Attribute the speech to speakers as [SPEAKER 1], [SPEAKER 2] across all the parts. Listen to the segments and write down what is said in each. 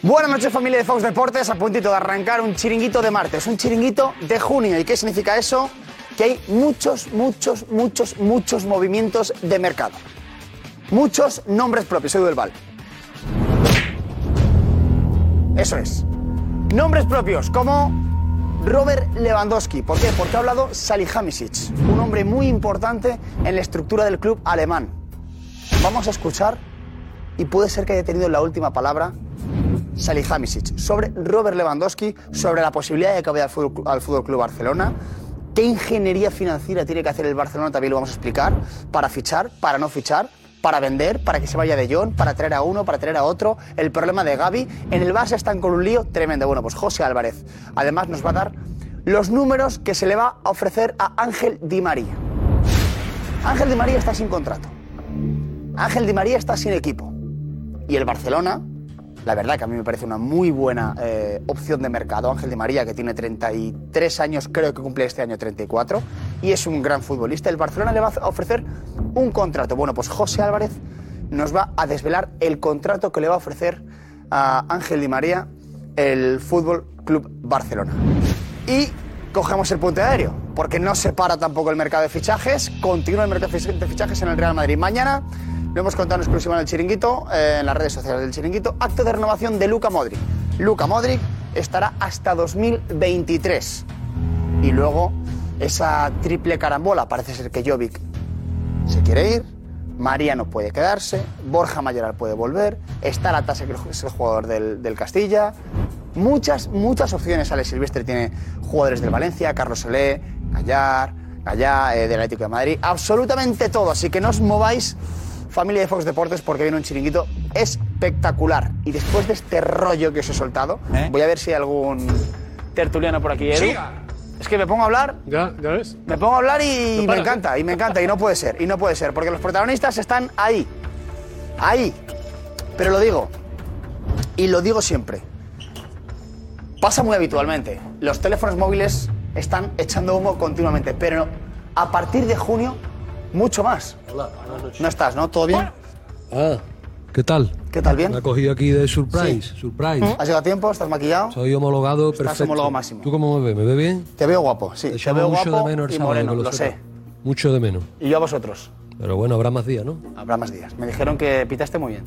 [SPEAKER 1] Buenas noches familia de Fox Deportes, a puntito de arrancar un chiringuito de martes, un chiringuito de junio. ¿Y qué significa eso? Que hay muchos, muchos, muchos, muchos movimientos de mercado. Muchos nombres propios, soy Val. Eso es. Nombres propios como Robert Lewandowski. ¿Por qué? Porque ha hablado Salihamidzic, un hombre muy importante en la estructura del club alemán. Vamos a escuchar y puede ser que haya tenido la última palabra Salihamidzic, sobre Robert Levandowski, sobre la posibilidad de que vaya al Fútbol, Clu- al Fútbol Club Barcelona, qué ingeniería financiera tiene que hacer el Barcelona, también lo vamos a explicar, para fichar, para no fichar, para vender, para que se vaya de John, para traer a uno, para traer a otro, el problema de Gaby, en el Barça están con un lío tremendo. Bueno, pues José Álvarez, además nos va a dar los números que se le va a ofrecer a Ángel Di María. Ángel Di María está sin contrato. Ángel Di María está sin equipo. Y el Barcelona, la verdad que a mí me parece una muy buena eh, opción de mercado. Ángel Di María, que tiene 33 años, creo que cumple este año 34, y es un gran futbolista. El Barcelona le va a ofrecer un contrato. Bueno, pues José Álvarez nos va a desvelar el contrato que le va a ofrecer a Ángel Di María el Fútbol Club Barcelona. Y cogemos el puente aéreo, porque no se para tampoco el mercado de fichajes, continúa el mercado de fichajes en el Real Madrid. Mañana lo hemos contado en exclusiva en el Chiringuito, eh, en las redes sociales del Chiringuito, acto de renovación de Luca Modric. Luca Modric estará hasta 2023. Y luego esa triple carambola, parece ser que Jovic se quiere ir, Mariano puede quedarse, Borja Mayoral puede volver, está la tasa que es el jugador del, del Castilla. Muchas, muchas opciones. Alex Silvestre tiene jugadores del Valencia, Carlos Solé, Gallar, Gallá, eh, del Atlético de Madrid, absolutamente todo. Así que no os mováis, familia de Fox Deportes, porque viene un chiringuito espectacular. Y después de este rollo que os he soltado, voy a ver si hay algún tertuliano por aquí. Edu.
[SPEAKER 2] Siga.
[SPEAKER 1] Es que me pongo a hablar
[SPEAKER 2] Ya, ya ves.
[SPEAKER 1] me pongo a hablar y
[SPEAKER 2] No
[SPEAKER 1] me
[SPEAKER 2] para.
[SPEAKER 1] encanta, y me encanta, y no puede ser, y no puede ser, porque los protagonistas están ahí, ahí. Pero lo digo, y lo digo siempre, pasa muy habitualmente, los teléfonos móviles están echando humo continuamente, pero a partir de junio, mucho más. No estás, ¿no? ¿Todo bien?
[SPEAKER 3] Ah, ¿qué tal?
[SPEAKER 1] ¿Qué tal, bien?
[SPEAKER 3] Me ha cogido aquí de surprise, surprise.
[SPEAKER 1] ¿Has llegado a tiempo? ¿Estás maquillado?
[SPEAKER 3] Soy homologado
[SPEAKER 1] Estás
[SPEAKER 3] perfecto.
[SPEAKER 1] homólogo máximo.
[SPEAKER 3] ¿Tú cómo me ves? ¿Me ves bien?
[SPEAKER 1] Te veo guapo, sí, te
[SPEAKER 3] echaba
[SPEAKER 1] veo
[SPEAKER 3] mucho
[SPEAKER 1] guapo
[SPEAKER 3] de menos el
[SPEAKER 1] y
[SPEAKER 3] sábado,
[SPEAKER 1] moreno,
[SPEAKER 3] que
[SPEAKER 1] lo,
[SPEAKER 3] sepa.
[SPEAKER 1] sé.
[SPEAKER 3] Mucho de menos.
[SPEAKER 1] Y yo a vosotros.
[SPEAKER 3] Pero bueno, habrá más días, ¿no?
[SPEAKER 1] Habrá más días. Me dijeron que pitaste muy bien.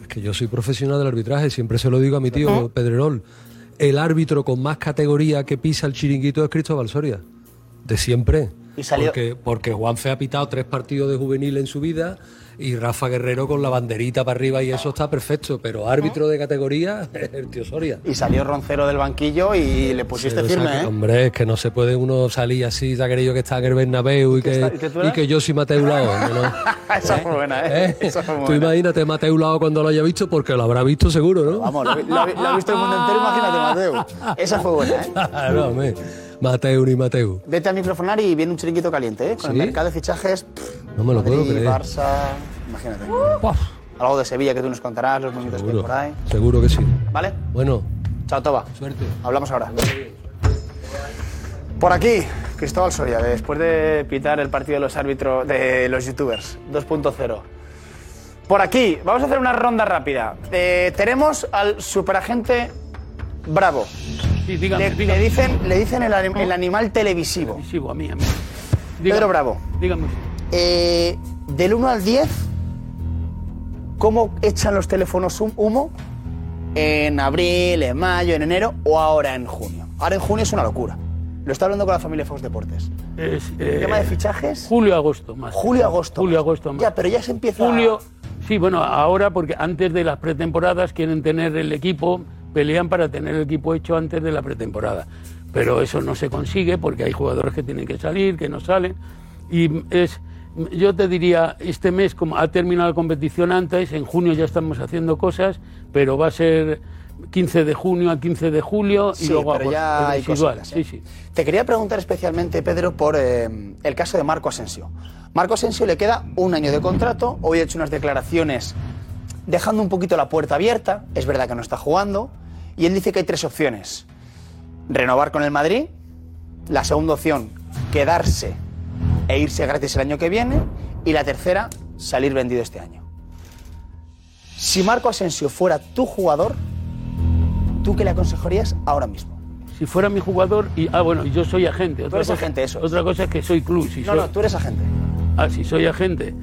[SPEAKER 3] Es que yo soy profesional del arbitraje, siempre se lo digo a mi tío Pedrerol. El árbitro con más categoría que pisa el chiringuito es Cristóbal Soria. De siempre.
[SPEAKER 1] Y salió-
[SPEAKER 3] Porque, porque Juanfe ha pitado tres partidos de juvenil en su vida y Rafa Guerrero con la banderita para arriba y eso está perfecto. Pero árbitro de categoría, el tío Soria.
[SPEAKER 1] Y salió Roncero del banquillo y le
[SPEAKER 3] Sí,
[SPEAKER 1] pusiste
[SPEAKER 3] o sea,
[SPEAKER 1] firme,
[SPEAKER 3] que,
[SPEAKER 1] ¿eh?
[SPEAKER 3] Hombre, es que no se puede uno salir así, de aquello que está en el Bernabéu y, que,
[SPEAKER 1] está- y que tú
[SPEAKER 3] y
[SPEAKER 1] eras?
[SPEAKER 3] que yo soy Mateu Lao. ¿no?
[SPEAKER 1] Esa fue buena, ¿eh?
[SPEAKER 3] ¿Eh?
[SPEAKER 1] Esa fue
[SPEAKER 3] Tú
[SPEAKER 1] buena.
[SPEAKER 3] imagínate Mateu Lao cuando lo haya visto, porque lo habrá visto seguro, ¿no?
[SPEAKER 1] Vamos, lo, vi- lo vi- lo ha visto el mundo entero, imagínate, Mateo. Esa fue buena, ¿eh?
[SPEAKER 3] Claro, hombre. Mateu ni Mateu.
[SPEAKER 1] Vete a microfonar y viene un chiringuito caliente, ¿eh? Con el
[SPEAKER 3] ¿Sí?
[SPEAKER 1] mercado de fichajes, pff,
[SPEAKER 3] No me lo puedo
[SPEAKER 1] Madrid,
[SPEAKER 3] creer.
[SPEAKER 1] Barça, imagínate.
[SPEAKER 3] Buah,
[SPEAKER 1] Algo de Sevilla que tú nos contarás, los momentos que hay
[SPEAKER 3] seguro,
[SPEAKER 1] por ahí.
[SPEAKER 3] seguro que sí.
[SPEAKER 1] ¿Vale?
[SPEAKER 3] Bueno,
[SPEAKER 1] Chao, Toba.
[SPEAKER 3] suerte.
[SPEAKER 1] Hablamos ahora. Por aquí, Cristóbal Soria, después de pitar el partido de los árbitros de los youtubers 2.0. Por aquí, vamos a hacer una ronda rápida. Eh, tenemos al superagente Bravo.
[SPEAKER 2] Sí,
[SPEAKER 1] Le,
[SPEAKER 2] dígame,
[SPEAKER 1] le
[SPEAKER 2] dígame.
[SPEAKER 1] dicen, le dicen el, anim- el animal televisivo.
[SPEAKER 2] Sí, a mí, a mí.
[SPEAKER 1] Pedro Bravo,
[SPEAKER 2] Dígame.
[SPEAKER 1] eh, del 1 al 10, ¿cómo echan los teléfonos hum- humo en abril, en mayo, en enero o ahora en junio? Ahora en junio es una locura. Lo está hablando con la familia Fox Deportes.
[SPEAKER 2] Es,
[SPEAKER 1] El
[SPEAKER 2] eh,
[SPEAKER 1] tema de fichajes,
[SPEAKER 2] Julio-agosto más.
[SPEAKER 1] julio-agosto.
[SPEAKER 2] Julio-agosto más.
[SPEAKER 1] Ya, pero ya se empieza...
[SPEAKER 2] Julio, sí, bueno, ahora porque antes de las pretemporadas quieren tener el equipo, pelean para tener el equipo hecho antes de la pretemporada. Pero eso no se consigue porque hay jugadores que tienen que salir, que no salen. Y es, yo te diría, este mes como ha terminado la competición antes, en junio ya estamos haciendo cosas, pero va a ser 15 de junio a 15 de julio y
[SPEAKER 1] Sí,
[SPEAKER 2] luego
[SPEAKER 1] pero ya
[SPEAKER 2] agosto, el
[SPEAKER 1] hay
[SPEAKER 2] residual,
[SPEAKER 1] cositas, ¿eh?
[SPEAKER 2] sí, sí.
[SPEAKER 1] Te quería preguntar especialmente, Pedro, por eh, el caso de Marco Asensio. Marco Asensio le queda un año de contrato, hoy ha hecho unas declaraciones dejando un poquito la puerta abierta, es verdad que no está jugando, y él dice que hay tres opciones. Renovar con el Madrid, la segunda opción, quedarse e irse gratis el año que viene, y la tercera, salir vendido este año. Si Marco Asensio fuera tu jugador, ¿tú qué le aconsejarías ahora mismo?
[SPEAKER 2] Si fuera mi jugador y ah bueno, y yo soy agente. Otra
[SPEAKER 1] eres
[SPEAKER 2] cosa,
[SPEAKER 1] agente, eso es.
[SPEAKER 2] Otra cosa es que soy club. Si
[SPEAKER 1] No,
[SPEAKER 2] soy-
[SPEAKER 1] no, tú eres agente.
[SPEAKER 2] Ah, si soy agente.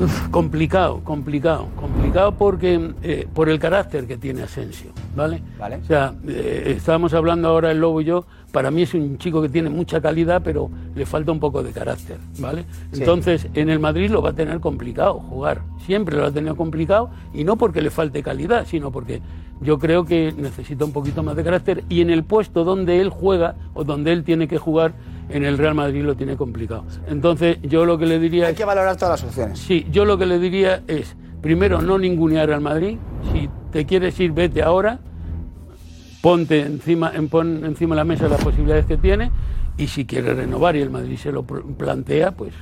[SPEAKER 2] Uf, complicado, complicado, complicado porque eh, por el carácter que tiene Asensio, ¿vale?
[SPEAKER 1] Vale.
[SPEAKER 2] O sea, eh, estábamos hablando ahora el Lobo y yo, para mí es un chico que tiene mucha calidad, pero le falta un poco de carácter, ¿vale?
[SPEAKER 1] Sí.
[SPEAKER 2] Entonces, en el Madrid lo va a tener complicado jugar, siempre lo ha tenido complicado, y no porque le falte calidad, sino porque yo creo que necesita un poquito más de carácter, y en el puesto donde él juega o donde él tiene que jugar, en el Real Madrid lo tiene complicado. Entonces, yo lo que le diría
[SPEAKER 1] Hay
[SPEAKER 2] es...
[SPEAKER 1] que valorar todas las opciones.
[SPEAKER 2] Sí, yo lo que le diría es, primero, no ningunear al Madrid. Si te quieres ir, vete ahora. Ponte encima, en- pon encima de la mesa las posibilidades que tiene. Y si quiere renovar y el Madrid se lo pr- plantea, pues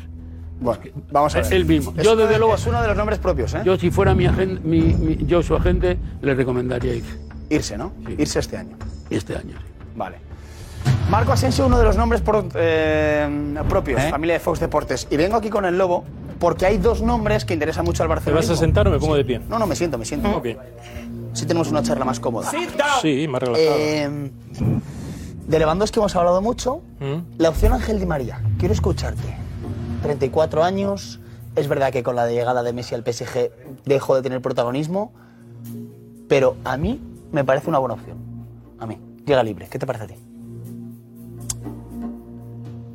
[SPEAKER 1] Bueno, vamos a ver.
[SPEAKER 2] Él mismo.
[SPEAKER 1] Es
[SPEAKER 2] Yo,
[SPEAKER 1] uno
[SPEAKER 2] desde
[SPEAKER 1] de-
[SPEAKER 2] luego-
[SPEAKER 1] Es uno de los nombres propios, ¿eh?
[SPEAKER 2] yo si fuera mi agen- mi- mi- yo su agente, le recomendaría ir
[SPEAKER 1] Irse, ¿no? Irse este año.
[SPEAKER 2] este año. sí.
[SPEAKER 1] Vale. Marco Asensio, uno de los nombres por- eh, propios, familia de Fox Deportes. Y vengo aquí con el Lobo porque hay dos nombres que interesan mucho al
[SPEAKER 4] ¿Te
[SPEAKER 1] Barcelona.
[SPEAKER 4] vas a sentar o me pongo de pie?
[SPEAKER 1] No, no, me siento, me siento.
[SPEAKER 4] Ok.
[SPEAKER 1] Si tenemos una charla más cómoda.
[SPEAKER 4] Sí, más relajado.
[SPEAKER 1] Eh, de Lewandowski hemos hablado mucho. La opción Ángel Di María, quiero escucharte. 34 años, es verdad que con la llegada de Messi al PSG dejó de tener protagonismo, pero a mí me parece una buena opción. A mí, llega libre. ¿Qué te parece a ti?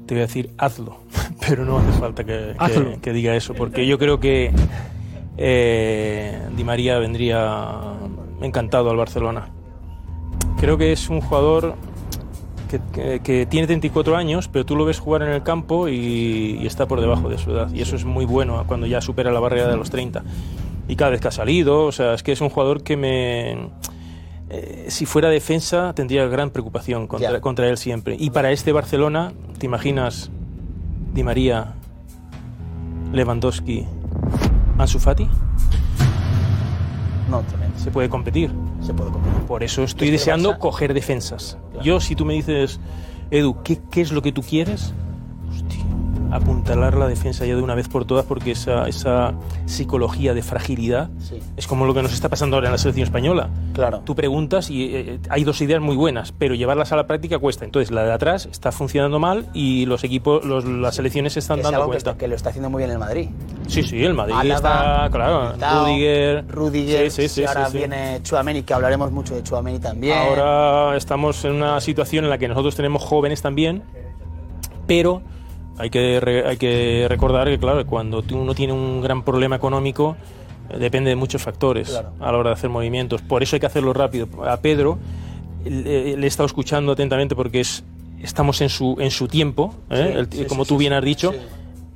[SPEAKER 4] Te voy a decir hazlo, pero no hace falta que, que-
[SPEAKER 2] Hazlo.
[SPEAKER 4] que diga eso, porque yo creo que eh, Di María vendría encantado al Barcelona. Creo que es un jugador que, que- que tiene 34 años, pero tú lo ves jugar en el campo y, y está por debajo de su edad. Y eso es muy bueno ¿eh? cuando ya supera la barrera de los 30. Y cada vez que ha salido, o sea, es que es un jugador que me... eh, si fuera defensa, tendría gran preocupación contra,
[SPEAKER 1] Ya.
[SPEAKER 4] contra él siempre. Y para este Barcelona, ¿te imaginas Di María, Lewandowski, Ansu Fati?
[SPEAKER 1] No, tremendo.
[SPEAKER 4] Se puede competir.
[SPEAKER 1] Se puede competir.
[SPEAKER 4] Por eso estoy
[SPEAKER 1] ¿Es que
[SPEAKER 4] deseando
[SPEAKER 1] Barça?
[SPEAKER 4] coger defensas. Yo, si tú me dices, Edu, ¿qué, qué es lo que tú quieres? Hostia, apuntalar la defensa ya de una vez por todas porque esa, esa psicología de fragilidad
[SPEAKER 1] Sí.
[SPEAKER 4] es como lo que nos está pasando ahora en la selección española.
[SPEAKER 1] Claro.
[SPEAKER 4] Tú preguntas y eh, hay dos ideas muy buenas, pero llevarlas a la práctica cuesta. Entonces, la de atrás está funcionando mal y los equipos, los- las selecciones se están
[SPEAKER 1] Es
[SPEAKER 4] dando
[SPEAKER 1] algo que,
[SPEAKER 4] cuenta.
[SPEAKER 1] está- que lo está haciendo muy bien el Madrid.
[SPEAKER 4] Sí, sí, el Madrid
[SPEAKER 1] Alaba,
[SPEAKER 4] está, claro,
[SPEAKER 1] Militao,
[SPEAKER 4] Rudiger,
[SPEAKER 1] Rudiger,
[SPEAKER 4] sí, sí, sí,
[SPEAKER 1] y ahora
[SPEAKER 4] sí, sí.
[SPEAKER 1] viene Chuameni, que hablaremos mucho de Chuameni también.
[SPEAKER 4] Ahora estamos en una situación en la que nosotros tenemos jóvenes también, pero hay que, re- hay que recordar que, claro, cuando tú- uno tiene un gran problema económico, eh, depende de muchos factores
[SPEAKER 1] Claro.
[SPEAKER 4] a la hora de hacer movimientos. Por eso hay que hacerlo rápido. A Pedro le, le he estado escuchando atentamente porque es, estamos en su, en su tiempo, ¿eh? El- como tú bien has dicho.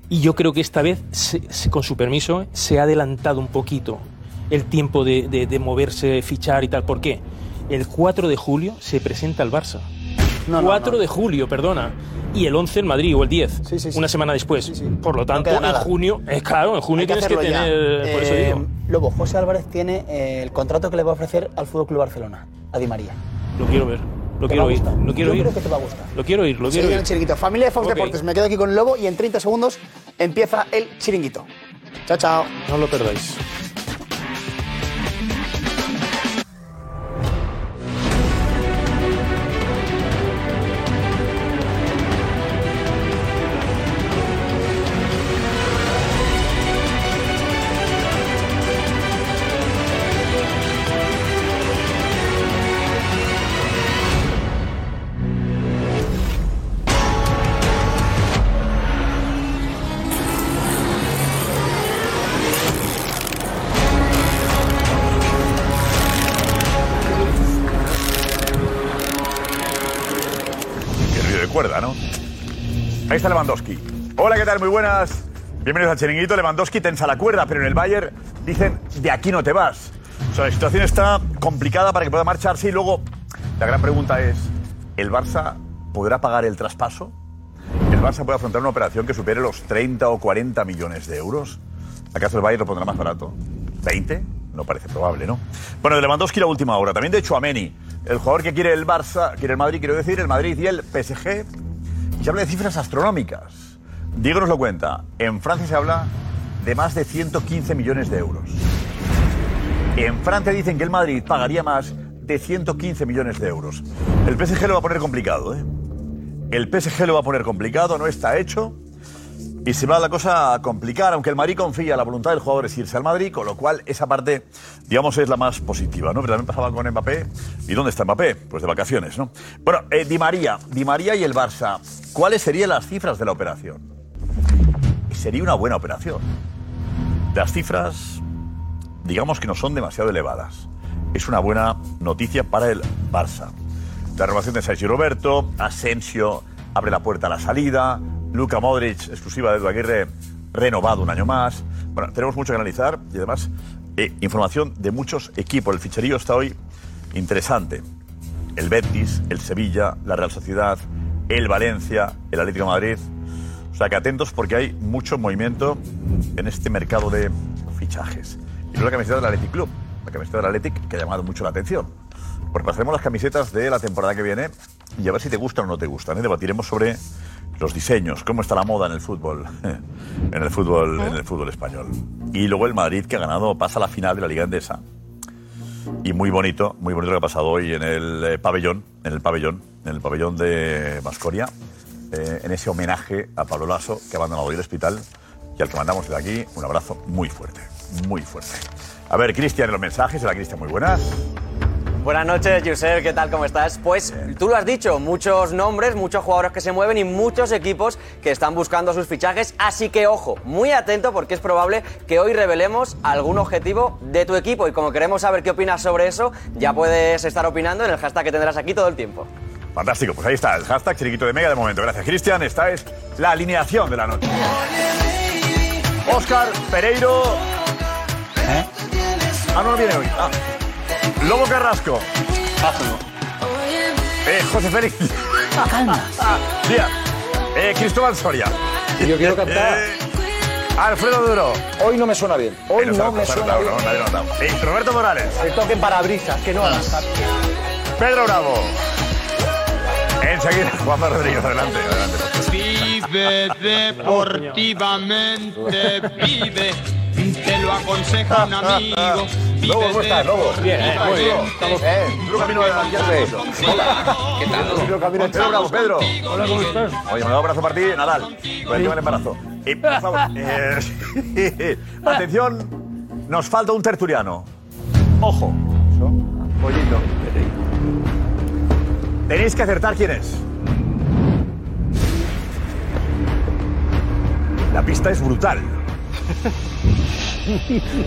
[SPEAKER 4] Y yo creo que esta vez, se- se- con su permiso, se ha adelantado un poquito el tiempo de, de- de moverse, fichar y tal. ¿Por qué? El 4 de julio se presenta al Barça.
[SPEAKER 1] No, no,
[SPEAKER 4] 4
[SPEAKER 1] no.
[SPEAKER 4] de julio, perdona. Y el 11 en Madrid o el 10,
[SPEAKER 1] Sí, sí, sí.
[SPEAKER 4] una semana después.
[SPEAKER 1] Sí, sí.
[SPEAKER 4] Por lo
[SPEAKER 1] No
[SPEAKER 4] tanto,
[SPEAKER 1] queda
[SPEAKER 4] en
[SPEAKER 1] nada.
[SPEAKER 4] junio, es claro, en junio
[SPEAKER 1] Hay
[SPEAKER 4] tienes que
[SPEAKER 1] hacerlo ya.
[SPEAKER 4] tener. por eso
[SPEAKER 1] Eh,
[SPEAKER 4] digo.
[SPEAKER 1] Lobo, José Álvarez tiene eh, el contrato que le va a ofrecer al Fútbol Club Barcelona, a Di María.
[SPEAKER 4] Lo quiero ver, lo
[SPEAKER 1] ¿Te
[SPEAKER 4] quiero
[SPEAKER 1] va a
[SPEAKER 4] oír,
[SPEAKER 1] gustar?
[SPEAKER 4] lo quiero
[SPEAKER 1] Yo
[SPEAKER 4] oír.
[SPEAKER 1] creo que te va a gustar.
[SPEAKER 4] Lo quiero oír, lo
[SPEAKER 1] Se
[SPEAKER 4] quiero
[SPEAKER 1] viene
[SPEAKER 4] oír.
[SPEAKER 1] el chiringuito. Familia de Fox
[SPEAKER 4] Ok.
[SPEAKER 1] Deportes, me quedo aquí con Lobo y en 30 segundos empieza el chiringuito. Chao, chao.
[SPEAKER 4] No lo perdáis.
[SPEAKER 5] Qué ruido de cuerda, ¿no? Ahí está Lewandowski. Hola, ¿qué tal? Muy buenas. Bienvenidos al Chiringuito. Lewandowski tensa la cuerda, pero en el Bayern dicen, de aquí no te vas. O sea, la situación está complicada para que pueda marcharse y luego la gran pregunta es, ¿el Barça podrá pagar el traspaso? ¿El Barça puede afrontar una operación que supere los 30 o 40 millones de euros? ¿Acaso el Bayern lo pondrá más barato? ¿20? No parece probable, ¿no? Bueno, de Lewandowski la última hora. También de Chuameni, el jugador que quiere el Barça, quiere el Madrid, quiero decir, el Madrid y el PSG. Se habla de cifras astronómicas. Diego nos lo cuenta. En Francia se habla de más de 115 millones de euros. En Francia dicen que el Madrid pagaría más de 115 millones de euros. El PSG lo va a poner complicado, ¿eh? El PSG lo va a poner complicado, no está hecho. Y se va la cosa a complicar, aunque el Madrid confía, la voluntad del jugador es irse al Madrid, con lo cual esa parte, digamos, es la más positiva, ¿no? Pero también pasaba con Mbappé. ¿Y dónde está Mbappé? Pues de vacaciones, ¿no? Bueno, eh, Di María, Di María y el Barça, ¿cuáles serían las cifras de la operación? Sería una buena operación. Las cifras, digamos que no son demasiado elevadas. Es una buena noticia para el Barça. La renovación de Sergio Roberto, Asensio abre la puerta a la salida, Luca Modric, exclusiva de Edu Aguirre, renovado un año más. Bueno, tenemos mucho que analizar y además eh, información de muchos equipos. El ficherío está hoy interesante. El Betis, el Sevilla, la Real Sociedad, el Valencia, el Atlético de Madrid. O sea que atentos porque hay mucho movimiento en este mercado de fichajes. Y luego la camiseta del Athletic Club, la camiseta del Athletic que ha llamado mucho la atención. Repasaremos Pues las camisetas de la temporada que viene y a ver si te gustan o no te gustan. ¿eh? Debatiremos sobre los diseños, cómo está la moda en el fútbol, en el fútbol, en el fútbol español. Y luego el Madrid que ha ganado pasa a la final de la Liga Endesa. Y muy bonito, muy bonito lo que ha pasado hoy en el eh, pabellón, en el pabellón, en el pabellón de Mascoria, eh, en ese homenaje a Pablo Lasso que ha abandonado hoy el hospital y al que mandamos desde aquí un abrazo muy fuerte, muy fuerte. A ver, Cristian, los mensajes, la Cristian, muy buenas.
[SPEAKER 6] Buenas noches, Josep, ¿qué tal? ¿Cómo estás? Pues tú lo has dicho, muchos nombres, muchos jugadores que se mueven y muchos equipos que están buscando sus fichajes, así que ojo, muy atento porque es probable que hoy revelemos algún objetivo de tu equipo y como queremos saber qué opinas sobre eso, ya puedes estar opinando en el hashtag que tendrás aquí todo el tiempo.
[SPEAKER 5] Fantástico, pues ahí está el hashtag Chiriquito de Mega de momento. Gracias, Cristian. Esta es la alineación de la noche. Óscar Pereiro. ¿Eh? Ah, no, no viene hoy. Ah. Lobo Carrasco. Eh, José Félix. Díaz. Eh, Cristóbal Soria.
[SPEAKER 7] Yo quiero cantar.
[SPEAKER 5] Eh, Alfredo Duro.
[SPEAKER 7] Hoy no me suena bien. Hoy
[SPEAKER 5] Eh,
[SPEAKER 7] no
[SPEAKER 5] está-
[SPEAKER 7] me
[SPEAKER 5] está
[SPEAKER 7] suena
[SPEAKER 5] notado,
[SPEAKER 7] bien.
[SPEAKER 5] ¿no? Nadie lo ha notado. Eh, Roberto Morales.
[SPEAKER 7] Que toquen parabrisas, que no hagan.
[SPEAKER 5] Pedro Bravo. Enseguida, Juanma Rodríguez, adelante, adelante.
[SPEAKER 8] Vive deportivamente, vive. Te lo aconseja un amigo.
[SPEAKER 5] Lobo, ¿cómo estás, Lobo?
[SPEAKER 8] Bien, eh, muy bien.
[SPEAKER 5] Estamos Pedro Camino de la Hola. ¿Qué tal? Pedro Camino de Pedro Bravo, Pedro. Hola, ¿cómo estás? Oye, me da un abrazo para ti, Nadal. Por el tema del embarazo. Eh, por favor, eh, atención, nos falta un tertuliano. Ojo. Pollito. Tenéis que acertar quién es. La pista es brutal.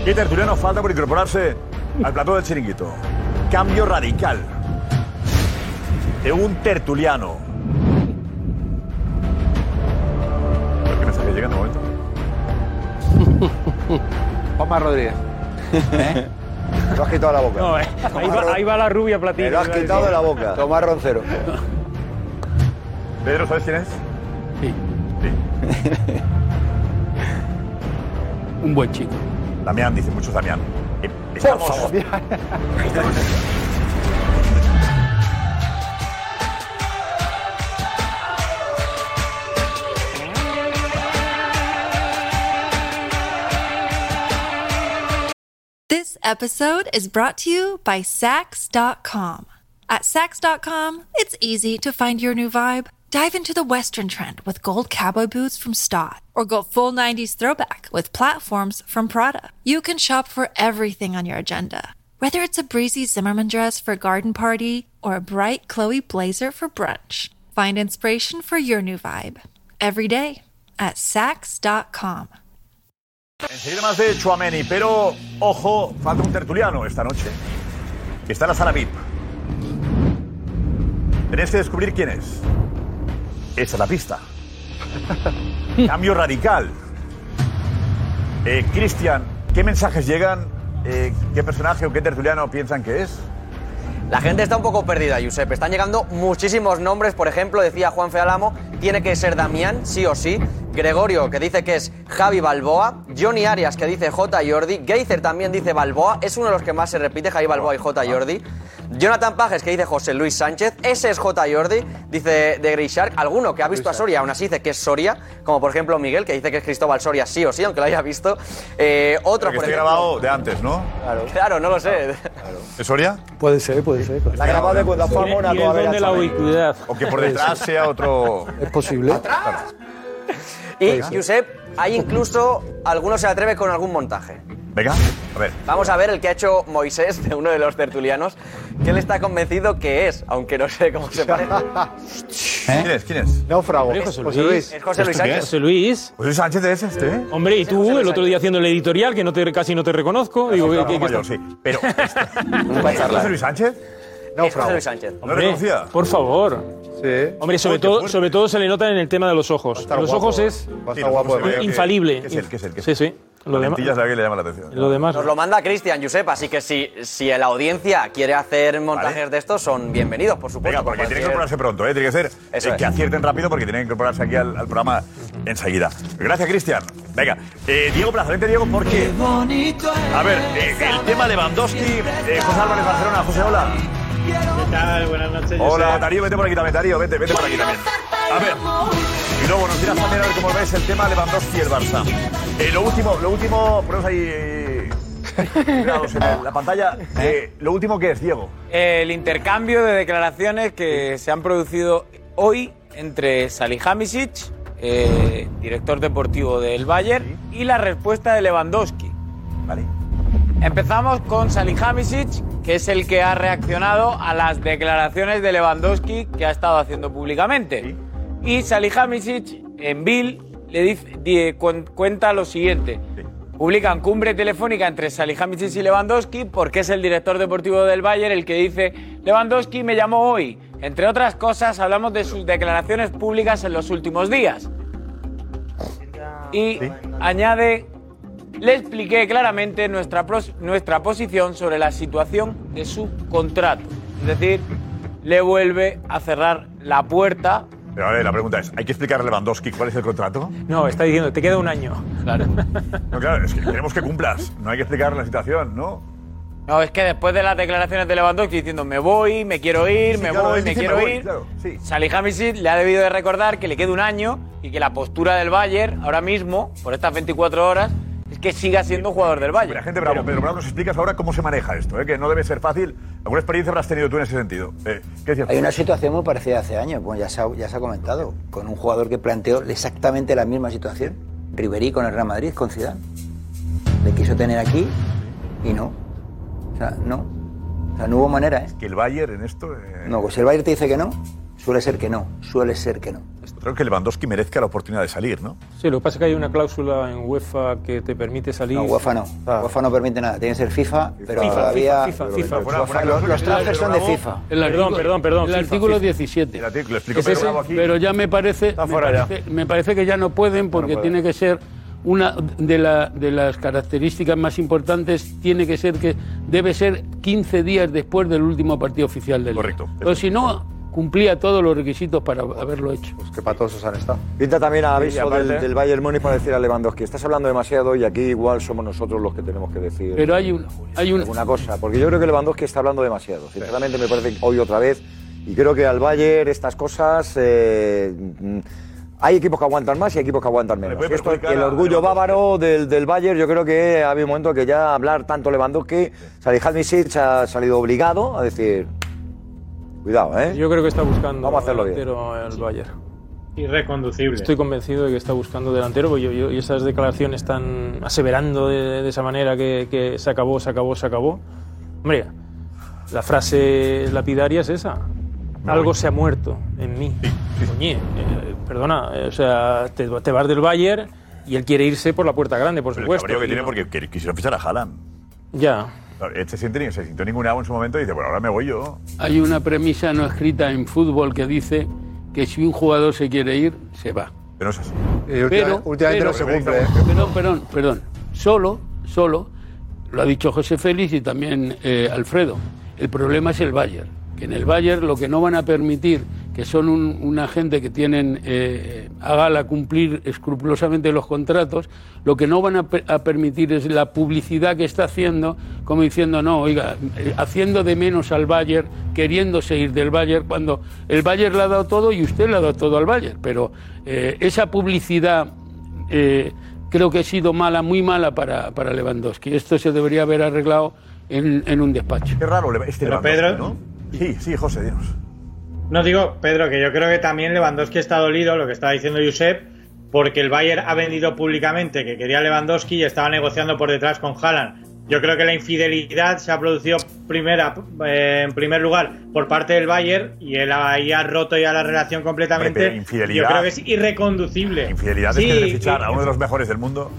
[SPEAKER 5] ¿Qué tertuliano falta por incorporarse al plató del chiringuito? Cambio radical de un tertuliano. A ver ¿Qué mensaje llega en el momento?
[SPEAKER 7] Juanma Rodríguez.
[SPEAKER 1] ¿Eh?
[SPEAKER 7] Lo has quitado de la boca.
[SPEAKER 4] No, eh, ahí, va, ahí va la rubia platino.
[SPEAKER 7] Me lo has
[SPEAKER 4] iba a
[SPEAKER 7] quitado de
[SPEAKER 4] decir.
[SPEAKER 7] la boca. Tomás Roncero.
[SPEAKER 5] Pedro, ¿sabes quién es?
[SPEAKER 2] Sí,
[SPEAKER 5] Sí.
[SPEAKER 2] un buen chico.
[SPEAKER 5] Damián, dice muchos Damián. Eh, Estamos,
[SPEAKER 9] This episode is brought to you by Sax.com. At Sax.com, it's easy to find your new vibe. Dive into the Western trend with gold cowboy boots from Stott, or go full 90s throwback with platforms from Prada. You can shop for everything on your agenda, whether it's a breezy Zimmerman dress for a garden party or a bright Chloe blazer for brunch. Find inspiration for your new vibe every day at Sax.com.
[SPEAKER 5] enseguida más de Chuameni, pero ojo, falta un tertuliano esta noche. Está en la sala VIP. Tenéis que descubrir quién es. Esa es la pista. Cambio radical. Eh, Cristian, ¿qué mensajes llegan eh, qué personaje o qué tertuliano piensan que es?
[SPEAKER 6] La gente está un poco perdida, Josep. Están llegando muchísimos nombres. Por ejemplo, decía Juan Fealamo, tiene que ser Damián, sí o sí. Gregorio, que dice que es Javi Balboa. Johnny Arias, que dice J. Jordi. Geizer también dice Balboa. Es uno de los que más se repite, Javi Balboa y J. Jordi. Jonathan Pajes, que dice José Luis Sánchez. Ese es J. Jordi, dice de Grey Shark. Alguno que ha visto a Soria, aún así dice que es Soria. Como por ejemplo Miguel, que dice que es Cristóbal Soria, sí o sí, aunque lo haya visto. Eh, otro,
[SPEAKER 5] Porque
[SPEAKER 6] por
[SPEAKER 5] esté
[SPEAKER 6] ejemplo.
[SPEAKER 5] grabado Oh, de antes, ¿no?
[SPEAKER 6] Claro. no lo sé.
[SPEAKER 5] ¿Es Soria?
[SPEAKER 10] Puede ser, puede ser.
[SPEAKER 1] La grabada de cuando fue a
[SPEAKER 4] Y- y
[SPEAKER 1] Mónaco
[SPEAKER 4] es
[SPEAKER 1] a ver a
[SPEAKER 4] donde la
[SPEAKER 1] Xavi.
[SPEAKER 4] ubicuidad.
[SPEAKER 5] O que por detrás sea otro.
[SPEAKER 10] Es posible.
[SPEAKER 6] Y, Josep, hay incluso algunos se atreve con algún montaje.
[SPEAKER 5] Venga, a ver.
[SPEAKER 6] Vamos a ver el que ha hecho Moisés de uno de los tertulianos, que él está convencido que es, aunque no sé cómo se parece.
[SPEAKER 5] ¿Quién es? ¿Quién es?
[SPEAKER 1] Náufrago.
[SPEAKER 4] Hombre,
[SPEAKER 1] José Luis.
[SPEAKER 6] Es José Luis
[SPEAKER 5] ¿Esto qué
[SPEAKER 6] Sánchez.
[SPEAKER 4] ¿Este José Luis.
[SPEAKER 5] José Sánchez es este.
[SPEAKER 4] Hombre, y tú, el otro día haciendo el editorial, que no te, casi no te reconozco. Digo, ¿qué- qué- qué
[SPEAKER 5] mayor,
[SPEAKER 4] estás-
[SPEAKER 5] sí. Pero. ¿Es José Luis Sánchez?
[SPEAKER 6] Es José Luis Sánchez.
[SPEAKER 5] ¿No lo reconocía?
[SPEAKER 4] por favor.
[SPEAKER 10] Sí.
[SPEAKER 4] Hombre, sobre
[SPEAKER 5] Joder, qué
[SPEAKER 4] todo,
[SPEAKER 5] fuerte.
[SPEAKER 4] sobre todo se le nota en el tema de los ojos. Los ojos es
[SPEAKER 5] Sí,
[SPEAKER 10] Bastante
[SPEAKER 5] no,
[SPEAKER 10] guapo. ¿eh?
[SPEAKER 5] se veía que-
[SPEAKER 4] infalible.
[SPEAKER 5] ¿Qué es él? ¿Qué es él? ¿Qué es
[SPEAKER 4] Sí,
[SPEAKER 5] él?
[SPEAKER 4] sí. Lo demás.
[SPEAKER 5] Lentillas la que le llama la atención.
[SPEAKER 4] Lo demás.
[SPEAKER 6] Nos lo manda Cristian, Josep, así que si, si la audiencia quiere hacer montajes
[SPEAKER 5] Vale.
[SPEAKER 6] de estos, son bienvenidos, por supuesto.
[SPEAKER 5] Venga, porque
[SPEAKER 6] como
[SPEAKER 5] tiene que
[SPEAKER 6] cualquier-
[SPEAKER 5] incorporarse pronto, ¿eh? Tiene que ser eh,
[SPEAKER 6] Eso es.
[SPEAKER 5] que acierten rápido porque tienen que incorporarse aquí al, al programa enseguida. Gracias, Cristian. Venga, eh, Diego Plaza, vente, Diego, porque. A ver, eh, el tema Lewandowski, eh, José Álvarez Barcelona, José, hola.
[SPEAKER 8] Buenas noches.
[SPEAKER 5] Hola, Darío, vete por aquí también, Darío, vete, vete por aquí también. A ver, y luego nos dirás también a ver cómo ves el tema Lewandowski y el Barça. Eh, lo último, lo último, ponemos ahí. eh, grabados en la pantalla. Eh, lo último que es, Diego.
[SPEAKER 7] El intercambio de declaraciones que se han producido hoy entre Salihamidzic, eh, director deportivo del Bayern, y la respuesta de Lewandowski.
[SPEAKER 5] Vale.
[SPEAKER 7] Empezamos con Salihamidzic, que es el que ha reaccionado a las declaraciones de Lewandowski que ha estado haciendo públicamente. Y Salihamidzic en Bill le dice, di- cuen- cuenta lo siguiente. Publican cumbre telefónica entre Salihamidzic y Lewandowski porque es el director deportivo del Bayern el que dice Lewandowski me llamó hoy. Entre otras cosas hablamos de sus declaraciones públicas en los últimos días. Y añade le expliqué claramente nuestra, pros- nuestra posición sobre la situación de su contrato. Es decir, le vuelve a cerrar la puerta.
[SPEAKER 5] Pero a ver, la pregunta es: ¿hay que explicar a Lewandowski cuál es el contrato?
[SPEAKER 4] No, está diciendo, te queda un año. Claro.
[SPEAKER 5] No, claro, es que queremos que cumplas. No hay que explicar la situación, ¿no?
[SPEAKER 7] No, es que después de las declaraciones de Lewandowski diciendo me voy, me quiero ir,
[SPEAKER 5] Sí,
[SPEAKER 7] me
[SPEAKER 5] claro,
[SPEAKER 7] voy,
[SPEAKER 5] él
[SPEAKER 7] me
[SPEAKER 5] dice,
[SPEAKER 7] quiero
[SPEAKER 5] "Me voy",
[SPEAKER 7] ir,
[SPEAKER 5] claro, sí.
[SPEAKER 7] Salihamidzic le ha debido de recordar que le queda un año y que la postura del Bayern ahora mismo, por estas 24 horas, es que siga siendo jugador del
[SPEAKER 5] Mira,
[SPEAKER 7] Bayern.
[SPEAKER 5] gente bravo, Pedro Bravo, nos explicas ahora cómo se maneja esto, ¿eh? que no debe ser fácil. ¿Alguna experiencia habrás tenido tú en ese sentido? Eh, ¿Qué decías?
[SPEAKER 11] Hay una situación muy parecida hace años, bueno, ya se, ha, ya se ha comentado, con un jugador que planteó exactamente la misma situación, Ribery con el Real Madrid, con Zidane. Le quiso tener aquí y no. O sea, no. O sea, no hubo manera, ¿eh?
[SPEAKER 5] Que el Bayern en esto. eh,
[SPEAKER 11] No, pues si el Bayern te dice que no, suele ser que no, suele ser que no.
[SPEAKER 5] Creo que Lewandowski merezca la oportunidad de salir, ¿no?
[SPEAKER 4] Sí, lo que pasa es que hay una cláusula en UEFA que te permite salir.
[SPEAKER 11] No, UEFA no. UEFA no permite nada, tiene que ser FIFA, pero
[SPEAKER 4] FIFA,
[SPEAKER 11] todavía...
[SPEAKER 4] FIFA, FIFA,
[SPEAKER 11] Los-
[SPEAKER 4] FIFA.
[SPEAKER 5] Fuera- fuera-
[SPEAKER 11] los, los
[SPEAKER 5] Pedro
[SPEAKER 11] trajes son de
[SPEAKER 5] Bravo.
[SPEAKER 11] FIFA.
[SPEAKER 2] El
[SPEAKER 4] Perdón, perdón, perdón,
[SPEAKER 2] El
[SPEAKER 4] FIFA,
[SPEAKER 2] artículo
[SPEAKER 4] FIFA.
[SPEAKER 2] 17.
[SPEAKER 5] Mira, tío, que lo explico
[SPEAKER 2] Es
[SPEAKER 5] Pedro
[SPEAKER 2] ese,
[SPEAKER 5] Bravo aquí.
[SPEAKER 2] pero ya me parece,
[SPEAKER 10] fuera
[SPEAKER 2] me,
[SPEAKER 10] ya.
[SPEAKER 2] parece me parece que ya no pueden porque tiene que ser una de, la- de las características más importantes tiene que ser que debe ser 15 días después del último partido oficial del
[SPEAKER 5] Correcto.
[SPEAKER 2] Pero si no cumplía todos los requisitos para haberlo hecho.
[SPEAKER 10] Pues qué patosos han estado.
[SPEAKER 12] Pinta también a aviso
[SPEAKER 10] aparte-
[SPEAKER 12] del, del Bayern Múnich para decir a Lewandowski, estás hablando demasiado y aquí igual somos nosotros los que tenemos que decir
[SPEAKER 2] Pero hay un hay un
[SPEAKER 12] alguna cosa. Porque yo creo que Lewandowski está hablando demasiado. Sinceramente me parece que hoy otra vez. Y creo que al Bayern estas cosas... eh, mm, hay equipos que aguantan más y hay equipos que aguantan menos.
[SPEAKER 5] puede
[SPEAKER 12] Y esto,
[SPEAKER 5] perjudicar
[SPEAKER 12] el
[SPEAKER 5] a
[SPEAKER 12] orgullo
[SPEAKER 5] Lewandowski.
[SPEAKER 12] bávaro del, del Bayern, yo creo que había un momento que ya hablar tanto Lewandowski, Salihamidzic ha salido obligado a decir, cuidado, ¿eh?
[SPEAKER 4] Yo creo que está buscando
[SPEAKER 12] Vamos a hacerlo bien.
[SPEAKER 4] delantero el Bayern.
[SPEAKER 8] Irreconducible.
[SPEAKER 4] Estoy convencido de que está buscando delantero, porque yo, yo- y esas declaraciones están aseverando de, de esa manera que, que se acabó, se acabó, se acabó. Hombre, la frase lapidaria es esa. Algo se ha muerto en mí. Coñe, eh, perdona, eh, o sea, te, te vas del Bayern y él quiere irse por la puerta grande, por
[SPEAKER 5] Pero el
[SPEAKER 4] supuesto.
[SPEAKER 5] cabreo que
[SPEAKER 4] y
[SPEAKER 5] tiene
[SPEAKER 4] no-
[SPEAKER 5] porque quer- quisieron fichar a Haaland.
[SPEAKER 4] Ya,
[SPEAKER 5] Claro, Este siente ni- se sintió ningún agua en su momento y dice, bueno, ahora me voy yo.
[SPEAKER 2] hay una premisa no escrita en fútbol que dice que si un jugador se quiere ir se va.
[SPEAKER 5] Pero no es así.
[SPEAKER 10] Y Eh, última-
[SPEAKER 2] Pero-
[SPEAKER 10] últimamente
[SPEAKER 2] pero-
[SPEAKER 10] no se cumple. ¿eh?
[SPEAKER 2] Perdón, perdón, perdón. Solo, solo Lo ha dicho José Félix y también eh, Alfredo. El problema es el Bayern. Que en el Bayern lo que no van a permitir, que son un- una gente que tienen eh, a gala cumplir escrupulosamente los contratos, lo que no van a, per- a permitir es la publicidad que está haciendo, como diciendo, no, oiga, eh, haciendo de menos al Bayern, queriéndose ir del Bayern, cuando el Bayern le ha dado todo y usted le ha dado todo al Bayern. Pero eh, esa publicidad eh, creo que ha sido mala, muy mala para, para Lewandowski. Esto se debería haber arreglado en, en un despacho.
[SPEAKER 5] Qué raro este
[SPEAKER 13] Pero Pedro,
[SPEAKER 5] Sí, sí, José, Dios.
[SPEAKER 13] No digo, Pedro, que yo creo que también Lewandowski está dolido, lo que estaba diciendo Josep, porque el Bayern ha vendido públicamente que quería a Lewandowski y estaba negociando por detrás con Haaland. Yo creo que la infidelidad se ha producido primera, eh, en primer lugar por parte del Bayern y él ahí ha roto ya la relación completamente.
[SPEAKER 5] Hombre, pero infidelidad.
[SPEAKER 13] Yo creo que es irreconducible.
[SPEAKER 5] Fidelidad
[SPEAKER 13] Sí,
[SPEAKER 5] es que de fichar
[SPEAKER 13] y-
[SPEAKER 5] a uno de los mejores del mundo.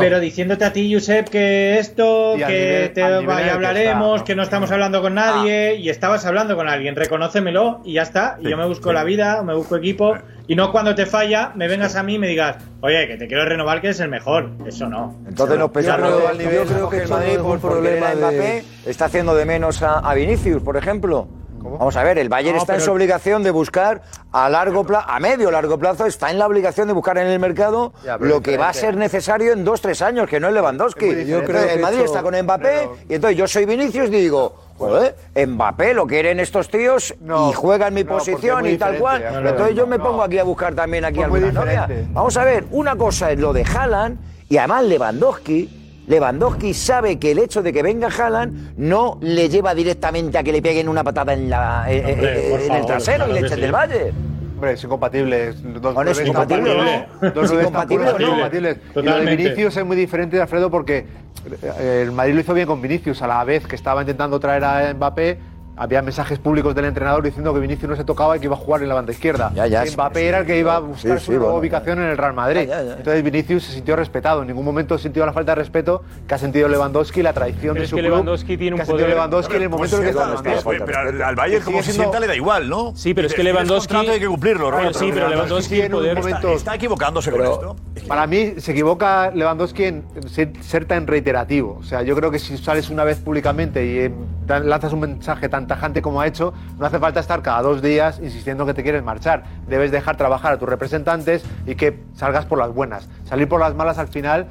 [SPEAKER 13] Pero diciéndote a ti, Josep, que esto,
[SPEAKER 5] Y al
[SPEAKER 13] que
[SPEAKER 5] nivel-
[SPEAKER 13] te
[SPEAKER 5] al nivel en el
[SPEAKER 13] vaya,
[SPEAKER 5] que
[SPEAKER 13] hablaremos,
[SPEAKER 5] está, Ah.
[SPEAKER 13] que no estamos hablando con nadie, y estabas hablando con alguien, reconócemelo y ya está.
[SPEAKER 5] Sí,
[SPEAKER 13] y yo me busco
[SPEAKER 5] sí.
[SPEAKER 13] la vida, me busco equipo, y no cuando te falla, me vengas a mí y me digas, oye, que te quiero renovar, que es el mejor. Eso no.
[SPEAKER 12] Entonces nos pensamos
[SPEAKER 13] Yo creo-
[SPEAKER 12] al
[SPEAKER 13] yo
[SPEAKER 12] nivel
[SPEAKER 13] creo
[SPEAKER 12] que
[SPEAKER 13] que
[SPEAKER 12] el
[SPEAKER 13] esto no
[SPEAKER 12] Madrid
[SPEAKER 13] es un
[SPEAKER 12] por problema
[SPEAKER 13] problema
[SPEAKER 12] de
[SPEAKER 13] de-
[SPEAKER 12] Mbappé está haciendo de menos a, a Vinicius, por ejemplo. Vamos a ver, el Bayern
[SPEAKER 13] No,
[SPEAKER 12] está en
[SPEAKER 13] pero-
[SPEAKER 12] su obligación de buscar a largo plazo, a medio largo plazo, está en la obligación de buscar en el mercado
[SPEAKER 10] Ya, pero
[SPEAKER 12] lo que va a
[SPEAKER 10] diferente.
[SPEAKER 12] ser necesario en dos, tres años, que no es Lewandowski.
[SPEAKER 10] Es muy diferente.
[SPEAKER 12] Yo creo el
[SPEAKER 10] que
[SPEAKER 12] Madrid
[SPEAKER 10] esto-
[SPEAKER 12] está con Mbappé y entonces yo soy Vinicius y digo, joder, Mbappé lo quieren estos tíos y juegan mi
[SPEAKER 10] no, porque es
[SPEAKER 12] posición
[SPEAKER 10] muy
[SPEAKER 12] y tal
[SPEAKER 10] diferente,
[SPEAKER 12] cual.
[SPEAKER 10] Alfredo.
[SPEAKER 12] Pero entonces yo me
[SPEAKER 10] No.
[SPEAKER 12] pongo aquí a buscar también aquí
[SPEAKER 10] Pues muy
[SPEAKER 12] alguna novia.
[SPEAKER 10] diferente.
[SPEAKER 12] Vamos a ver, una cosa es lo de Haaland y además Lewandowski. Lewandowski sabe que el hecho de que venga Haaland no le lleva directamente a que le peguen una patada en, la, eh, eh,
[SPEAKER 10] por
[SPEAKER 12] en el
[SPEAKER 10] favor,
[SPEAKER 12] trasero
[SPEAKER 10] claro
[SPEAKER 12] y le
[SPEAKER 10] que
[SPEAKER 12] echen
[SPEAKER 10] sí.
[SPEAKER 12] del valle.
[SPEAKER 10] Hombre, es incompatible. es- Dos
[SPEAKER 12] Bueno,
[SPEAKER 10] clubes
[SPEAKER 12] es
[SPEAKER 10] tan
[SPEAKER 12] incompatible,
[SPEAKER 10] puros,
[SPEAKER 12] ¿no?
[SPEAKER 10] Dos
[SPEAKER 12] Es
[SPEAKER 10] clubes tan
[SPEAKER 12] incompatible,
[SPEAKER 10] puros son
[SPEAKER 12] ¿no?
[SPEAKER 10] incompatibles. Y lo de
[SPEAKER 12] Totalmente.
[SPEAKER 10] Vinicius es muy diferente de Alfredo porque eh, el Madrid lo hizo bien con Vinicius. A la vez que estaba intentando traer a Mbappé, había mensajes públicos del entrenador diciendo que Vinicius no se tocaba y que iba a jugar en la banda izquierda.
[SPEAKER 12] Ya, ya,
[SPEAKER 10] Que
[SPEAKER 12] sí,
[SPEAKER 10] Mbappé
[SPEAKER 12] sí,
[SPEAKER 10] era el que iba a
[SPEAKER 12] sí,
[SPEAKER 10] buscar
[SPEAKER 12] sí,
[SPEAKER 10] su nueva
[SPEAKER 12] bueno,
[SPEAKER 10] ubicación en el Real Madrid.
[SPEAKER 12] Ya, ya, ya.
[SPEAKER 10] Entonces Vinicius se sintió respetado. En ningún momento sintió la falta de respeto que ha sentido Lewandowski, la
[SPEAKER 4] Pero
[SPEAKER 10] traición de
[SPEAKER 4] es
[SPEAKER 10] su
[SPEAKER 4] que
[SPEAKER 10] club,
[SPEAKER 4] Lewandowski tiene un
[SPEAKER 10] que ha sentido
[SPEAKER 4] poder-
[SPEAKER 10] Lewandowski en el
[SPEAKER 5] Pues
[SPEAKER 10] momento en el que está Lewandowski.
[SPEAKER 5] Pero al- al Bayern, como se sienta, le da igual, ¿no?
[SPEAKER 4] Sí, pero es que
[SPEAKER 5] Dice, "Tienes
[SPEAKER 4] Lewandowski-
[SPEAKER 5] contrato, hay que cumplirlo,
[SPEAKER 4] Bueno,
[SPEAKER 5] Raúl,
[SPEAKER 4] sí, pero Lewandowski
[SPEAKER 5] en un
[SPEAKER 4] poder-
[SPEAKER 5] momento- está, equivocándose con esto.
[SPEAKER 10] Para mí se equivoca Lewandowski en ser, ser tan reiterativo. O sea, yo creo que si sales una vez públicamente y eh, dan- lanzas un mensaje tan tajante como ha hecho, no hace falta estar cada dos días insistiendo que te quieres marchar. Debes dejar trabajar a tus representantes y que salgas por las buenas. Salir por las malas al final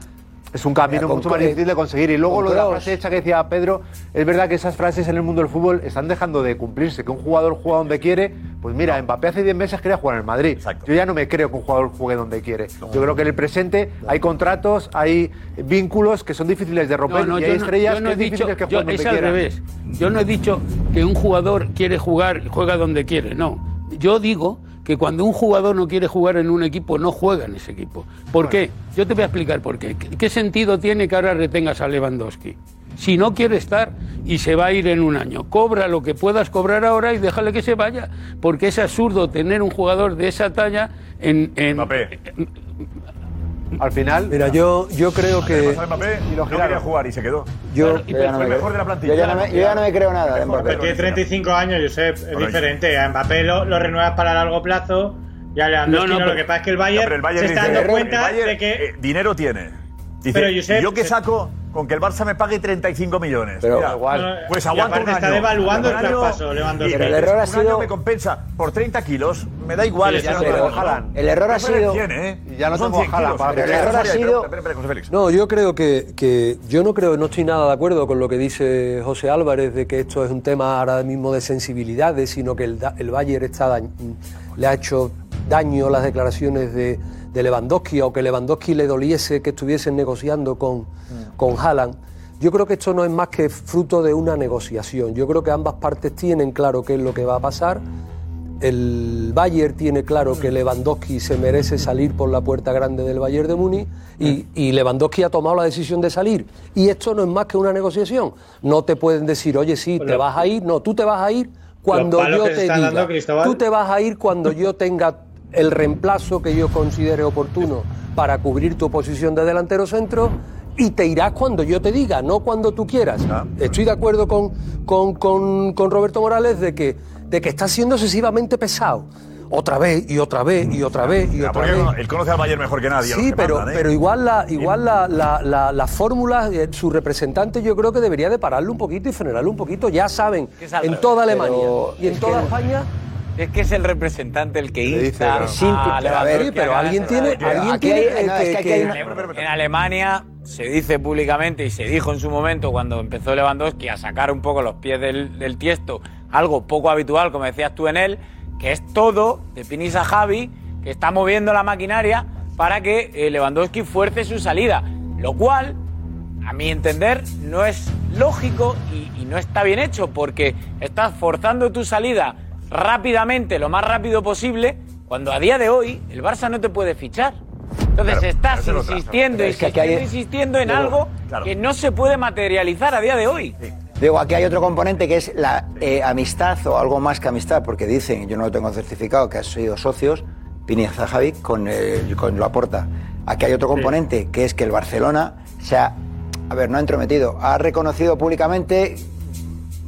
[SPEAKER 10] es un camino
[SPEAKER 12] Mira, con
[SPEAKER 10] mucho más
[SPEAKER 12] Kroos-
[SPEAKER 10] difícil de conseguir. Y luego
[SPEAKER 12] con
[SPEAKER 10] lo de la
[SPEAKER 12] Kroos.
[SPEAKER 10] frase hecha que decía Pedro, es verdad que esas frases en el mundo del fútbol están dejando de cumplirse. Que un jugador juega donde quiere, pues mira, Mbappé hace 10 meses quería jugar en el Madrid. Yo ya no me creo que un jugador juegue donde quiere. Yo creo que en el presente hay contratos, hay vínculos que son difíciles de romper y hay
[SPEAKER 2] yo
[SPEAKER 10] estrellas
[SPEAKER 2] yo no
[SPEAKER 10] que es
[SPEAKER 2] he dicho-
[SPEAKER 10] difícil que
[SPEAKER 2] yo-
[SPEAKER 10] jueguen donde
[SPEAKER 2] es al
[SPEAKER 10] quieran.
[SPEAKER 2] revés. Yo no he dicho que un jugador quiere jugar y juega donde quiere, no. Yo digo que cuando un jugador no quiere jugar en un equipo, no juega en ese equipo. ¿Por qué? Yo te voy a explicar por qué. ¿Qué- ¿Qué sentido tiene que ahora retengas a Lewandowski? Si no quiere estar y se va a ir en un año, cobra lo que puedas cobrar ahora y déjale que se vaya, porque es absurdo tener un jugador de esa talla en... en
[SPEAKER 10] Al final...
[SPEAKER 3] Mira, yo, yo creo
[SPEAKER 5] Le
[SPEAKER 3] que...
[SPEAKER 5] pasó a Mbappé, no quería jugar y se quedó.
[SPEAKER 13] eh,
[SPEAKER 3] Yo-
[SPEAKER 5] Claro, fue el mejor de la plantilla.
[SPEAKER 12] creo nada
[SPEAKER 5] de Mbappé.
[SPEAKER 13] Tiene 35 años, Josep, es
[SPEAKER 5] Bueno,
[SPEAKER 13] diferente. A Mbappé lo, lo renuevas para largo plazo. Ya Lewandowski no,
[SPEAKER 5] No, no,
[SPEAKER 13] lo
[SPEAKER 5] pero-
[SPEAKER 13] que pasa es que el Bayern,
[SPEAKER 5] pero el Bayern
[SPEAKER 13] se está
[SPEAKER 5] dice,
[SPEAKER 13] dando
[SPEAKER 5] "El
[SPEAKER 13] cuenta
[SPEAKER 5] Bayern,
[SPEAKER 13] de que
[SPEAKER 5] eh, dinero tiene. Dice,
[SPEAKER 13] Pero, Josep,
[SPEAKER 5] yo que
[SPEAKER 13] se-
[SPEAKER 5] saco con que el Barça me pague 35 millones.
[SPEAKER 13] Pero-
[SPEAKER 5] Mira,
[SPEAKER 13] Igual.
[SPEAKER 5] Pues
[SPEAKER 13] Y
[SPEAKER 5] aguanto
[SPEAKER 13] aparte
[SPEAKER 5] un
[SPEAKER 13] está
[SPEAKER 5] año.
[SPEAKER 13] devaluando
[SPEAKER 5] Un
[SPEAKER 13] el
[SPEAKER 5] año,
[SPEAKER 13] traspaso, Lewandowski.
[SPEAKER 5] y-
[SPEAKER 13] Pero el
[SPEAKER 5] y-
[SPEAKER 13] error ha
[SPEAKER 5] un
[SPEAKER 13] sido-
[SPEAKER 5] año me compensa por 30 kilos, me da igual.
[SPEAKER 12] Sí,
[SPEAKER 5] estoy
[SPEAKER 12] ya,
[SPEAKER 5] hablando
[SPEAKER 12] pero
[SPEAKER 5] de Haaland.
[SPEAKER 12] el error ha
[SPEAKER 5] Compra de
[SPEAKER 12] sido-
[SPEAKER 5] 100, ¿eh?
[SPEAKER 12] y ya no
[SPEAKER 5] Son
[SPEAKER 12] tengo a
[SPEAKER 5] 100
[SPEAKER 12] Haaland
[SPEAKER 5] kilos,
[SPEAKER 12] para-
[SPEAKER 5] pero
[SPEAKER 12] el error ha
[SPEAKER 5] espera,
[SPEAKER 12] sido-
[SPEAKER 5] espera, espera, José Félix.
[SPEAKER 3] No, yo creo que, que yo no creo, no estoy nada de acuerdo con lo que dice José Álvarez de que esto es un tema ahora mismo de sensibilidades, sino que el, da- el Bayern está dañ- le ha hecho daño las declaraciones de, de Lewandowski o que Lewandowski le doliese que estuviesen negociando con, con Haaland. Yo creo que esto no es más que fruto de una negociación. Yo creo que ambas partes tienen claro qué es lo que va a pasar. El Bayern tiene claro que Lewandowski se merece salir por la puerta grande del Bayern de Múnich
[SPEAKER 13] Mm.
[SPEAKER 3] y, y Lewandowski ha tomado la decisión de salir. Y esto no es más que una negociación. No te pueden decir, oye, sí, te vas a ir. No, tú te vas a ir cuando
[SPEAKER 13] palos
[SPEAKER 3] yo
[SPEAKER 13] que se
[SPEAKER 3] te
[SPEAKER 13] están
[SPEAKER 3] diga.
[SPEAKER 13] dando, Cristóbal.
[SPEAKER 3] Tú te vas a ir cuando yo tenga el reemplazo que yo considere oportuno para cubrir tu posición de delantero centro y te irás cuando yo te diga, no cuando tú quieras.
[SPEAKER 5] Ah.
[SPEAKER 3] Estoy de acuerdo con, con, con- con Roberto Morales de que, de que está siendo excesivamente pesado. otra vez y otra vez y otra vez y
[SPEAKER 5] Ya,
[SPEAKER 3] otra
[SPEAKER 5] porque
[SPEAKER 3] vez.
[SPEAKER 5] él conoce al Bayern mejor que nadie. a los
[SPEAKER 3] Sí,
[SPEAKER 5] que
[SPEAKER 3] pero,
[SPEAKER 5] mandan, ¿eh?
[SPEAKER 3] pero igual la, igual la, la- la- la fórmula, eh, su representante yo creo que debería de pararlo un poquito y frenarlo un poquito. Ya saben,
[SPEAKER 7] Que es al
[SPEAKER 3] en
[SPEAKER 7] revés.
[SPEAKER 3] toda Alemania
[SPEAKER 7] Pero
[SPEAKER 3] y en
[SPEAKER 7] es
[SPEAKER 3] toda
[SPEAKER 7] que-
[SPEAKER 3] España
[SPEAKER 7] Es que es el representante el que insta
[SPEAKER 3] pero- Sí,
[SPEAKER 7] a
[SPEAKER 3] pero a ver,
[SPEAKER 7] Lewandowski
[SPEAKER 3] pero
[SPEAKER 7] a ganar
[SPEAKER 3] alguien
[SPEAKER 7] la
[SPEAKER 3] tiene-
[SPEAKER 7] Liga.
[SPEAKER 3] alguien Aquí tiene hay- que- no, es que aquí hay que- una-
[SPEAKER 7] En Ale- En Alemania se dice públicamente y se dijo en su momento cuando empezó Lewandowski a sacar un poco los pies del, del tiesto, algo poco habitual, como decías tú en él, que es todo de Pinis a Javi, que está moviendo la maquinaria para que eh, Lewandowski fuerce su salida, lo cual a mi entender, no es lógico y, y no está bien hecho porque estás forzando tu salida rápidamente, lo más rápido posible, cuando a día de hoy el Barça no te puede fichar. Entonces
[SPEAKER 6] Claro,
[SPEAKER 7] estás
[SPEAKER 6] esa es otra.
[SPEAKER 7] insistiendo,
[SPEAKER 6] Pero es que aquí
[SPEAKER 7] insistiendo,
[SPEAKER 6] hay-
[SPEAKER 7] insistiendo en
[SPEAKER 6] Pero,
[SPEAKER 7] algo
[SPEAKER 6] claro.
[SPEAKER 7] que no se puede materializar a día de hoy.
[SPEAKER 11] Luego, aquí hay otro componente que es la eh, amistad o algo más que amistad, porque dicen, yo no lo tengo certificado, que han sido socios, Pini Zajavic con, el- con Laporta. Aquí hay otro componente, que es que el Barcelona se ha, a ver, no ha entrometido, ha reconocido públicamente,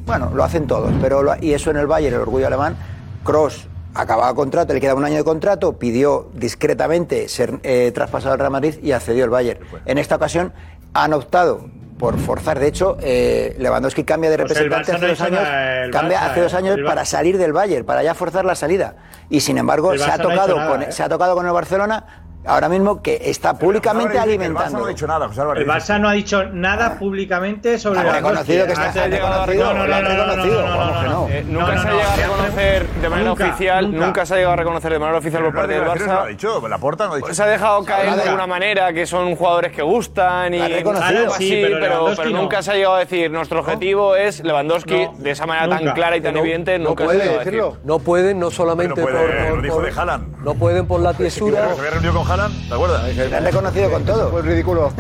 [SPEAKER 11] bueno, lo hacen todos, pero lo- y eso en el Bayern, el orgullo alemán, Cross acababa contrato, le quedaba un año de contrato, pidió discretamente ser eh, traspasado al Real Madrid y accedió al Bayern. En esta ocasión han optado por forzar, de hecho, eh, Levandowski cambia de
[SPEAKER 13] Pues el
[SPEAKER 11] representante
[SPEAKER 13] Barça
[SPEAKER 11] hace
[SPEAKER 13] no
[SPEAKER 11] dos
[SPEAKER 13] hizo
[SPEAKER 11] años,
[SPEAKER 13] nada, el
[SPEAKER 11] cambia
[SPEAKER 13] Barça,
[SPEAKER 11] hace dos
[SPEAKER 13] eh,
[SPEAKER 11] años
[SPEAKER 13] el Barça.
[SPEAKER 11] para salir del Bayern, para ya forzar la salida. Y sin embargo,
[SPEAKER 5] El
[SPEAKER 11] se
[SPEAKER 5] Barça
[SPEAKER 11] ha
[SPEAKER 5] no ha
[SPEAKER 11] tocado
[SPEAKER 5] hecho nada,
[SPEAKER 11] con
[SPEAKER 5] eh.
[SPEAKER 11] se ha tocado con el Barcelona ahora mismo que está públicamente
[SPEAKER 5] Álvarez dice que el Barça
[SPEAKER 11] alimentando. Ah.
[SPEAKER 5] no ha dicho nada, José Álvarez.
[SPEAKER 13] El Barça no ha dicho nada públicamente sobre
[SPEAKER 11] Ha
[SPEAKER 13] Lewandowski.
[SPEAKER 11] reconocido que está-
[SPEAKER 13] Antes
[SPEAKER 11] ha
[SPEAKER 13] de llegar a
[SPEAKER 11] reconocido,
[SPEAKER 13] reconocer-
[SPEAKER 11] lo ha reconocido, vamos que no.
[SPEAKER 13] Eh,
[SPEAKER 14] Nunca se ha llegado a reconocer de manera
[SPEAKER 13] Nunca,
[SPEAKER 14] oficial,
[SPEAKER 13] nunca.
[SPEAKER 14] nunca. se ha llegado a reconocer de manera oficial por
[SPEAKER 5] Pero
[SPEAKER 14] parte del
[SPEAKER 5] no ha dicho, no
[SPEAKER 14] Barça.
[SPEAKER 5] ha dicho, la porta no ha dicho.
[SPEAKER 14] Se ha dejado caer de
[SPEAKER 5] Nunca.
[SPEAKER 14] alguna manera que son jugadores que gustan y
[SPEAKER 5] Ha reconocido.
[SPEAKER 14] algo así,
[SPEAKER 5] Sí, pero
[SPEAKER 14] pero, pero
[SPEAKER 5] Lewandowski no.
[SPEAKER 14] nunca se ha llegado a decir nuestro objetivo es Lewandowski de esa manera tan
[SPEAKER 3] nunca.
[SPEAKER 14] clara y tan
[SPEAKER 3] No-
[SPEAKER 14] evidente,
[SPEAKER 3] no
[SPEAKER 14] nunca
[SPEAKER 3] puede
[SPEAKER 14] se ha llegado a decir.
[SPEAKER 3] decirlo. No pueden, no solamente
[SPEAKER 5] Pero puede,
[SPEAKER 3] por,
[SPEAKER 5] lo
[SPEAKER 3] por-
[SPEAKER 5] dijo
[SPEAKER 3] por-
[SPEAKER 5] de Haaland.
[SPEAKER 3] No pueden por la tiesura.
[SPEAKER 5] Se había reunido con Haaland, ¿te acuerdas?
[SPEAKER 11] La han reconocido con todo.
[SPEAKER 10] Fue ridículo.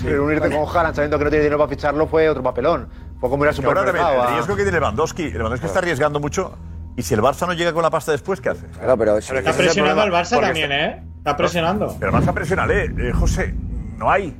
[SPEAKER 10] Pero unirte
[SPEAKER 5] Vale.
[SPEAKER 10] con Haaland sabiendo que no tiene dinero para ficharlo fue otro papelón. Fue como ir al
[SPEAKER 5] Que ahora también,
[SPEAKER 10] supermercado.
[SPEAKER 5] el
[SPEAKER 10] a-
[SPEAKER 5] riesgo que tiene Lewandowski. Lewandowski está arriesgando mucho. Y si el Barça no llega con la pasta después, ¿qué hace?
[SPEAKER 11] Claro, pero
[SPEAKER 5] ese es
[SPEAKER 13] Está
[SPEAKER 5] el
[SPEAKER 13] presionando al
[SPEAKER 5] problema,
[SPEAKER 13] Barça
[SPEAKER 5] porque
[SPEAKER 13] también,
[SPEAKER 5] está-
[SPEAKER 13] ¿eh? Está presionando.
[SPEAKER 5] Pero el Barça presiona, ¿eh? Eh, José, no hay.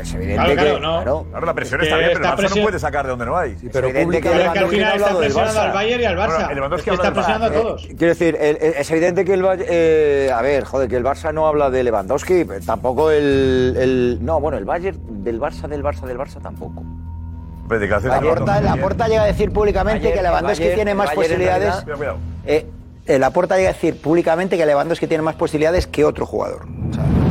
[SPEAKER 11] Es
[SPEAKER 13] Claro, claro, no.
[SPEAKER 5] Claro, la presión
[SPEAKER 13] Es que
[SPEAKER 5] está bien, pero el
[SPEAKER 13] está
[SPEAKER 5] Barça
[SPEAKER 13] presión-
[SPEAKER 5] no puede sacar de donde no hay.
[SPEAKER 11] pero evidente que
[SPEAKER 13] Pero es que al
[SPEAKER 11] Lewandowski no ha
[SPEAKER 13] final está
[SPEAKER 11] hablado del
[SPEAKER 13] presionando
[SPEAKER 11] Barça.
[SPEAKER 13] al Bayern y al Barça.
[SPEAKER 11] Bueno, el
[SPEAKER 13] Es que está presionando a todos.
[SPEAKER 12] Eh, quiero decir, el- el- es evidente que el Ba- eh, a ver, joder, que el Barça no habla de Lewandowski, pero tampoco el, el- no, bueno, el Bayern del Barça del Barça del Barça tampoco.
[SPEAKER 5] Hombre, de que hace-
[SPEAKER 11] La Porta, la Porta llega a decir públicamente
[SPEAKER 12] Ayer,
[SPEAKER 11] que Lewandowski
[SPEAKER 12] ayer,
[SPEAKER 11] tiene más
[SPEAKER 12] ayer, en
[SPEAKER 11] posibilidades.
[SPEAKER 12] realidad- Cuidado, cuidado.
[SPEAKER 11] Eh, eh, la Porta llega a decir públicamente que Lewandowski tiene más posibilidades que otro jugador.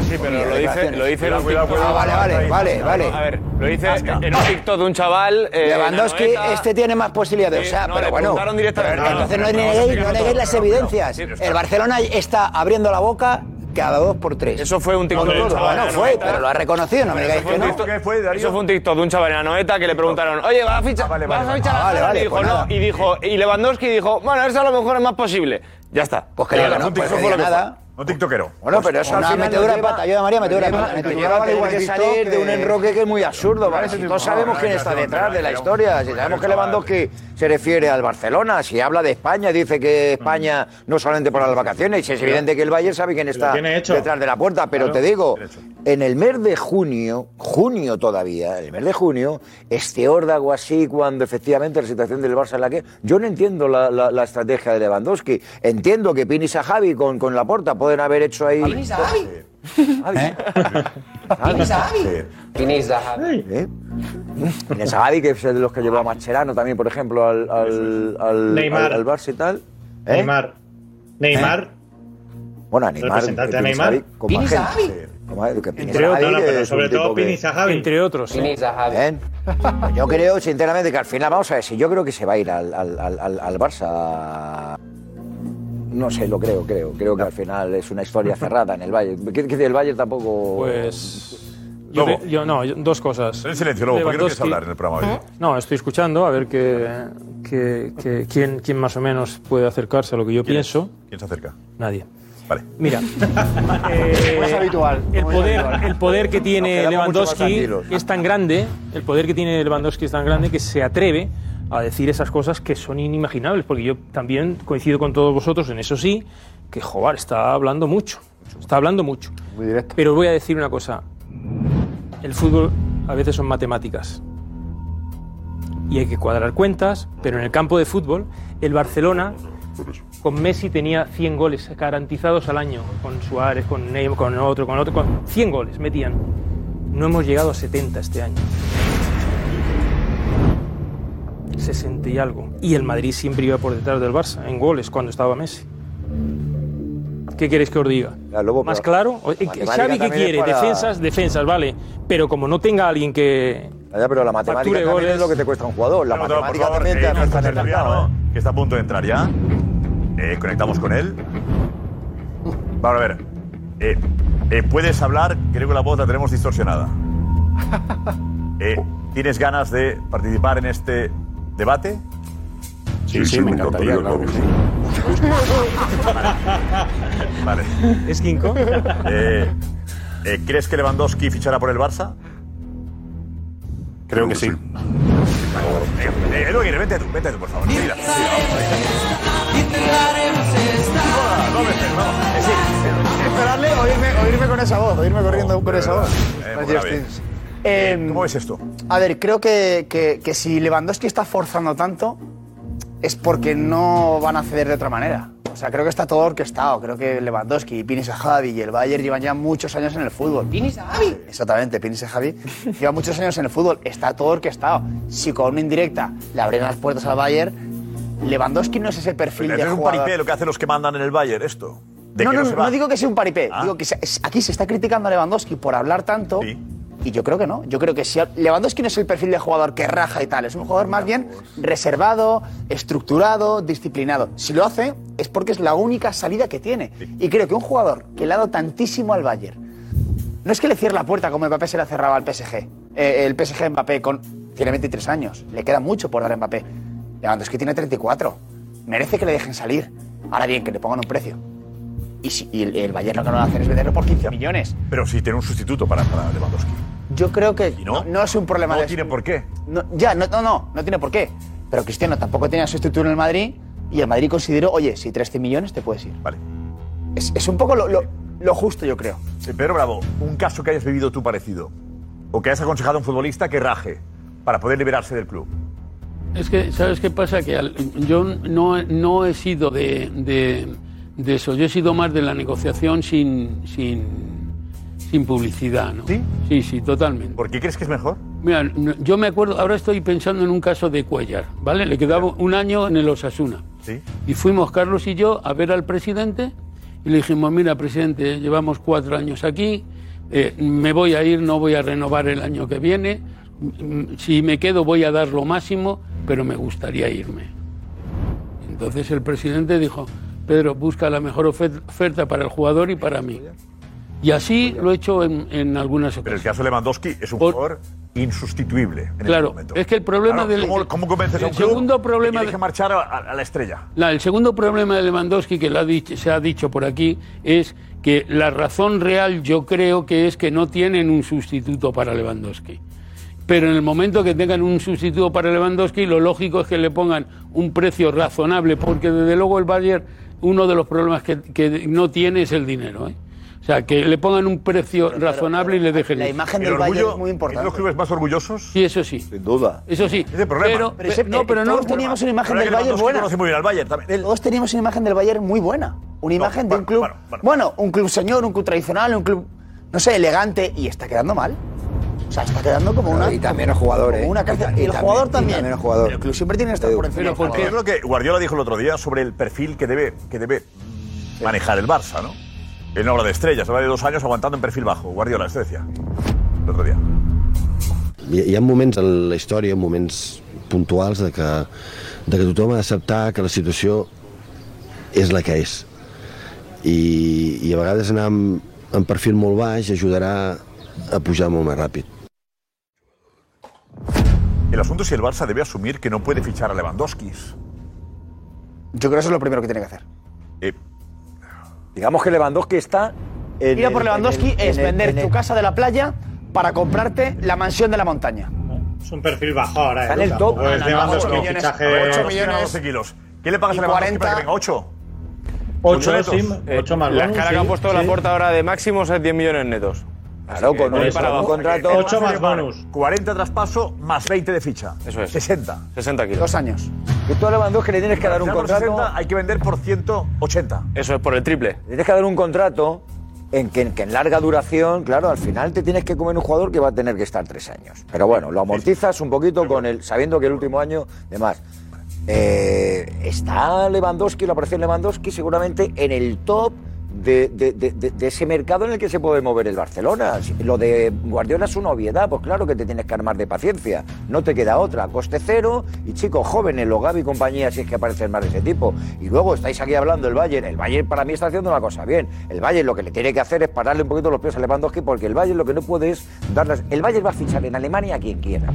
[SPEAKER 14] Sí, pero lo dice, lo dice en un
[SPEAKER 11] Cuidado,
[SPEAKER 14] TikTok.
[SPEAKER 11] cuidado, cuidado. Ah, vale, vale, vale, vale.
[SPEAKER 14] A ver, lo dice en un TikTok de un chaval. eh,
[SPEAKER 11] Lewandowski,
[SPEAKER 14] Anoeta.
[SPEAKER 11] este tiene más posibilidades. o sea,
[SPEAKER 14] no,
[SPEAKER 11] pero
[SPEAKER 14] le
[SPEAKER 11] bueno.
[SPEAKER 14] preguntaron directamente.
[SPEAKER 11] pero entonces no,
[SPEAKER 14] No, no, no,
[SPEAKER 11] neguéis,
[SPEAKER 14] no, no,
[SPEAKER 11] no neguéis
[SPEAKER 14] no,
[SPEAKER 11] las
[SPEAKER 14] no, no,
[SPEAKER 11] evidencias. el Barcelona está abriendo la boca cada dos por tres.
[SPEAKER 14] Eso fue un TikTok de un chaval.
[SPEAKER 11] Bueno,
[SPEAKER 14] en
[SPEAKER 11] fue,
[SPEAKER 14] Anoeta.
[SPEAKER 11] pero lo ha reconocido, no me
[SPEAKER 14] Eso
[SPEAKER 11] digáis
[SPEAKER 14] fue
[SPEAKER 11] que
[SPEAKER 14] un
[SPEAKER 11] no.
[SPEAKER 14] TikTok- Eso fue un TikTok de un chaval en Anoeta que le preguntaron, oye, ¿vas a fichar? ¿Vas a fichar a
[SPEAKER 11] Ah, vale,
[SPEAKER 14] Haaland?"
[SPEAKER 11] vale,
[SPEAKER 14] Y dijo,
[SPEAKER 11] pues
[SPEAKER 14] no.
[SPEAKER 11] nada.
[SPEAKER 14] Y dijo, y Lewandowski dijo, bueno, eso a lo mejor es más posible. Ya está.
[SPEAKER 11] Pues que diga, no, pues que diga nada.
[SPEAKER 5] Un tiktokero.
[SPEAKER 11] Bueno, pero eso al final metedura de pata, ayuda María, metedura de
[SPEAKER 12] lleva-
[SPEAKER 11] pata.
[SPEAKER 12] nos
[SPEAKER 11] metedura
[SPEAKER 12] lleva
[SPEAKER 11] de
[SPEAKER 12] a
[SPEAKER 11] pata.
[SPEAKER 12] tener que salir de un enroque que es muy absurdo, ¿vale?
[SPEAKER 11] Claro,
[SPEAKER 12] Si
[SPEAKER 11] sí,
[SPEAKER 12] todos
[SPEAKER 11] sí,
[SPEAKER 12] sabemos
[SPEAKER 11] no,
[SPEAKER 12] quién
[SPEAKER 11] no,
[SPEAKER 12] está
[SPEAKER 11] no,
[SPEAKER 12] detrás
[SPEAKER 11] no,
[SPEAKER 12] de la
[SPEAKER 11] no,
[SPEAKER 12] historia, si sabemos que Lewandowski se refiere al Barcelona, si habla de España, dice que España no solamente por las vacaciones, si es evidente que el Bayern sabe quién está
[SPEAKER 13] tiene hecho.
[SPEAKER 12] detrás de la puerta, pero
[SPEAKER 13] Claro.
[SPEAKER 12] te digo, en el mes de junio, junio todavía, en el mes de junio, este órdago así, cuando efectivamente la situación del Barça es la que. Yo no entiendo la, la- la estrategia de Lewandowski. Entiendo que Pini Sahabi con, con la puerta pueden haber hecho ahí.
[SPEAKER 11] Pini Sahabi.
[SPEAKER 12] Pini
[SPEAKER 11] Sahabi.
[SPEAKER 12] Pini Sahabi. Pini Sahabi, que es de los que llevó a Mascherano también, por ejemplo, al, al, al,
[SPEAKER 13] Neymar.
[SPEAKER 12] al- al Barça y tal. ¿Eh?
[SPEAKER 13] Neymar. Neymar.
[SPEAKER 12] Bueno, a Neymar.
[SPEAKER 13] Representante de
[SPEAKER 12] Pini
[SPEAKER 13] Neymar.
[SPEAKER 12] Sahabi, como
[SPEAKER 13] Pini
[SPEAKER 12] agente.
[SPEAKER 13] Sahabi.
[SPEAKER 12] Como- que Pini
[SPEAKER 13] Entre otros,
[SPEAKER 12] Sahabi,
[SPEAKER 13] no, no,
[SPEAKER 12] que
[SPEAKER 13] pero
[SPEAKER 12] es
[SPEAKER 13] sobre
[SPEAKER 12] un tipo
[SPEAKER 13] todo
[SPEAKER 12] que-
[SPEAKER 13] Pini Sahabi. Entre otros. Pini Sahabi.
[SPEAKER 12] Bien. Pues Yo creo, sinceramente, que al final, vamos a ver, si yo creo que se va a ir al, al- al- al- al Barça. No sé, lo creo, creo. Creo que al final es una historia cerrada en el Bayern. ¿Qué dice el Bayern tampoco?
[SPEAKER 4] Pues. Yo, te- yo no, yo- dos cosas.
[SPEAKER 5] En silencio, Lobo, ¿por qué no quieres
[SPEAKER 4] Lewandowski-
[SPEAKER 5] hablar en el programa hoy?
[SPEAKER 4] No, estoy escuchando a ver que, que- que- quién, quién más o menos puede acercarse a lo que yo pienso.
[SPEAKER 5] ¿Quién se acerca?
[SPEAKER 4] Nadie.
[SPEAKER 5] Vale.
[SPEAKER 4] Mira,
[SPEAKER 10] Como es habitual.
[SPEAKER 4] el
[SPEAKER 10] como es
[SPEAKER 4] poder,
[SPEAKER 5] Eh,
[SPEAKER 10] habitual.
[SPEAKER 4] el poder que tiene
[SPEAKER 10] Nos quedamos mucho más
[SPEAKER 4] Lewandowski
[SPEAKER 10] tranquilos.
[SPEAKER 4] es tan grande, el poder que tiene Lewandowski es tan grande que se atreve a decir esas cosas que son inimaginables, porque yo también coincido con todos vosotros en eso sí, que Jobar está hablando mucho, está hablando mucho.
[SPEAKER 10] Muy directo.
[SPEAKER 4] Pero voy a decir una cosa, el fútbol a veces son matemáticas y hay que cuadrar cuentas, pero en el campo de fútbol el Barcelona Con Messi tenía 100 goles garantizados al año, con Suárez, con Neymar, con otro, con otro, con 100 goles metían. No hemos llegado a 70 este año. 60 y algo. Y el Madrid siempre iba por detrás del Barça en goles cuando estaba Messi. ¿Qué queréis que os diga? ¿Más claro? O- eh,
[SPEAKER 12] matemática
[SPEAKER 4] Xavi, ¿qué
[SPEAKER 12] también es
[SPEAKER 4] quiere?
[SPEAKER 12] para-
[SPEAKER 4] Defensas, defensas, vale. Pero como no tenga alguien que...
[SPEAKER 12] pero la matemática también es lo que te cuesta un jugador. La
[SPEAKER 5] Pero, por
[SPEAKER 12] matemática
[SPEAKER 5] favor,
[SPEAKER 12] también te
[SPEAKER 5] eh,
[SPEAKER 12] cuesta
[SPEAKER 5] nuestro
[SPEAKER 12] en el mercado,
[SPEAKER 5] tertuliano, eh, que está a punto de entrar ya. Eh, conectamos con él. Vamos a ver. Eh, eh, puedes hablar, creo que la voz la tenemos distorsionada. Eh, ¿Tienes ganas de participar en este debate?
[SPEAKER 15] Sí, sí, me encantaría, claro que sí.
[SPEAKER 5] Vale.
[SPEAKER 4] ¿Es Kinko?
[SPEAKER 5] Eh, eh, ¿Crees que Lewandowski fichará por el Barça?
[SPEAKER 15] Creo que sí.
[SPEAKER 5] Eh, eh, Edu, vete tú, vete tú, por favor. Mira.
[SPEAKER 1] Esperarle, oírme, oírme con esa voz, oírme corriendo con esa voz.
[SPEAKER 5] ¿Cómo ves esto?
[SPEAKER 1] Em, A ver, creo que, que- que si Lewandowski está forzando tanto es porque no van a ceder de otra manera. O sea, creo que está todo orquestado. Creo que Lewandowski, Pini Javi y el Bayern llevan ya muchos años en el fútbol. ¿Pini Javi? Exactamente, Pini Javi lleva muchos años en el fútbol. Está todo orquestado. Si con una indirecta le abren las puertas al Bayern, Lewandowski no es ese perfil de
[SPEAKER 5] Es un
[SPEAKER 1] jugador.
[SPEAKER 5] paripé lo que hacen los que mandan en el Bayern, esto. De
[SPEAKER 1] no,
[SPEAKER 5] que
[SPEAKER 1] no,
[SPEAKER 5] no se
[SPEAKER 1] no,
[SPEAKER 5] va.
[SPEAKER 1] no digo que sea un paripé.
[SPEAKER 5] Ah.
[SPEAKER 1] Digo que se- es- aquí se está criticando a Lewandowski por hablar tanto. Y yo creo que no. Yo creo que si a- Lewandowski no es el perfil de jugador que raja y tal. Es un jugador más bien reservado, estructurado, disciplinado. Si lo hace es porque es la única salida que tiene. Y creo que un jugador que le ha dado tantísimo al Bayern, no es que le cierre la puerta como Mbappé se la cerraba al PSG. Eh, el PSG Mbappé con, tiene 23 años. Le queda mucho por dar a Mbappé. Lewandowski tiene 34. Merece que le dejen salir. Ahora bien, que le pongan un precio. Y, si- y el, el Bayern lo que no va a hacer es venderlo por 15 millones.
[SPEAKER 5] Pero si tiene un sustituto para, para Lewandowski.
[SPEAKER 1] Yo creo que no? no es un problema
[SPEAKER 5] No
[SPEAKER 1] de...
[SPEAKER 5] tiene por qué.
[SPEAKER 1] No, ya, no, no, no, no tiene por qué. Pero Cristiano tampoco tenía su estructura en el Madrid y el Madrid consideró, oye, si 13 millones te puedes ir.
[SPEAKER 5] Vale.
[SPEAKER 1] Es, es un poco lo, lo- lo justo, yo creo.
[SPEAKER 5] Sí, Pedro Bravo, un caso que hayas vivido tú parecido. O que hayas aconsejado a un futbolista que raje para poder liberarse del club.
[SPEAKER 2] Es que, ¿sabes qué pasa? Que al- yo no, no he sido de, de- de eso, yo he sido más de la negociación sin, sin, sin publicidad, ¿no? ¿Sí? Sí, sí, totalmente.
[SPEAKER 5] ¿Por qué crees que es mejor?
[SPEAKER 2] Mira, no- yo me acuerdo, ahora estoy pensando en un caso de Cuellar, ¿vale? Le quedaba un año en el Osasuna.
[SPEAKER 5] Sí.
[SPEAKER 2] Y fuimos Carlos y yo a ver al presidente y le dijimos, mira, presidente, llevamos cuatro años aquí, eh, me voy a ir, no voy a renovar el año que viene, mm, si me quedo voy a dar lo máximo, pero me gustaría irme. Entonces el presidente dijo, Pedro, busca la mejor ofe- oferta para el jugador y para mí. Y así lo he hecho en, en algunas
[SPEAKER 5] Pero el
[SPEAKER 2] ocasiones.
[SPEAKER 5] caso de Lewandowski es un jugador insustituible. en este
[SPEAKER 2] Claro,
[SPEAKER 5] momento.
[SPEAKER 2] es que el problema
[SPEAKER 5] Claro,
[SPEAKER 2] del...
[SPEAKER 5] ¿Cómo, cómo convences a
[SPEAKER 2] el
[SPEAKER 5] un club
[SPEAKER 2] segundo
[SPEAKER 5] que
[SPEAKER 2] problema
[SPEAKER 5] deje marchar a, a- a la estrella?
[SPEAKER 2] La- el segundo problema de Lewandowski, que lo ha dicho- se ha dicho por aquí, es que la razón real yo creo que es que no tienen un sustituto para Lewandowski. Pero en el momento que tengan un sustituto para Lewandowski, lo lógico es que le pongan un precio razonable, porque desde luego el Bayern, uno de los problemas que, que no tiene es el dinero. ¿eh? O sea, que le pongan un precio razonable y le dejen ir.
[SPEAKER 5] El orgullo ¿Es de los clubes más orgullosos?
[SPEAKER 2] Sí, eso sí.
[SPEAKER 12] Sin duda.
[SPEAKER 2] Eso sí.
[SPEAKER 5] Ese problema.
[SPEAKER 2] Pero- Pero ese- pe- no, pero no-
[SPEAKER 1] eh, todos teníamos una imagen
[SPEAKER 5] Pero es
[SPEAKER 1] del
[SPEAKER 5] que
[SPEAKER 1] Bayern
[SPEAKER 5] Lewandowski
[SPEAKER 1] buena.
[SPEAKER 5] conoce muy bien al Bayern también.
[SPEAKER 1] Todos teníamos una imagen del Bayern muy buena. Una imagen de un club. Bueno, un club señor, un club tradicional, un club, no sé, elegante. Y está quedando mal. O sea, está quedando como una. Y también los jugadores. Como una cárcel. Y el jugador también.
[SPEAKER 12] el jugador.
[SPEAKER 1] El club siempre tiene que estar por encima. del
[SPEAKER 5] Porque es
[SPEAKER 1] jugador.
[SPEAKER 5] lo que Guardiola dijo el otro día sobre el perfil que debe, que debe manejar el Barça, ¿no? Él no habla de estrellas, habla de dos años aguantando en perfil bajo. Guardiola, esto decía el otro día.
[SPEAKER 16] Hi, hi ha moments en la història, moments puntuals de que, de que tothom ha d'acceptar que la situació és la que és. I, i a vegades anar amb, amb perfil molt baix ajudarà a pujar molt més ràpid.
[SPEAKER 5] El asunto es si el Barça debe asumir que no puede fichar a Lewandowski.
[SPEAKER 1] Yo creo que eso es lo primero que tiene que hacer.
[SPEAKER 12] Digamos que Lewandowski está. en
[SPEAKER 1] Ir a por
[SPEAKER 12] el-
[SPEAKER 1] Lewandowski
[SPEAKER 12] en el-
[SPEAKER 1] es
[SPEAKER 12] en el-
[SPEAKER 1] vender
[SPEAKER 12] en el-
[SPEAKER 1] tu casa de la playa para comprarte la mansión de la montaña.
[SPEAKER 13] Es un perfil bajo ahora.
[SPEAKER 1] Está
[SPEAKER 13] ¿eh?
[SPEAKER 1] en el
[SPEAKER 13] Tampoco
[SPEAKER 5] pues,
[SPEAKER 1] top.
[SPEAKER 13] es
[SPEAKER 1] No, no, no,
[SPEAKER 13] Lewandowski,
[SPEAKER 1] ocho
[SPEAKER 13] un
[SPEAKER 1] millones,
[SPEAKER 13] fichaje-
[SPEAKER 1] ocho
[SPEAKER 13] Lewandowski
[SPEAKER 1] millones.
[SPEAKER 13] era
[SPEAKER 5] 12 kilos. ¿Qué le pagas
[SPEAKER 13] Y
[SPEAKER 5] a Lewandowski
[SPEAKER 13] 40.
[SPEAKER 5] para que venga? ¿Ocho?
[SPEAKER 13] Ocho,
[SPEAKER 5] Ocho netos.
[SPEAKER 13] sí, ocho más
[SPEAKER 14] La
[SPEAKER 13] bonus,
[SPEAKER 14] cara
[SPEAKER 13] sí,
[SPEAKER 14] que han puesto
[SPEAKER 13] sí.
[SPEAKER 14] la puerta ahora de máximos es 10 millones netos.
[SPEAKER 12] Claro,
[SPEAKER 5] que
[SPEAKER 12] con
[SPEAKER 5] no
[SPEAKER 12] un,
[SPEAKER 5] he parado.
[SPEAKER 12] un contrato.
[SPEAKER 5] Ocho más bonus. 40 traspaso más 20 de ficha. Eso es. 60.
[SPEAKER 14] 60 kilos.
[SPEAKER 5] Dos años.
[SPEAKER 12] Y tú a Lewandowski le tienes que dar un contrato.
[SPEAKER 5] hay que vender por 180.
[SPEAKER 14] Eso es por el triple.
[SPEAKER 12] Le tienes que dar un contrato en que, que en larga duración, claro, al final te tienes que comer un jugador que va a tener que estar tres años. Pero bueno, lo amortizas un poquito con el, sabiendo que el último año, demás. Eh, está Lewandowski, la operación Lewandowski, seguramente en el top de, de- de- de- de ese mercado en el que se puede mover el Barcelona. Si- Lo de Guardiola es una obviedad, pues claro que te tienes que armar de paciencia. No te queda otra. Coste cero y chicos jóvenes, los Gavi y compañía, si es que aparecen más de ese tipo. Y luego estáis aquí hablando del Bayern. El Bayern para mí está haciendo una cosa bien. El Bayern lo que le tiene que hacer es pararle un poquito los pies a Lewandowski porque el Bayern lo que no puede es darles. El Bayern va a fichar en Alemania a quien quiera.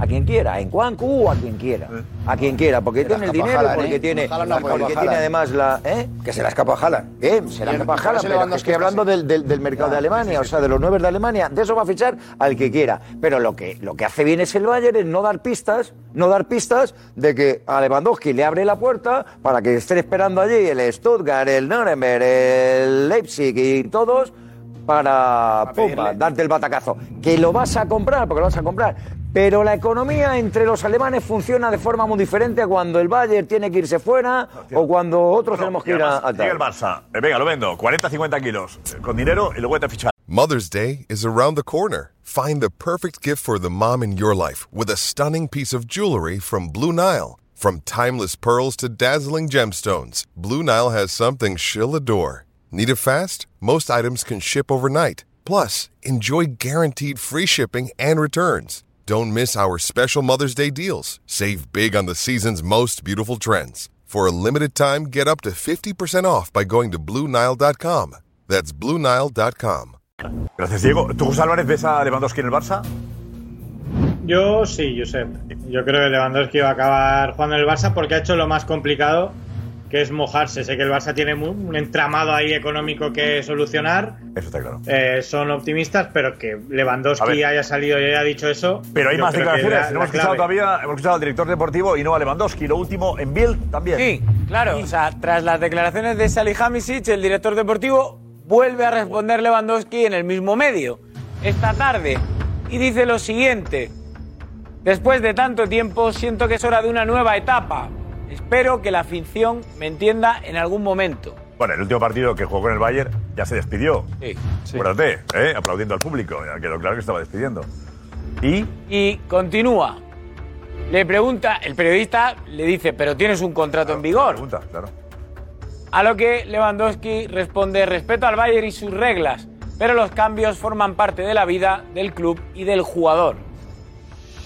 [SPEAKER 12] A quien quiera, en Cuancu a quien quiera. A quien quiera, porque
[SPEAKER 11] Se la
[SPEAKER 12] tiene el
[SPEAKER 11] escapa
[SPEAKER 12] dinero,
[SPEAKER 11] Haaland,
[SPEAKER 12] porque
[SPEAKER 11] ¿eh?
[SPEAKER 12] tiene.
[SPEAKER 11] Haaland no puede,
[SPEAKER 12] Porque
[SPEAKER 11] Haaland.
[SPEAKER 12] tiene además la. ¿eh?
[SPEAKER 11] Que se la escapa ¿eh? Haaland.
[SPEAKER 12] Bien, se la
[SPEAKER 11] Y el- ¿cuál
[SPEAKER 12] escapa Haaland,
[SPEAKER 11] es el
[SPEAKER 12] pero es que
[SPEAKER 11] Lewandowski
[SPEAKER 12] estoy hablando del, del- del mercado de Alemania, o sea, de los nueve de Alemania. De eso va a fichar al que quiera. Pero lo que, lo que hace bien es el Bayern es no dar pistas, no dar pistas de que a Lewandowski le abre la puerta para que estén esperando allí el Stuttgart, el Nuremberg, el Leipzig y todos para pum, pa, darte el batacazo. Que lo vas a comprar, porque lo vas a comprar. Pero la economía entre los alemanes funciona de forma muy diferente a cuando el Bayern tiene que irse fuera o cuando otros tenemos que
[SPEAKER 5] Y
[SPEAKER 12] ir a,
[SPEAKER 5] además,
[SPEAKER 12] a tal.
[SPEAKER 5] llega el Barça. Eh, venga, lo vendo. 40, 50 kilos. eh, Con dinero y luego te fichar.
[SPEAKER 17] Mother's Day is around the corner. Find the perfect gift for the mom in your life with a stunning piece of jewelry from Blue Nile. From timeless pearls to dazzling gemstones, Blue Nile has something she'll adore. Need it fast? Most items can ship overnight. Plus, enjoy guaranteed free shipping and returns. Don't miss our special Mother's Day deals. Save big on the season's most beautiful trends. For a limited time, get up to 50% off by going to BlueNile.com. That's BlueNile.com.
[SPEAKER 5] Gracias, Diego. ¿Tú, José Álvarez, ves a Lewandowski en el Barça?
[SPEAKER 13] Yo sí, Josep. Yo creo que Lewandowski va a acabar jugando en el Barça porque ha hecho lo más complicado, que es mojarse. Sé que el Barça tiene mu- un entramado ahí económico que solucionar.
[SPEAKER 5] Eso está claro.
[SPEAKER 13] Eh, son optimistas, pero que
[SPEAKER 5] A
[SPEAKER 13] Lewandowski
[SPEAKER 5] ver.
[SPEAKER 13] haya salido y haya dicho eso.
[SPEAKER 5] Pero hay
[SPEAKER 13] yo
[SPEAKER 5] más
[SPEAKER 13] creo que
[SPEAKER 5] declaraciones.
[SPEAKER 13] la-
[SPEAKER 5] no hemos
[SPEAKER 13] la clave.
[SPEAKER 5] escuchado todavía, hemos escuchado al director deportivo y no a Lewandowski. Lo último en Bild también.
[SPEAKER 7] Sí, claro. O sea, tras las declaraciones de Salihamidzic, el director deportivo vuelve a responder Lewandowski en el mismo medio, esta tarde, y dice lo siguiente. Después de tanto tiempo, siento que es hora de una nueva etapa. Espero que la afición me entienda en algún momento.
[SPEAKER 5] Bueno, el último partido que jugó con el Bayern ya se despidió.
[SPEAKER 7] Sí.
[SPEAKER 5] Acuérdate, ¿eh? aplaudiendo al público. Ya quedó claro que estaba despidiendo. ¿Y?
[SPEAKER 7] Y continúa. Le pregunta, el periodista le dice, pero tienes un contrato en vigor. A lo que Lewandowski responde, respeto al Bayern y sus reglas, pero los cambios forman parte de la vida del club y del jugador.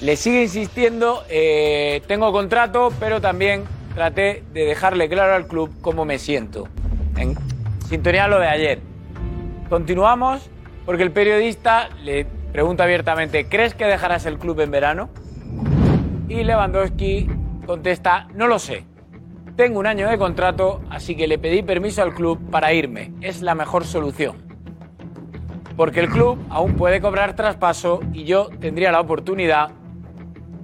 [SPEAKER 7] Le sigue insistiendo, eh, tengo contrato, pero también traté de dejarle claro al club cómo me siento. En sintonía a lo de ayer. Continuamos porque el periodista le pregunta abiertamente, ¿crees que dejarás el club en verano? Y Lewandowski contesta, no lo sé. Tengo un año de contrato, así que le pedí permiso al club para irme. Es la mejor solución. Porque el club aún puede cobrar traspaso y yo tendría la oportunidad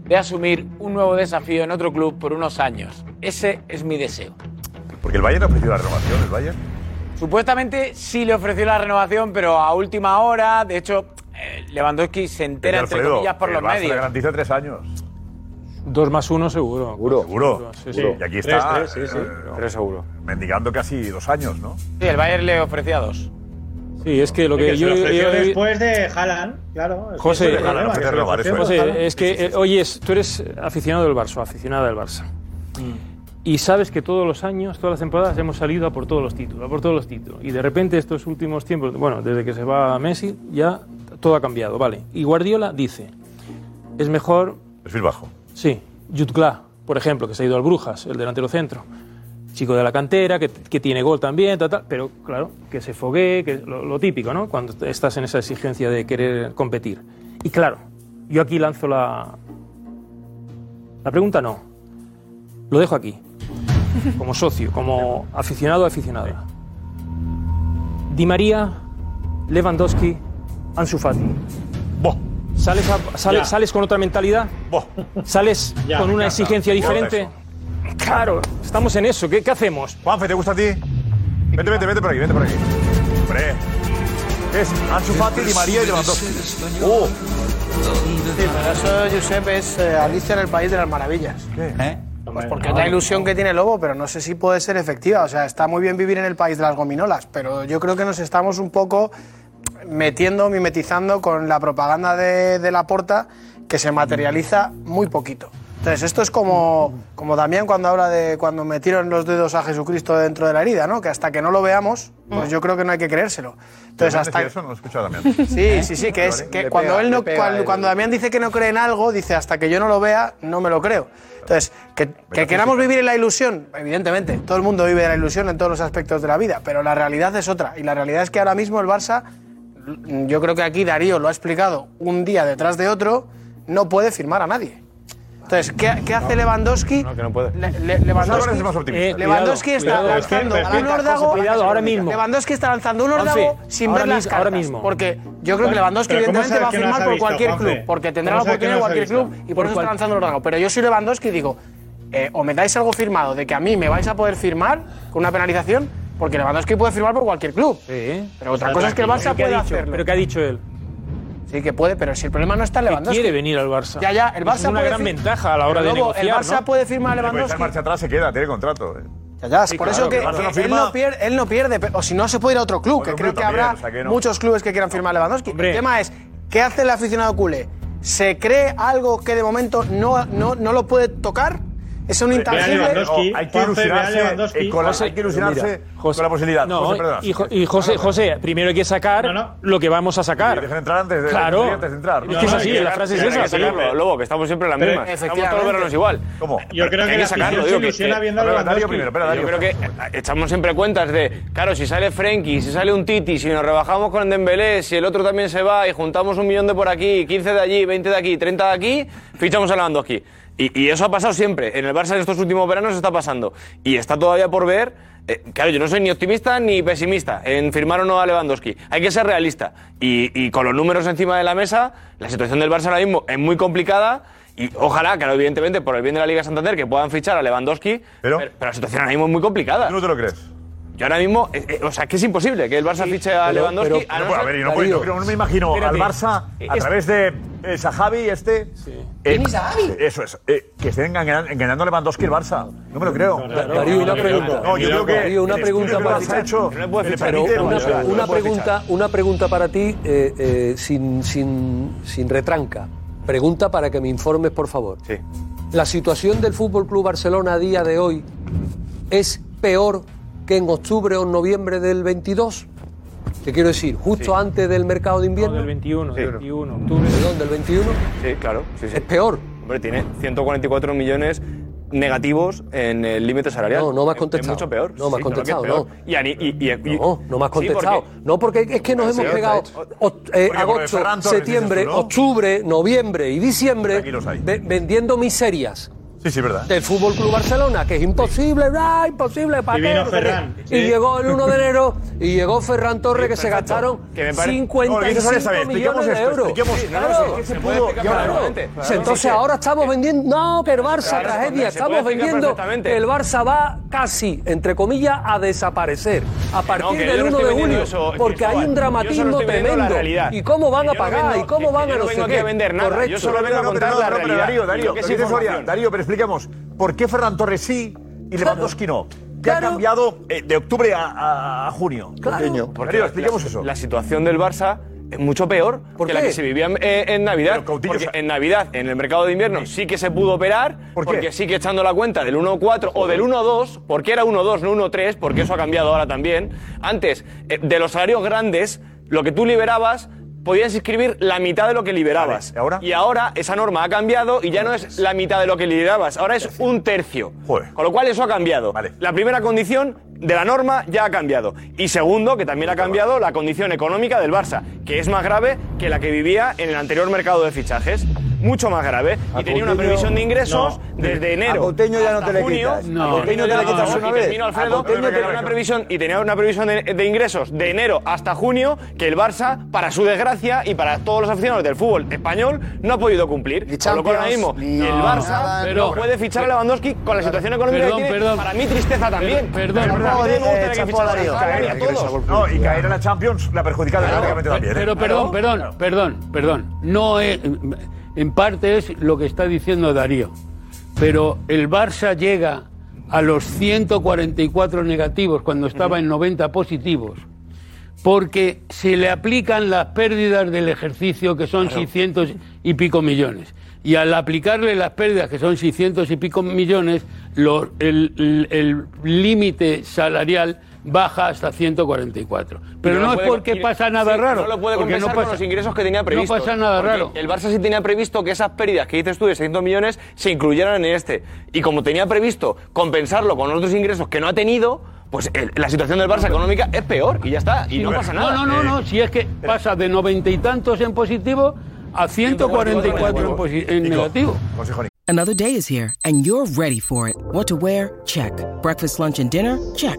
[SPEAKER 7] de asumir un nuevo desafío en otro club por unos años. Ese es mi deseo.
[SPEAKER 5] Porque el Bayern ha ofrecido la renovación, el Bayern.
[SPEAKER 7] Supuestamente sí le ofreció la renovación, pero a última hora, de hecho, eh, Lewandowski se entera,
[SPEAKER 5] Pero,
[SPEAKER 7] entre
[SPEAKER 5] Alfredo,
[SPEAKER 7] comillas, por
[SPEAKER 5] el
[SPEAKER 7] los
[SPEAKER 5] Barça Le
[SPEAKER 7] medios.
[SPEAKER 5] garantiza tres años.
[SPEAKER 4] 2 más 1 seguro.
[SPEAKER 5] Seguro. Seguro.
[SPEAKER 4] Sí, sí.
[SPEAKER 5] Y aquí está. eh.
[SPEAKER 4] Tres, tres, sí, sí.
[SPEAKER 5] tres seguro. Mendigando casi dos años, ¿no?
[SPEAKER 7] Sí, el Bayern le ofrecía dos.
[SPEAKER 4] Sí, es que lo
[SPEAKER 13] Que
[SPEAKER 4] que
[SPEAKER 13] se lo
[SPEAKER 4] yo,
[SPEAKER 13] ofreció
[SPEAKER 4] yo-
[SPEAKER 13] después de Haaland, claro. es que
[SPEAKER 4] José,
[SPEAKER 13] es el problema, que se lo ofreció por Haaland.
[SPEAKER 4] José, es que eh, oye, es- tú eres aficionado del Barça, aficionada del Barça.
[SPEAKER 5] Mm.
[SPEAKER 4] Y sabes que todos los años, todas las temporadas hemos salido a por todos los títulos, a por todos los títulos. Y de repente estos últimos tiempos, bueno, desde que se va Messi, ya todo ha cambiado, vale. Y Guardiola dice, es mejor...
[SPEAKER 5] Perfil bajo.
[SPEAKER 4] Sí, Jutgla, por ejemplo, que se ha ido al Brujas, el delantero centro. Chico de la cantera, que, que tiene gol también, tal, tal, pero claro, que se foguee, que lo, lo típico, ¿no? Cuando estás en esa exigencia de querer competir. Y claro, yo aquí lanzo la... La pregunta no. Lo dejo aquí. Como socio, como aficionado o aficionada. Di María, Lewandowski, Ansu Fati. ¿Sales, a- sale-
[SPEAKER 7] Ya.
[SPEAKER 4] sales con otra mentalidad? ¿Sales
[SPEAKER 7] Ya,
[SPEAKER 4] con
[SPEAKER 7] me
[SPEAKER 4] una
[SPEAKER 7] encanta.
[SPEAKER 4] exigencia
[SPEAKER 7] Me gusta
[SPEAKER 4] diferente? Claro, estamos en eso. ¿Qué, qué hacemos?
[SPEAKER 5] Juanfe, ¿te gusta a ti? Vete, vete, vete por aquí, vete por aquí. Hombre. Es Ansu Fati, Di María y Lewandowski. ¡Oh!
[SPEAKER 18] Sí, pero eso, Josep, es eh, Alicia en el País de las Maravillas. ¿Qué?
[SPEAKER 1] ¿Eh?
[SPEAKER 18] Pues porque es la ilusión que tiene Lobo, pero no sé si puede ser efectiva. O sea, está muy bien vivir en el País de las Gominolas, pero yo creo que nos estamos un poco metiendo, mimetizando con la propaganda de, de la porta que se materializa muy poquito. Entonces, esto es como, como Damián cuando habla de cuando metieron los dedos a Jesucristo dentro de la herida, ¿no? Que hasta que no lo veamos, pues yo creo que no hay que creérselo. Entonces,
[SPEAKER 5] ¿Damián
[SPEAKER 18] hasta,
[SPEAKER 5] decía eso no lo he escuchado a Damián.
[SPEAKER 18] Sí, sí, sí, que es que
[SPEAKER 5] ¿Eh? Le
[SPEAKER 18] cuando
[SPEAKER 5] pega,
[SPEAKER 18] él no
[SPEAKER 5] le pega
[SPEAKER 18] cuando,
[SPEAKER 5] el-
[SPEAKER 18] cuando Damián dice que no cree en algo, dice hasta que yo no lo vea, no me lo creo. Entonces, que, que queramos vivir en la ilusión, evidentemente, todo el mundo vive de la ilusión en todos los aspectos de la vida, pero la realidad es otra. Y la realidad es que ahora mismo el Barça, l- yo creo que aquí Darío lo ha explicado un día detrás de otro, no puede firmar a nadie. Entonces, ¿qué, qué hace Lewandowski?
[SPEAKER 4] No, que no puede.
[SPEAKER 18] Le- Le- Lewandowski,
[SPEAKER 4] Álvarez es más optimista. Eh, cuidado,
[SPEAKER 18] Lewandowski está
[SPEAKER 4] cuidado,
[SPEAKER 18] lanzando
[SPEAKER 4] es que-
[SPEAKER 18] un órdago.
[SPEAKER 4] Cuidado, ahora mismo.
[SPEAKER 18] Lewandowski está lanzando un
[SPEAKER 4] Juanfe,
[SPEAKER 18] órdago sin
[SPEAKER 4] ahora
[SPEAKER 18] ver las
[SPEAKER 4] mis-
[SPEAKER 18] cartas.
[SPEAKER 4] ahora mismo.
[SPEAKER 18] Porque yo creo que Lewandowski,
[SPEAKER 4] Pero ¿cómo
[SPEAKER 18] evidentemente,
[SPEAKER 4] sabes
[SPEAKER 18] va a
[SPEAKER 4] que no las
[SPEAKER 18] firmar
[SPEAKER 4] ha
[SPEAKER 18] por
[SPEAKER 4] visto,
[SPEAKER 18] cualquier
[SPEAKER 4] Juanfe?
[SPEAKER 18] club. Porque tendrá la
[SPEAKER 4] ¿Cómo sabes que
[SPEAKER 18] oportunidad en
[SPEAKER 4] no las ha
[SPEAKER 18] cualquier club
[SPEAKER 4] visto?
[SPEAKER 18] y por eso está
[SPEAKER 4] Por cual-
[SPEAKER 18] lanzando el órdago. Pero yo soy Lewandowski y digo: eh, o me dais algo firmado de que a mí me vais a poder firmar con una penalización, porque Lewandowski puede firmar por cualquier club. Pero otra
[SPEAKER 4] Está
[SPEAKER 18] cosa es que el
[SPEAKER 4] tranquilo.
[SPEAKER 18] Barça
[SPEAKER 4] ¿eh? ¿Pero qué ha
[SPEAKER 18] puede
[SPEAKER 4] dicho?
[SPEAKER 18] hacerlo.
[SPEAKER 4] ¿Pero qué ha dicho él?
[SPEAKER 18] Sí, que puede, pero si el problema no está en Lewandowski.
[SPEAKER 4] quiere venir al Barça.
[SPEAKER 18] Ya, ya, el
[SPEAKER 4] Eso
[SPEAKER 18] Barça
[SPEAKER 4] es una
[SPEAKER 18] puede
[SPEAKER 4] gran
[SPEAKER 18] fi-
[SPEAKER 4] ventaja a la hora
[SPEAKER 18] Pero,
[SPEAKER 4] de
[SPEAKER 18] Lobo,
[SPEAKER 4] negociar,
[SPEAKER 18] El Barça
[SPEAKER 4] ¿no?
[SPEAKER 18] puede firmar a
[SPEAKER 5] Pues echar
[SPEAKER 18] Lewandowski.
[SPEAKER 5] marcha atrás se queda, tiene contrato. eh.
[SPEAKER 18] Ya, ya, es
[SPEAKER 5] Sí,
[SPEAKER 18] por
[SPEAKER 5] claro,
[SPEAKER 18] eso que,
[SPEAKER 5] el Barça no
[SPEAKER 18] que él,
[SPEAKER 5] firma.
[SPEAKER 18] no pierde, él no pierde, pe- o si no se puede ir a otro club, que
[SPEAKER 5] club
[SPEAKER 18] creo que
[SPEAKER 5] también,
[SPEAKER 18] habrá
[SPEAKER 5] o sea que no.
[SPEAKER 18] muchos clubes que quieran firmar a Lewandowski. El tema es, ¿qué hace el aficionado culé? ¿Se cree algo que de momento no, no, no lo puede tocar? ¿Es un
[SPEAKER 5] Ve a
[SPEAKER 18] intangible?
[SPEAKER 5] Lewandowski,
[SPEAKER 13] Oh,
[SPEAKER 5] Hay que Juanfe, ve a ilusionarse, Lewandowski. eh, con la- hay que ilusionarse con la posibilidad.
[SPEAKER 4] No,
[SPEAKER 5] José, perdona.
[SPEAKER 4] y, Jo- y José, José, primero hay que sacar lo que vamos a sacar. Dejar
[SPEAKER 5] entrar antes de-
[SPEAKER 4] claro.
[SPEAKER 5] antes de entrar.
[SPEAKER 4] Es que es
[SPEAKER 5] No, no,
[SPEAKER 4] así,
[SPEAKER 5] hay que
[SPEAKER 4] la
[SPEAKER 5] sacar-
[SPEAKER 4] frase es
[SPEAKER 5] hay que
[SPEAKER 4] esa.
[SPEAKER 5] sacarlo,
[SPEAKER 4] sí.
[SPEAKER 14] Lobo, que estamos siempre en las
[SPEAKER 4] Pero-
[SPEAKER 14] mismas. Estamos todos los
[SPEAKER 4] Efectivamente.
[SPEAKER 14] veranos igual.
[SPEAKER 5] ¿Cómo?
[SPEAKER 14] Yo creo que, hay que sacarlo, digo. que- que-
[SPEAKER 5] Espera, Darío primero, espera, Darío.
[SPEAKER 14] Yo creo que echamos siempre cuentas de, claro, si sale Frenkie, si sale un Titi, si nos rebajamos con Dembélé, si el otro también se va y juntamos un millón de por aquí, 15 de allí, 20 de aquí, 30 de aquí, fichamos a Lewandowski. Y, y eso ha pasado siempre. En el Barça en estos últimos veranos está pasando. Y está todavía por ver. eh, claro, yo no soy ni optimista ni pesimista en firmar o no a Lewandowski. Hay que ser realista. Y, y con los números encima de la mesa, la situación del Barça ahora mismo es muy complicada. Y ojalá, claro, evidentemente, por el bien de la Liga Santander, que puedan fichar a Lewandowski. Pero, pero la situación ahora mismo es muy complicada. ¿Tú
[SPEAKER 5] no te lo crees?
[SPEAKER 14] Yo ahora mismo, eh, eh, o sea, que es imposible que el Barça fiche a
[SPEAKER 5] Pero-
[SPEAKER 14] Lewandowski.
[SPEAKER 5] pero- no, a ver, yo no, puedo- no creo- no me imagino al Barça a través de eh, Sahabi, este. Sí.
[SPEAKER 14] ¿Tiene Sahabi?
[SPEAKER 5] Eso es. eh, que estén engañan- engañando a Lewandowski el Barça. No me lo creo.
[SPEAKER 3] Darío, una pregunta.
[SPEAKER 5] No, yo creo que.
[SPEAKER 3] Darío, una
[SPEAKER 5] el
[SPEAKER 3] pregunta
[SPEAKER 5] estudio que
[SPEAKER 3] para
[SPEAKER 5] el Barça
[SPEAKER 3] ti.
[SPEAKER 5] ha hecho, le
[SPEAKER 3] Pero
[SPEAKER 5] permite
[SPEAKER 3] una,
[SPEAKER 5] demostrar.
[SPEAKER 3] una
[SPEAKER 5] No puede
[SPEAKER 3] pregunta, una pregunta para ti eh, eh, sin, sin, sin retranca. Pregunta para que me informes, por favor. ¿La situación del Fútbol Club Barcelona a día de hoy es peor que en octubre o noviembre del 22? Te quiero decir, justo antes del mercado de invierno. del
[SPEAKER 4] 21,
[SPEAKER 14] del
[SPEAKER 4] 21, octubre.
[SPEAKER 3] Perdón, del 21.
[SPEAKER 14] Sí, claro. Sí, sí. Es
[SPEAKER 3] peor.
[SPEAKER 14] Hombre, tiene 144 millones negativos en el límite salarial.
[SPEAKER 3] No, no me has
[SPEAKER 14] Es-
[SPEAKER 3] contestado.
[SPEAKER 14] Es mucho peor.
[SPEAKER 3] No me has
[SPEAKER 14] Sí, claro que es
[SPEAKER 3] contestado,
[SPEAKER 14] peor.
[SPEAKER 3] no.
[SPEAKER 14] Y, a ni- y- y- y-
[SPEAKER 3] No, no me has
[SPEAKER 14] Sí,
[SPEAKER 3] contestado.
[SPEAKER 14] porque-
[SPEAKER 3] no, porque es que nos
[SPEAKER 14] Sí,
[SPEAKER 3] hemos
[SPEAKER 14] sí,
[SPEAKER 3] pegado
[SPEAKER 14] está hecho.
[SPEAKER 3] o- eh,
[SPEAKER 14] Oye, por lo de
[SPEAKER 3] agosto,
[SPEAKER 14] Ferran Torres,
[SPEAKER 3] septiembre,
[SPEAKER 14] dices tú, ¿no?
[SPEAKER 3] octubre, noviembre y diciembre ve- vendiendo miserias.
[SPEAKER 5] Sí, sí, verdad.
[SPEAKER 3] Del Fútbol Club Barcelona, que es imposible, bla, imposible, ¿para
[SPEAKER 14] Y
[SPEAKER 3] qué?
[SPEAKER 14] vino
[SPEAKER 3] No sé qué.
[SPEAKER 14] Ferran,
[SPEAKER 3] Y
[SPEAKER 14] sí.
[SPEAKER 3] llegó el 1 de enero y llegó Ferran Torres, que se gastaron
[SPEAKER 14] Que me pare- No, lo que dices ahora está
[SPEAKER 3] 55
[SPEAKER 14] bien,
[SPEAKER 3] millones de
[SPEAKER 14] expliquemos
[SPEAKER 3] euros.
[SPEAKER 14] esto, expliquemos-
[SPEAKER 3] Sí,
[SPEAKER 14] no, no,
[SPEAKER 3] claro.
[SPEAKER 14] sí, sí, se puede explicar
[SPEAKER 3] Claro.
[SPEAKER 14] perfectamente, claro.
[SPEAKER 3] Entonces
[SPEAKER 14] Sí, sí.
[SPEAKER 3] ahora estamos vendiendo. No, que el Barça,
[SPEAKER 14] Claro,
[SPEAKER 3] tragedia.
[SPEAKER 14] se puede
[SPEAKER 3] Estamos
[SPEAKER 14] explicar
[SPEAKER 3] vendiendo.
[SPEAKER 14] perfectamente.
[SPEAKER 3] que El Barça va casi, entre comillas, a desaparecer. A partir
[SPEAKER 14] que yo
[SPEAKER 3] del
[SPEAKER 14] no
[SPEAKER 3] 1
[SPEAKER 14] estoy
[SPEAKER 3] de
[SPEAKER 14] vendiendo
[SPEAKER 3] junio.
[SPEAKER 14] eso,
[SPEAKER 3] porque
[SPEAKER 14] Cristóbal.
[SPEAKER 3] hay un
[SPEAKER 14] Yo solo
[SPEAKER 3] dramatismo
[SPEAKER 14] estoy vendiendo la
[SPEAKER 3] tremendo.
[SPEAKER 14] realidad.
[SPEAKER 3] ¿Y cómo van
[SPEAKER 14] Que
[SPEAKER 3] a
[SPEAKER 14] yo no
[SPEAKER 3] pagar?
[SPEAKER 14] vengo-
[SPEAKER 3] ¿Y cómo
[SPEAKER 14] que-
[SPEAKER 3] van
[SPEAKER 14] que
[SPEAKER 3] a
[SPEAKER 14] yo
[SPEAKER 3] no
[SPEAKER 14] no
[SPEAKER 3] sé
[SPEAKER 14] vengo aquí
[SPEAKER 3] qué?
[SPEAKER 14] a vender nada. Yo
[SPEAKER 3] Correcto.
[SPEAKER 14] solo vengo a
[SPEAKER 5] No, pero
[SPEAKER 14] contar
[SPEAKER 5] no,
[SPEAKER 14] la
[SPEAKER 5] no, pero
[SPEAKER 14] realidad.
[SPEAKER 5] Darío,
[SPEAKER 14] Y lo
[SPEAKER 5] Darío,
[SPEAKER 14] que es
[SPEAKER 5] lo que dice Soria,
[SPEAKER 14] información.
[SPEAKER 5] Darío, pero expliquemos. ¿Por qué Ferran Torres sí y Lewandowski no? ¿Qué ha cambiado eh, de octubre a, a- a junio? Darío,
[SPEAKER 14] Porque la-
[SPEAKER 5] expliquemos
[SPEAKER 14] la-
[SPEAKER 5] eso.
[SPEAKER 14] La situación del Barça es mucho peor que la
[SPEAKER 5] qué?
[SPEAKER 14] que se vivía en, eh, en Navidad. porque en Navidad, en el mercado de invierno, sí que se pudo operar, porque sí que echando la cuenta del 1-4 o del 1-2, porque era 1-2, no 1-3, porque eso ha cambiado ahora también. Antes, eh, de los salarios grandes, lo que tú liberabas. Podías inscribir la mitad de lo que liberabas. Y ahora esa norma ha cambiado y ya no es la mitad de lo que liberabas, ahora es un tercio. Con lo cual eso ha cambiado. La primera condición de la norma ya ha cambiado. Y segundo, que también ha cambiado la condición económica del Barça, que es más grave que la que vivía en el anterior mercado de fichajes. mucho más grave. Y tenía una
[SPEAKER 12] Coutinho,
[SPEAKER 14] previsión de ingresos
[SPEAKER 12] no.
[SPEAKER 14] desde enero.
[SPEAKER 12] A Coutinho ya no
[SPEAKER 14] hasta
[SPEAKER 12] te le
[SPEAKER 14] junio.
[SPEAKER 12] quitas. No. A
[SPEAKER 14] ya
[SPEAKER 12] Coutinho te le quitas
[SPEAKER 14] no,
[SPEAKER 12] una
[SPEAKER 14] y
[SPEAKER 12] vez.
[SPEAKER 14] termino, Alfredo,
[SPEAKER 12] A Coutinho
[SPEAKER 14] tenía
[SPEAKER 12] te-
[SPEAKER 14] una previsión, y tenía una previsión de, de ingresos de enero hasta junio que el Barça, para su desgracia y para todos los aficionados del fútbol español, no ha podido cumplir. Por lo cual ahora mismo,
[SPEAKER 2] Champions, ni
[SPEAKER 14] el Barça
[SPEAKER 2] nada,
[SPEAKER 14] no
[SPEAKER 2] ni-
[SPEAKER 14] puede fichar a Lewandowski con la situación económica
[SPEAKER 2] Perdón,
[SPEAKER 14] que tiene.
[SPEAKER 2] perdón.
[SPEAKER 14] Para mí, tristeza también.
[SPEAKER 2] Perdón.
[SPEAKER 14] Pero
[SPEAKER 2] Chapo,
[SPEAKER 14] a mí me gustaría
[SPEAKER 5] eh,
[SPEAKER 14] que
[SPEAKER 5] Chapo,
[SPEAKER 14] fichara a
[SPEAKER 5] Darío.
[SPEAKER 14] Lewandowski, a todos.
[SPEAKER 5] No, y caer en la Champions la perjudicada económicamente también. ¿eh?
[SPEAKER 2] Pero perdón, perdón, perdón, perdón. No es, en parte es lo que está diciendo Darío. Pero el Barça llega a los 144 negativos cuando estaba en 90 positivos. Porque se le aplican las pérdidas del ejercicio que son 600 y pico millones. Y al aplicarle las pérdidas que son 600 y pico millones, lo- el- el el límite salarial baja hasta 144. Pero
[SPEAKER 14] Y
[SPEAKER 2] no,
[SPEAKER 14] lo
[SPEAKER 2] es
[SPEAKER 14] puede-
[SPEAKER 2] porque
[SPEAKER 14] y-
[SPEAKER 2] pasa nada
[SPEAKER 14] sí,
[SPEAKER 2] raro.
[SPEAKER 14] No lo puede
[SPEAKER 2] porque
[SPEAKER 14] compensar
[SPEAKER 2] no pasa,
[SPEAKER 14] con los ingresos que tenía
[SPEAKER 2] no
[SPEAKER 14] previsto.
[SPEAKER 2] pasa nada raro.
[SPEAKER 14] El Barça sí tenía previsto que esas pérdidas que dices tú de 600 millones se incluyeran en este. Y como tenía previsto compensarlo con otros ingresos que no ha tenido, pues el- la situación del Barça económica es peor y ya está. Y no pasa nada.
[SPEAKER 2] No,
[SPEAKER 5] eh.
[SPEAKER 2] no, no, si es que pasa de noventa y tantos en positivo a 144 en, posi- en negativo.
[SPEAKER 19] Another day is here, and you're ready for it. What to wear? Check. Breakfast, lunch, and dinner? Check.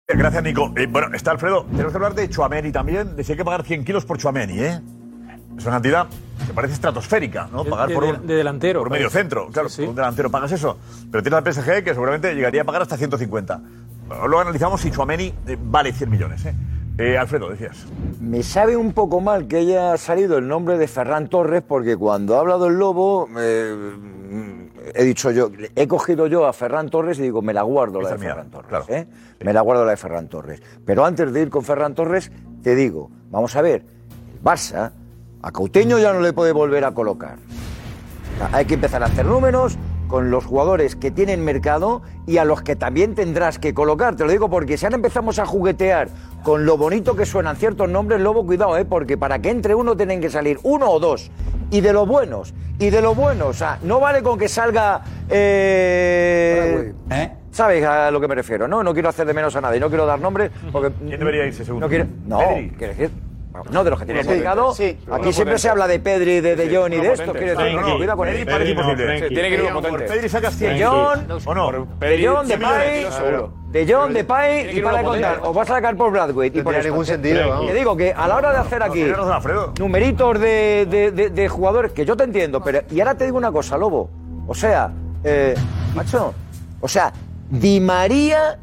[SPEAKER 5] Eh, Gracias, Nico. Eh, bueno, está Alfredo. Tenemos que hablar de Chuameni también, de si hay que pagar 100 kilos por Chuameni, ¿eh? Es una cantidad que parece estratosférica, ¿no? Pagar
[SPEAKER 4] de-
[SPEAKER 5] por
[SPEAKER 4] de-
[SPEAKER 5] un,
[SPEAKER 4] de delantero,
[SPEAKER 5] Por medio
[SPEAKER 4] parece.
[SPEAKER 5] centro, claro, por un delantero pagas eso. Pero tienes al PSG que seguramente llegaría a pagar hasta 150. Bueno, luego analizamos si Chuameni eh, vale 100 millones, ¿eh? Eh, Alfredo, decías.
[SPEAKER 12] Me sabe un poco mal que haya salido el nombre de Ferran Torres porque cuando ha hablado el Lobo eh, he dicho yo, he cogido yo a Ferran Torres y digo, me la guardo la
[SPEAKER 5] Esa
[SPEAKER 12] de
[SPEAKER 5] es mía,
[SPEAKER 12] Ferran Torres. ¿eh? Me la guardo la de Ferran Torres. Pero antes de ir con Ferran Torres, te digo, vamos a ver, el Barça a Couteño ya no le puede volver a colocar. O sea, hay que empezar a hacer números con los jugadores que tienen mercado y a los que también tendrás que colocar. Te lo digo porque si ahora empezamos a juguetear con lo bonito que suenan ciertos nombres, Lobo, cuidado, ¿eh? porque para que entre uno tienen que salir uno o dos. Y de los buenos, y de los buenos. O sea, no vale con que salga... Eh, ¿Sabes a lo que me refiero? No no quiero hacer de menos a nadie, no quiero dar nombres. Porque, ¿Quién
[SPEAKER 5] debería irse segundo?
[SPEAKER 12] No, quiero, no
[SPEAKER 5] Pedri.
[SPEAKER 12] quiero decir... vamos, No, de los que tienen
[SPEAKER 5] Pedri.
[SPEAKER 12] mercado.
[SPEAKER 5] Sí.
[SPEAKER 12] Aquí siempre se habla de Pedri, de De Jong y de esto. Quiero decir, no, no, cuidado con
[SPEAKER 5] Pedri,
[SPEAKER 12] él.
[SPEAKER 5] parece imposible.
[SPEAKER 12] Sí,
[SPEAKER 5] Tiene que ir
[SPEAKER 12] un
[SPEAKER 5] uno potente. Pedri sacas 100.
[SPEAKER 12] De Jong,
[SPEAKER 5] ¿O no?
[SPEAKER 12] de Jong, de Pai, de Jong, de Pai y
[SPEAKER 5] ir
[SPEAKER 12] para
[SPEAKER 5] uno
[SPEAKER 12] contar.
[SPEAKER 5] potente.
[SPEAKER 12] Os va a sacar por Bradway.
[SPEAKER 10] No tiene ningún sentido, vamos.
[SPEAKER 12] Te digo que a la hora de hacer
[SPEAKER 10] No,
[SPEAKER 12] aquí
[SPEAKER 10] tiene razón, Alfredo.
[SPEAKER 12] numeritos de, de- de- de jugadores, que yo te entiendo, pero. Y ahora te digo una cosa, Lobo. O sea, eh, macho. O sea, Di María,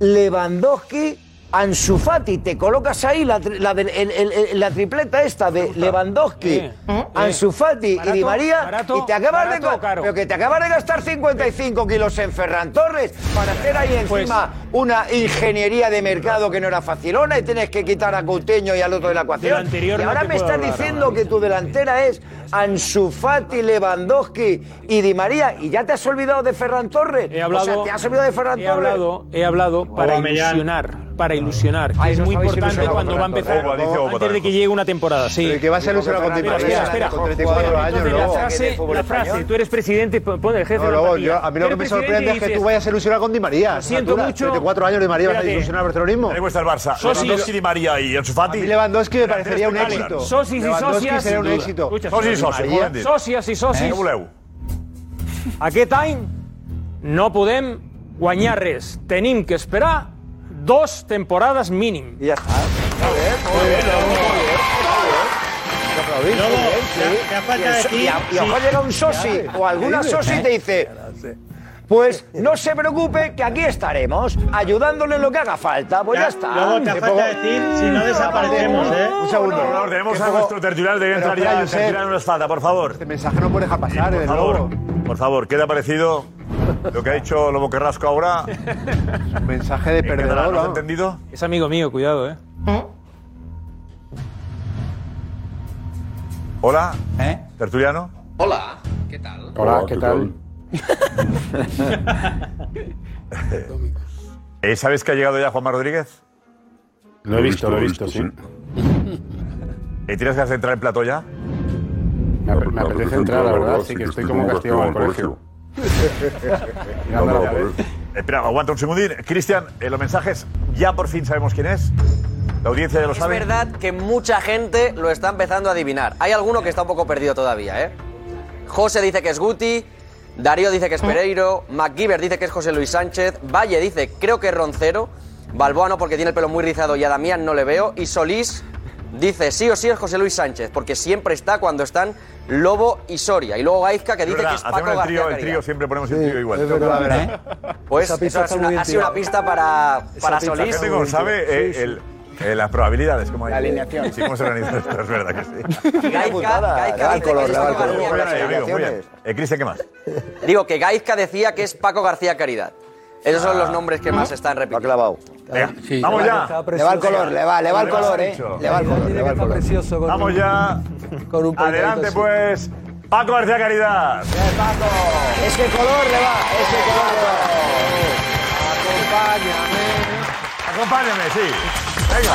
[SPEAKER 12] Lewandowski, Ansu Fati. Te colocas ahí la, tri- la, del- el- el- el- la tripleta esta de Lewandowski, Ansu Fati y Di
[SPEAKER 10] Eh, Barato,
[SPEAKER 12] María.
[SPEAKER 10] barato,
[SPEAKER 12] y te acabas de
[SPEAKER 10] barato
[SPEAKER 12] co-
[SPEAKER 10] o caro.
[SPEAKER 12] Pero que te acabas de gastar 55 kilos en Ferran Torres para hacer ahí
[SPEAKER 4] Pues
[SPEAKER 12] encima una ingeniería de mercado que no era facilona y tienes que quitar a Couteño y al otro de la ecuación.
[SPEAKER 4] Del anterior
[SPEAKER 12] y
[SPEAKER 4] no
[SPEAKER 12] ahora
[SPEAKER 4] te
[SPEAKER 12] me
[SPEAKER 4] puedo
[SPEAKER 12] estás
[SPEAKER 4] hablar,
[SPEAKER 12] diciendo que tu delantera es Ansu Fati, Lewandowski y Di María y ya te has olvidado de Ferran Torres.
[SPEAKER 4] He hablado,
[SPEAKER 12] o sea, te has olvidado de Ferran
[SPEAKER 4] he
[SPEAKER 12] Torres.
[SPEAKER 4] hablado, he hablado para
[SPEAKER 12] Aubameyang.
[SPEAKER 4] ilusionar,
[SPEAKER 10] Ah.
[SPEAKER 4] para ilusionar. que
[SPEAKER 12] Ay,
[SPEAKER 4] es
[SPEAKER 12] no
[SPEAKER 4] muy
[SPEAKER 12] sabéis
[SPEAKER 4] importante
[SPEAKER 12] ilusionar
[SPEAKER 4] cuando
[SPEAKER 12] con
[SPEAKER 4] va a
[SPEAKER 12] Ferran
[SPEAKER 4] empezar,
[SPEAKER 12] Torres. Dice Bobo
[SPEAKER 4] antes de que llegue una temporada, sí.
[SPEAKER 10] Pero que va a ser ilusionar con Ferran
[SPEAKER 4] Espera, espera,
[SPEAKER 10] Torres, con
[SPEAKER 4] espera.
[SPEAKER 10] 34 años,
[SPEAKER 4] Entonces,
[SPEAKER 10] luego.
[SPEAKER 4] La frase,
[SPEAKER 10] Fútbol
[SPEAKER 4] la frase,
[SPEAKER 10] español.
[SPEAKER 4] tú eres presidente, pon el jefe
[SPEAKER 10] No,
[SPEAKER 4] de la
[SPEAKER 10] luego,
[SPEAKER 4] plantilla.
[SPEAKER 10] yo- a mí lo que
[SPEAKER 4] Eres
[SPEAKER 10] me
[SPEAKER 4] presidente
[SPEAKER 10] sorprende
[SPEAKER 4] y
[SPEAKER 10] es que
[SPEAKER 4] dices,
[SPEAKER 10] tú vayas a ilusionar con Di María.
[SPEAKER 4] Lo siento mucho.
[SPEAKER 10] 34 años Di María vas a
[SPEAKER 4] Espérate.
[SPEAKER 10] ilusionar al barcelonismo.
[SPEAKER 5] ¿Te cuesta el Barça? Lewandowski, Di María y Ansu Fati.
[SPEAKER 10] A mí Lewandowski me parecería un
[SPEAKER 5] Espectacular.
[SPEAKER 10] éxito.
[SPEAKER 4] Socios y
[SPEAKER 10] Lewandowski
[SPEAKER 4] socias.
[SPEAKER 10] sería un
[SPEAKER 4] sin duda.
[SPEAKER 10] éxito.
[SPEAKER 4] Escucha,
[SPEAKER 10] Socios y socias,
[SPEAKER 4] María.
[SPEAKER 10] com han dit.
[SPEAKER 4] Socias i socis.
[SPEAKER 10] Eh? Què voleu?
[SPEAKER 4] Aquest any no podem guanyar res. Tenim que esperar dos temporades mínim.
[SPEAKER 12] I ja està.
[SPEAKER 10] de ti.
[SPEAKER 12] Y, a- y a lo mejor
[SPEAKER 10] Sí.
[SPEAKER 12] llega un soci o alguna
[SPEAKER 10] increíble.
[SPEAKER 12] soci y te dice, pues no se preocupe que aquí estaremos ayudándole en lo que haga falta. Pues ya, está.
[SPEAKER 13] Luego te falta decir si no desaparecemos, ¿eh?
[SPEAKER 10] Un segundo.
[SPEAKER 5] Por favor, tenemos
[SPEAKER 10] Que
[SPEAKER 5] a
[SPEAKER 10] poco-
[SPEAKER 5] nuestro tertulial de
[SPEAKER 10] Pero
[SPEAKER 5] entrar
[SPEAKER 10] espera,
[SPEAKER 5] ya.
[SPEAKER 10] Josep.
[SPEAKER 5] Tertulial no nos falta, por favor. Este
[SPEAKER 10] mensaje no puede dejar pasar,
[SPEAKER 5] Por
[SPEAKER 10] desde
[SPEAKER 5] favor,
[SPEAKER 10] luego.
[SPEAKER 5] por favor, ¿qué te ha parecido lo que ha hecho Lobo Carrasco ahora?
[SPEAKER 10] Un mensaje de
[SPEAKER 5] catalán,
[SPEAKER 10] perdedor.
[SPEAKER 5] ¿no has
[SPEAKER 10] ¿no?
[SPEAKER 5] entendido?
[SPEAKER 4] Es amigo mío, cuidado, ¿eh?
[SPEAKER 5] Hola,
[SPEAKER 6] ¿Eh?
[SPEAKER 5] tertuliano.
[SPEAKER 20] Hola, ¿qué tal?
[SPEAKER 5] Hola, ¿qué tal? Eh, ¿Sabes que ha llegado ya Juanma Rodríguez?
[SPEAKER 8] Lo he visto, lo he visto, sí.
[SPEAKER 5] Eh, ¿Tienes ganas de entrar en plato ya?
[SPEAKER 8] Me, ap- me apetece entrar, la verdad, sí que estoy como castigado en el colegio.
[SPEAKER 5] No, no, Eh, Espera, aguanta un segundín. Cristian, eh, los mensajes, ya por fin sabemos quién es. La audiencia ya lo
[SPEAKER 6] Es
[SPEAKER 5] sabe.
[SPEAKER 6] verdad que mucha gente lo está empezando a adivinar. Hay alguno que está un poco perdido todavía, ¿eh? José dice que es Guti, Darío dice que es Pereiro, MacGyver dice que es José Luis Sánchez, Valle dice creo que es Roncero, Balboano porque tiene el pelo muy rizado y a Damián no le veo, y Solís dice sí o sí es José Luis Sánchez, porque siempre está cuando están Lobo y Soria. Y luego Gaizka que
[SPEAKER 5] Es
[SPEAKER 6] dice
[SPEAKER 5] verdad,
[SPEAKER 6] que es Paco
[SPEAKER 5] hacemos el
[SPEAKER 6] García
[SPEAKER 5] trío, el
[SPEAKER 6] Caridad.
[SPEAKER 5] trío, siempre ponemos el trío igual.
[SPEAKER 6] es verdad, Pues
[SPEAKER 5] Esa
[SPEAKER 6] eso
[SPEAKER 5] pista
[SPEAKER 6] ha
[SPEAKER 5] está
[SPEAKER 6] sido
[SPEAKER 5] muy
[SPEAKER 6] una,
[SPEAKER 5] bien
[SPEAKER 6] ha sido una
[SPEAKER 5] tirada.
[SPEAKER 6] pista para,
[SPEAKER 5] Esa
[SPEAKER 6] para
[SPEAKER 5] pista.
[SPEAKER 6] Solís.
[SPEAKER 5] La gente como sabe eh, el- eh, las probabilidades, como hay.
[SPEAKER 6] La alineación.
[SPEAKER 5] Sí, cómo se organiza esto, es verdad que sí. Muy bien, ahí, amigo, muy bien. Eh, Cristian, ¿qué más?
[SPEAKER 6] Digo que Gaizka decía que es Paco García Caridad. Esos son los nombres que
[SPEAKER 11] Ah.
[SPEAKER 6] más están repitiendo. clavado.
[SPEAKER 5] sí. Vamos ya.
[SPEAKER 11] Le va el color, le va, le va el color, eh. Le va el color, le va el color.
[SPEAKER 3] Precioso con
[SPEAKER 5] Vamos
[SPEAKER 3] un-
[SPEAKER 5] ya.
[SPEAKER 3] Con un
[SPEAKER 5] Adelante, pues. Paco García Caridad.
[SPEAKER 11] Es que el color le va, es que el color le va.
[SPEAKER 5] Acompáñame, sí. Venga.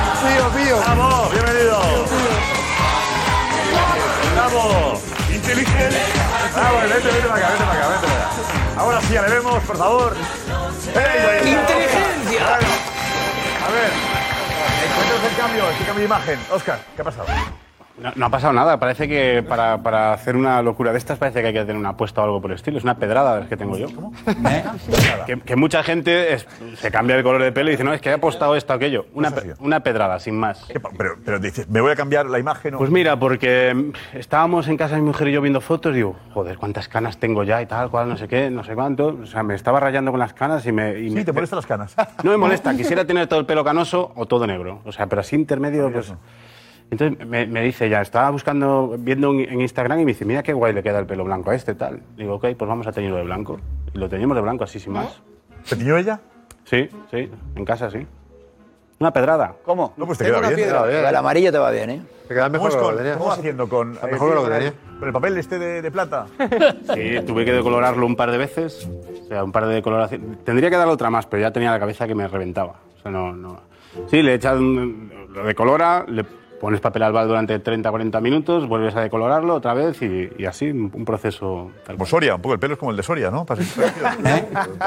[SPEAKER 5] ¡Bravo! ¡Bienvenido! ¡Bravo! ¡Inteligente! ¡Bravo! Vente, vente para acá, vente para acá, vente para acá. Ahora sí, ya le vemos, por favor. ¡Inteligencia! a ver, encuentras el cambio, este cambio de imagen. Oscar, ¿qué ha pasado?
[SPEAKER 8] No, no ha pasado nada, parece que para, para hacer una locura de estas parece que hay que tener una apuesta o algo por el estilo. Es una pedrada de las que tengo yo. Que, que mucha gente es- se cambia de color de pelo y dice, no, es que he apostado esto o aquello.
[SPEAKER 5] Pues
[SPEAKER 8] Una, pe- una pedrada, sin más.
[SPEAKER 5] Pero, pero dices, ¿me voy a cambiar la imagen?
[SPEAKER 8] Pues mira, porque mm, estábamos en casa de mi mujer y yo viendo fotos y digo, joder, cuántas canas tengo ya y tal, cual, no sé qué, no sé cuánto. O sea, me estaba rayando con las canas y me...
[SPEAKER 5] Sí, te molestan las canas.
[SPEAKER 8] No me molesta, quisiera tener todo el pelo canoso o todo negro. O sea, pero así intermedio, pues... Entonces me, me dice ya, estaba buscando, viendo en- en Instagram y me dice, mira qué guay le queda el pelo blanco a este tal. Digo, ok, pues vamos a teñirlo de blanco. Y lo teníamos de blanco así sin más.
[SPEAKER 5] ¿Te tiñó ella?
[SPEAKER 8] Sí, sí, en casa sí. Una pedrada.
[SPEAKER 11] ¿Cómo?
[SPEAKER 5] No, pues te
[SPEAKER 8] Tengo
[SPEAKER 5] queda
[SPEAKER 8] una
[SPEAKER 5] bien. te
[SPEAKER 8] piedra.
[SPEAKER 5] queda bien.
[SPEAKER 8] El amarillo te va
[SPEAKER 11] bien, ¿eh?
[SPEAKER 10] Te queda
[SPEAKER 5] ¿Cómo,
[SPEAKER 10] mejor
[SPEAKER 5] es
[SPEAKER 10] que lo
[SPEAKER 5] con-
[SPEAKER 10] que tenía.
[SPEAKER 5] cómo haciendo con,
[SPEAKER 10] Está mejor que lo que tenía.
[SPEAKER 5] con el papel este de, de plata?
[SPEAKER 8] Sí, tuve que decolorarlo un par de veces. O sea, un par de decoloraciones. Tendría que dar otra más, pero ya tenía la cabeza que me reventaba. O sea, no, no. Sí, le echas. un- Lo decolora, le pones papel albal durante 30-40 minutos, vuelves a decolorarlo otra vez y, y así, un un proceso. Tal
[SPEAKER 5] Como Soria, un poco el pelo es como el de Soria, ¿no?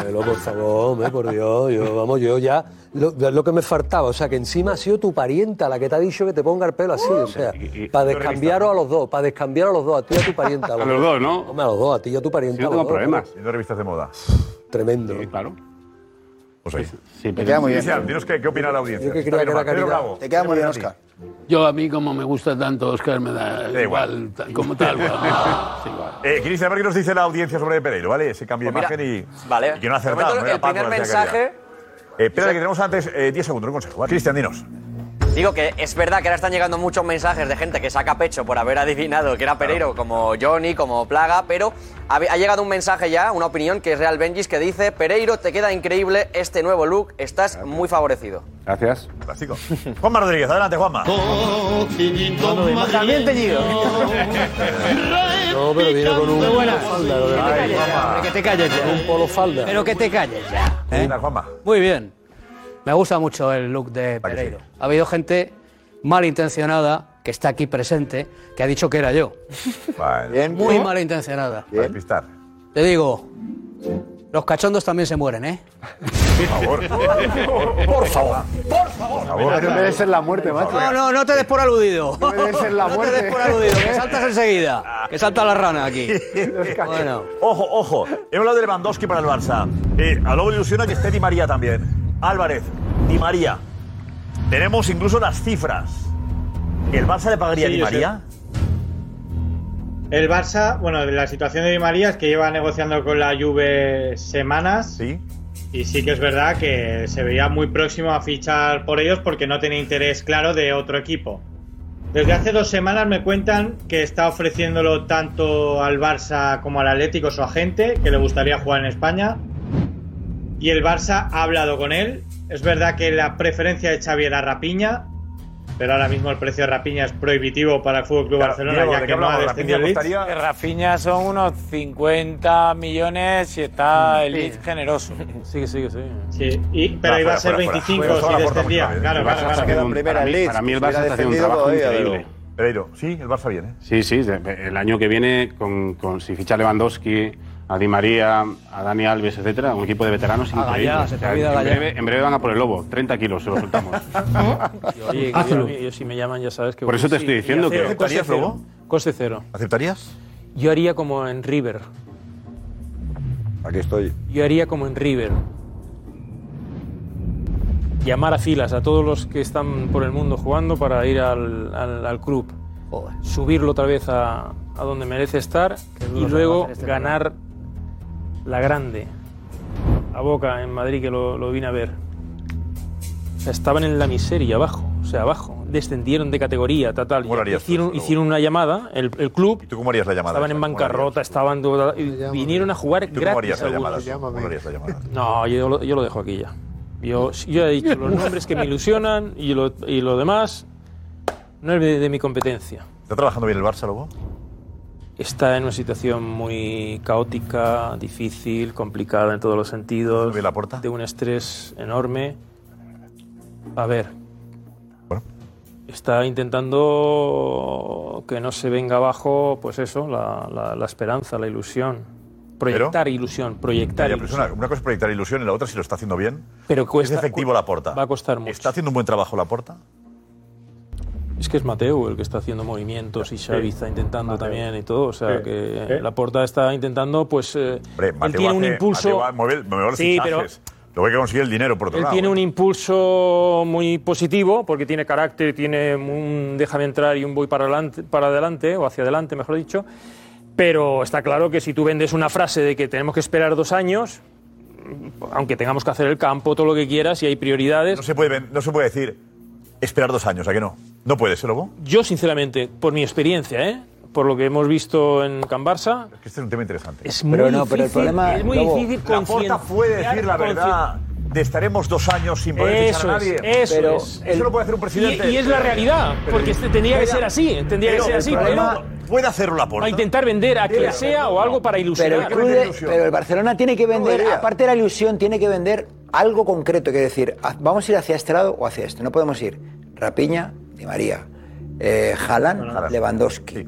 [SPEAKER 3] Pero por favor, hombre, por Dios, yo, vamos, yo ya lo, lo que me faltaba, o sea, que encima ha sido tu parienta la que te ha dicho que te ponga el pelo así,
[SPEAKER 14] Uh.
[SPEAKER 3] o sea, para descambiaros a los dos, para descambiaros a los dos, a ti y a tu parienta.
[SPEAKER 8] A los dos, ¿no?
[SPEAKER 3] Hombre, a los dos, a ti y a tu parienta.
[SPEAKER 8] Sí, no
[SPEAKER 3] a los
[SPEAKER 8] tengo
[SPEAKER 3] dos,
[SPEAKER 8] problemas.
[SPEAKER 5] Viendo revistas de moda.
[SPEAKER 3] Tremendo.
[SPEAKER 8] claro.
[SPEAKER 5] Pues ahí.
[SPEAKER 8] Sí,
[SPEAKER 5] Te queda muy bien. Cristian, dinos qué- qué opina la audiencia. Yo que creía que era Pedro caridad. Bravo. Te queda muy bien, Óscar.
[SPEAKER 2] Yo, a mí, como me gusta tanto Oscar, me da
[SPEAKER 5] Da igual.
[SPEAKER 2] igual, tal- como tal. cual.
[SPEAKER 5] Eh, Cristian, a ver qué nos dice la audiencia sobre Pereiro, ¿vale? Ese cambio de
[SPEAKER 6] Pues
[SPEAKER 5] imagen
[SPEAKER 6] mira,
[SPEAKER 5] y,
[SPEAKER 6] vale.
[SPEAKER 5] y que no ha acertado.
[SPEAKER 6] Prometo
[SPEAKER 5] no era
[SPEAKER 6] el
[SPEAKER 5] Paco,
[SPEAKER 6] primer
[SPEAKER 5] no hacía
[SPEAKER 6] mensaje-
[SPEAKER 5] calidad. Eh, espera, que tenemos antes eh, 10 segundos, un consejo. ¿vale? Cristian, dinos.
[SPEAKER 6] Digo que es verdad que ahora están llegando muchos mensajes de gente que saca pecho por haber adivinado que era Pereiro, como Johnny, como Plaga, pero ha ha llegado un mensaje ya, una opinión que es Real Benjis, que dice, Pereiro, te queda increíble este nuevo look, estás muy favorecido.
[SPEAKER 8] Gracias.
[SPEAKER 5] Plástico. Juanma Rodríguez, adelante, Juanma.
[SPEAKER 18] También teñido.
[SPEAKER 3] No, pero viene con un
[SPEAKER 18] Muy buena.
[SPEAKER 3] polo falda, lo que
[SPEAKER 18] Ay,
[SPEAKER 3] viene.
[SPEAKER 18] Juanma.
[SPEAKER 3] Hombre, que te calles ya. Con un polo falda.
[SPEAKER 20] Pero que te calles ya. ¿eh? Muy bien. Me gusta mucho el look de Pereiro. Ha habido gente malintencionada que está aquí presente que ha dicho que era yo. Muy malintencionada.
[SPEAKER 5] Para despistar.
[SPEAKER 20] Te digo, los cachondos también se mueren, ¿eh?
[SPEAKER 5] Por favor. Por favor.
[SPEAKER 20] Por
[SPEAKER 10] Pero no debe ser la muerte, macho.
[SPEAKER 20] No, no, no te des por aludido. No
[SPEAKER 10] la
[SPEAKER 20] te
[SPEAKER 10] muerte.
[SPEAKER 20] des por aludido, que saltas ¿eh? enseguida. Que salta la rana aquí.
[SPEAKER 5] Bueno. Ojo, ojo. He hablado de Lewandowski para el Barça. Eh, a Lobo le ilusiona que esté Di María también. Álvarez, Di María. Tenemos incluso las cifras. ¿El Barça le pagaría
[SPEAKER 13] Sí,
[SPEAKER 5] a Di
[SPEAKER 13] yo sé.
[SPEAKER 5] María?
[SPEAKER 13] El Barça, bueno, la situación de Di María es que lleva negociando con la Juve semanas.
[SPEAKER 5] Sí.
[SPEAKER 13] Y sí que es verdad que se veía muy próximo a fichar por ellos porque no tenía interés claro de otro equipo. Desde hace dos semanas me cuentan que está ofreciéndolo tanto al Barça como al Atlético su agente, que le gustaría jugar en España. Y el Barça ha hablado con él. Es verdad que la preferencia de Xavi era Rapiña, pero ahora mismo el precio de Rapiña es prohibitivo para el Fútbol Club Barcelona,
[SPEAKER 7] Diego,
[SPEAKER 13] ya
[SPEAKER 7] ¿de
[SPEAKER 13] que
[SPEAKER 7] qué
[SPEAKER 13] no ha
[SPEAKER 7] hablamos?
[SPEAKER 13] descendido el Leeds.
[SPEAKER 7] Que Rafinha son unos 50 millones si está el
[SPEAKER 13] Sí.
[SPEAKER 7] Leeds generoso. Sí, sí, sí.
[SPEAKER 13] Sí, y- pero
[SPEAKER 7] Va,
[SPEAKER 13] iba
[SPEAKER 7] fuera,
[SPEAKER 13] a ser
[SPEAKER 7] fuera,
[SPEAKER 13] 25
[SPEAKER 7] fuera. Fuera,
[SPEAKER 13] si
[SPEAKER 7] fuera,
[SPEAKER 13] descendía.
[SPEAKER 7] fuera,
[SPEAKER 5] ¿eh?
[SPEAKER 13] Claro,
[SPEAKER 7] fuera.
[SPEAKER 13] claro, claro.
[SPEAKER 8] haciendo un-
[SPEAKER 5] primera
[SPEAKER 8] para
[SPEAKER 5] en
[SPEAKER 8] mí-
[SPEAKER 5] Leeds,
[SPEAKER 8] Para mí el
[SPEAKER 5] se
[SPEAKER 8] Barça
[SPEAKER 5] hubiera
[SPEAKER 8] está haciendo un
[SPEAKER 5] defendido
[SPEAKER 8] trabajo
[SPEAKER 5] todavía,
[SPEAKER 8] increíble.
[SPEAKER 5] Diego. Pedro, sí, el Barça ¿eh? viene.
[SPEAKER 8] Sí, sí, de- el año que viene, con, con si ficha Lewandowski, a Di María, a Dani Alves, etcétera, un equipo de veteranos
[SPEAKER 20] A Gallá,
[SPEAKER 8] increíble.
[SPEAKER 20] se te
[SPEAKER 8] O sea,
[SPEAKER 20] olvida
[SPEAKER 8] en,
[SPEAKER 20] Gallá.
[SPEAKER 8] breve, en breve van a por el lobo, 30 kilos se lo soltamos.
[SPEAKER 4] Oye, que
[SPEAKER 8] Hazlo.
[SPEAKER 4] yo, yo si me llaman ya sabes que...
[SPEAKER 8] Por eso te estoy
[SPEAKER 4] y
[SPEAKER 8] diciendo
[SPEAKER 4] hacer
[SPEAKER 8] que-
[SPEAKER 4] coste
[SPEAKER 8] ¿Aceptarías,
[SPEAKER 4] cero.
[SPEAKER 8] Lobo?
[SPEAKER 4] Coste cero.
[SPEAKER 5] ¿Aceptarías?
[SPEAKER 4] Yo haría como en River.
[SPEAKER 12] Aquí estoy.
[SPEAKER 4] Yo haría como en River. Llamar a filas a todos los que están por el mundo jugando para ir al, al, al club. Subirlo otra vez a, a donde merece estar y
[SPEAKER 20] duro
[SPEAKER 4] luego
[SPEAKER 20] hacer este
[SPEAKER 4] ganar la grande. A Boca en Madrid que lo, lo vine a ver. O sea, estaban en la miseria abajo, o sea, abajo. Descendieron de categoría, tal, tal. hicieron, hicieron una llamada, el, el club.
[SPEAKER 5] ¿Y tú cómo harías la llamada?
[SPEAKER 4] Estaban en bancarrota, estaban. y Vinieron a jugar
[SPEAKER 5] ¿Tú cómo harías
[SPEAKER 4] gratis.
[SPEAKER 5] la llamada?
[SPEAKER 4] algunos.
[SPEAKER 5] ¿Cómo harías la llamada?
[SPEAKER 4] No, yo lo, yo lo dejo aquí ya. Yo, yo he dicho los nombres que me ilusionan y lo, y lo demás no es de, de mi competencia.
[SPEAKER 5] ¿Está trabajando bien el Barça, Lobo?
[SPEAKER 4] Está en una situación muy caótica, difícil, complicada en todos los sentidos. De un estrés enorme. A ver. Está intentando que no se venga abajo, pues eso, la, la- la esperanza, la ilusión. Proyectar ilusión, proyectar
[SPEAKER 5] Ya, pero es
[SPEAKER 4] ilusión.
[SPEAKER 5] una, una cosa es proyectar ilusión y la otra si lo está haciendo bien.
[SPEAKER 4] Pero cuesta-
[SPEAKER 5] es efectivo la porta. Va a
[SPEAKER 4] costar mucho.
[SPEAKER 5] ¿Está haciendo un buen trabajo la porta?
[SPEAKER 4] Es que es Mateo el que está haciendo movimientos y Xavi
[SPEAKER 5] Sí.
[SPEAKER 4] está intentando
[SPEAKER 5] Mateu.
[SPEAKER 4] también y todo. O sea,
[SPEAKER 5] Sí.
[SPEAKER 4] que
[SPEAKER 5] Sí.
[SPEAKER 4] Laporta está intentando, pues. eh, él tiene un impulso.
[SPEAKER 5] Mueve, mueve los
[SPEAKER 4] sí, pero
[SPEAKER 5] fichajes. Luego hay que conseguir el dinero, por otro
[SPEAKER 4] él
[SPEAKER 5] lado.
[SPEAKER 4] tiene un impulso muy positivo porque tiene carácter, tiene un déjame entrar y un voy para adelante, para adelante o hacia adelante, mejor dicho. Pero está claro que si tú vendes una frase de que tenemos que esperar dos años, aunque tengamos que hacer el campo, todo lo que quieras, y hay prioridades.
[SPEAKER 5] No se puede, ven- no se puede decir esperar dos años, ¿a que no? No puede ser, Lobo.
[SPEAKER 4] Yo, sinceramente, por mi experiencia, ¿eh? por lo que hemos visto en Can Barça,
[SPEAKER 5] Es que este es un tema interesante.
[SPEAKER 4] Es Pero muy no, pero el difícil- problema, es muy Lobo, difícil
[SPEAKER 5] La porta puede decir la
[SPEAKER 4] concienciar-
[SPEAKER 5] verdad de estaremos dos años sin poder
[SPEAKER 4] Eso
[SPEAKER 5] fichar a nadie.
[SPEAKER 4] es, eso
[SPEAKER 5] Pero
[SPEAKER 4] es.
[SPEAKER 5] Eso lo puede hacer un presidente.
[SPEAKER 4] Y, y es la realidad,
[SPEAKER 5] Pero-
[SPEAKER 4] porque este tendría que
[SPEAKER 5] Pero-
[SPEAKER 4] ser así, tendría que
[SPEAKER 5] pero
[SPEAKER 4] ser
[SPEAKER 5] el
[SPEAKER 4] así.
[SPEAKER 5] problema-
[SPEAKER 4] pero
[SPEAKER 5] puede hacerlo la porta.
[SPEAKER 4] a intentar vender a quien sea o algo para
[SPEAKER 11] Pero el,
[SPEAKER 4] ilusionar.
[SPEAKER 11] club de- pero el Barcelona tiene que vender, aparte de la ilusión, tiene que vender algo concreto, que decir, haz- vamos a ir hacia este lado o hacia este. No podemos ir Rapiña, Di María, eh, Haaland, Lewandowski,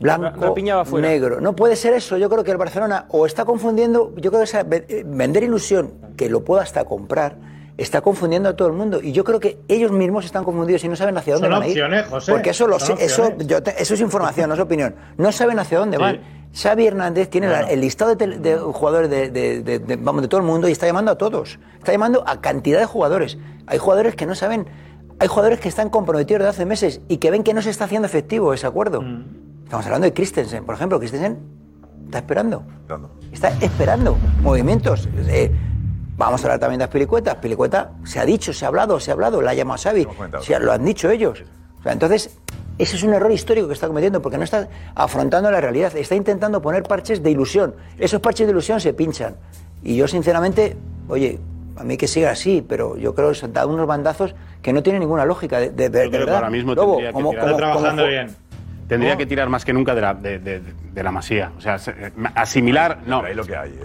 [SPEAKER 11] blanco,
[SPEAKER 4] Rapiña va fuera.
[SPEAKER 11] negro. No puede ser eso. Yo creo que el Barcelona o está confundiendo, yo creo que esa ve- eh, vender ilusión, que lo pueda hasta comprar, está confundiendo a todo el mundo. Y yo creo que ellos mismos están confundidos y no saben hacia dónde
[SPEAKER 13] Son
[SPEAKER 11] van a ir.
[SPEAKER 13] opciones, José,
[SPEAKER 11] Porque eso, lo
[SPEAKER 13] son
[SPEAKER 11] sé- eso,
[SPEAKER 13] opciones.
[SPEAKER 11] yo te- eso es información, no es opinión. No saben hacia dónde
[SPEAKER 13] Sí.
[SPEAKER 11] van. Xavi Hernández tiene la- el listado de, tel- de jugadores de, de- de- de- vamos, de todo el mundo y está llamando a todos. Está llamando a cantidad de jugadores. Hay jugadores que no saben, hay jugadores que están comprometidos de hace meses y que ven que no se está haciendo efectivo ese acuerdo.
[SPEAKER 13] Mm.
[SPEAKER 11] Estamos hablando de Christensen, por ejemplo. Christensen está esperando. Está esperando movimientos. Eh, vamos a hablar también de las pilicuetas. Pilicueta se ha dicho, se ha hablado, se ha hablado, la ha llamado Xavi, se- lo han dicho ellos. O sea, entonces, ese es un error histórico que está cometiendo porque no está afrontando la realidad, está intentando poner parches de ilusión. Esos parches de ilusión se pinchan. Y yo, sinceramente, oye, a mí que siga así, pero yo creo que se han dado unos bandazos que no tienen ninguna lógica. De, de- de-
[SPEAKER 8] Yo creo que
[SPEAKER 11] verdad.
[SPEAKER 8] ahora mismo
[SPEAKER 11] Lobo,
[SPEAKER 8] tendría que
[SPEAKER 11] como-
[SPEAKER 8] tirar.
[SPEAKER 11] como- como-
[SPEAKER 8] Tendría que tirar más que nunca de la, de, de- de la masía. O sea, se- eh, asimilar. No.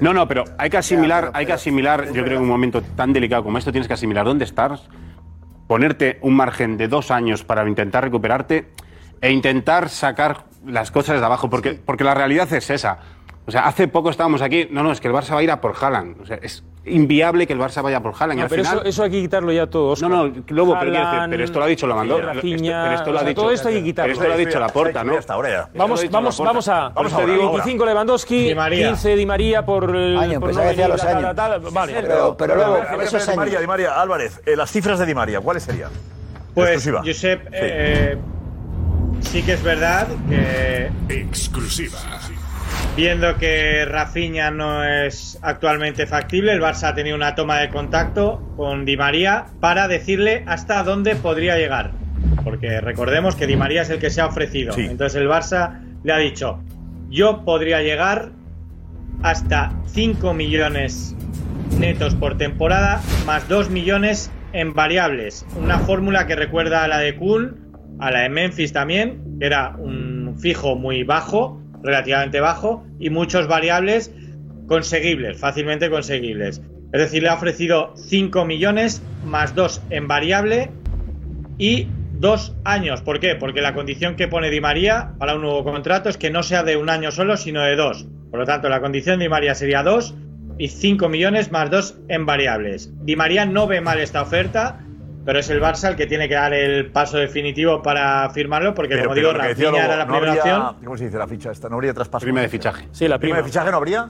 [SPEAKER 8] No, no, pero hay que asimilar, hay que asimilar, yo creo que en un momento tan delicado como esto tienes que asimilar dónde estás, ponerte un margen de dos años para intentar recuperarte e intentar sacar las cosas de abajo, porque, porque la realidad es esa. O sea, hace poco estábamos aquí, no, no, es que el Barça va a ir a por Haaland. O sea, es inviable que el Barça vaya por Haaland. Y
[SPEAKER 4] No,
[SPEAKER 8] al
[SPEAKER 4] pero
[SPEAKER 8] final-
[SPEAKER 4] eso, eso hay que quitarlo ya todo. Oscar.
[SPEAKER 8] No, no, Lobo, pero, quiero decir,
[SPEAKER 4] Haaland,
[SPEAKER 8] pero esto lo ha dicho, lo mandó.
[SPEAKER 4] Rafinha,
[SPEAKER 8] pero esto
[SPEAKER 4] o
[SPEAKER 8] lo ha
[SPEAKER 4] sea,
[SPEAKER 8] dicho.
[SPEAKER 4] Todo esto hay que quitarlo.
[SPEAKER 8] Pero esto lo ha dicho la porta, ¿no?
[SPEAKER 4] Vamos, vamos, vamos a.
[SPEAKER 8] Vamos
[SPEAKER 4] te digo, 25 Lewandowski,
[SPEAKER 8] Di María.
[SPEAKER 4] 15 Di María por. el-
[SPEAKER 11] Año,
[SPEAKER 4] por
[SPEAKER 11] empezaba a decir a
[SPEAKER 4] venir,
[SPEAKER 11] los
[SPEAKER 4] tal,
[SPEAKER 11] años.
[SPEAKER 4] tal, tal. Vale.
[SPEAKER 11] pero
[SPEAKER 5] luego,
[SPEAKER 11] esos
[SPEAKER 5] Di María,
[SPEAKER 11] años.
[SPEAKER 5] Di María, Álvarez, eh, las cifras de Di María, ¿cuáles serían?
[SPEAKER 13] Pues, Josep,
[SPEAKER 5] Sí.
[SPEAKER 13] eh, sí que es verdad que
[SPEAKER 15] exclusiva.
[SPEAKER 13] Viendo que Rafinha no es actualmente factible, el Barça ha tenido una toma de contacto con Di María para decirle hasta dónde podría llegar. Porque recordemos que Di María es el que se ha ofrecido.
[SPEAKER 5] Sí.
[SPEAKER 13] Entonces el Barça le ha dicho, yo podría llegar hasta 5 millones netos por temporada, más 2 millones en variables. Una fórmula que recuerda a la de Kuhn, a la de Memphis también, que era un fijo muy bajo, relativamente bajo, y muchos variables conseguibles, fácilmente conseguibles. Es decir, le ha ofrecido 5 millones más 2 en variable y dos años. ¿Por qué? Porque la condición que pone Di María para un nuevo contrato es que no sea de un año solo, sino de dos. Por lo tanto, la condición de Di María sería dos y 5 millones más dos en variables. Di María no ve mal esta oferta, pero es el Barça el que tiene que dar el paso definitivo para firmarlo, porque
[SPEAKER 5] Pero-
[SPEAKER 13] como
[SPEAKER 5] pero
[SPEAKER 13] digo,
[SPEAKER 5] lo que decía
[SPEAKER 13] Rafinha
[SPEAKER 5] luego,
[SPEAKER 13] era la
[SPEAKER 5] no
[SPEAKER 13] primera
[SPEAKER 5] habría-
[SPEAKER 13] opción.
[SPEAKER 5] ¿Cómo se dice la ficha esta? ¿No habría traspaso?
[SPEAKER 13] Prima de
[SPEAKER 5] fichaje.
[SPEAKER 4] Sí, la
[SPEAKER 5] prima. de fichaje no habría?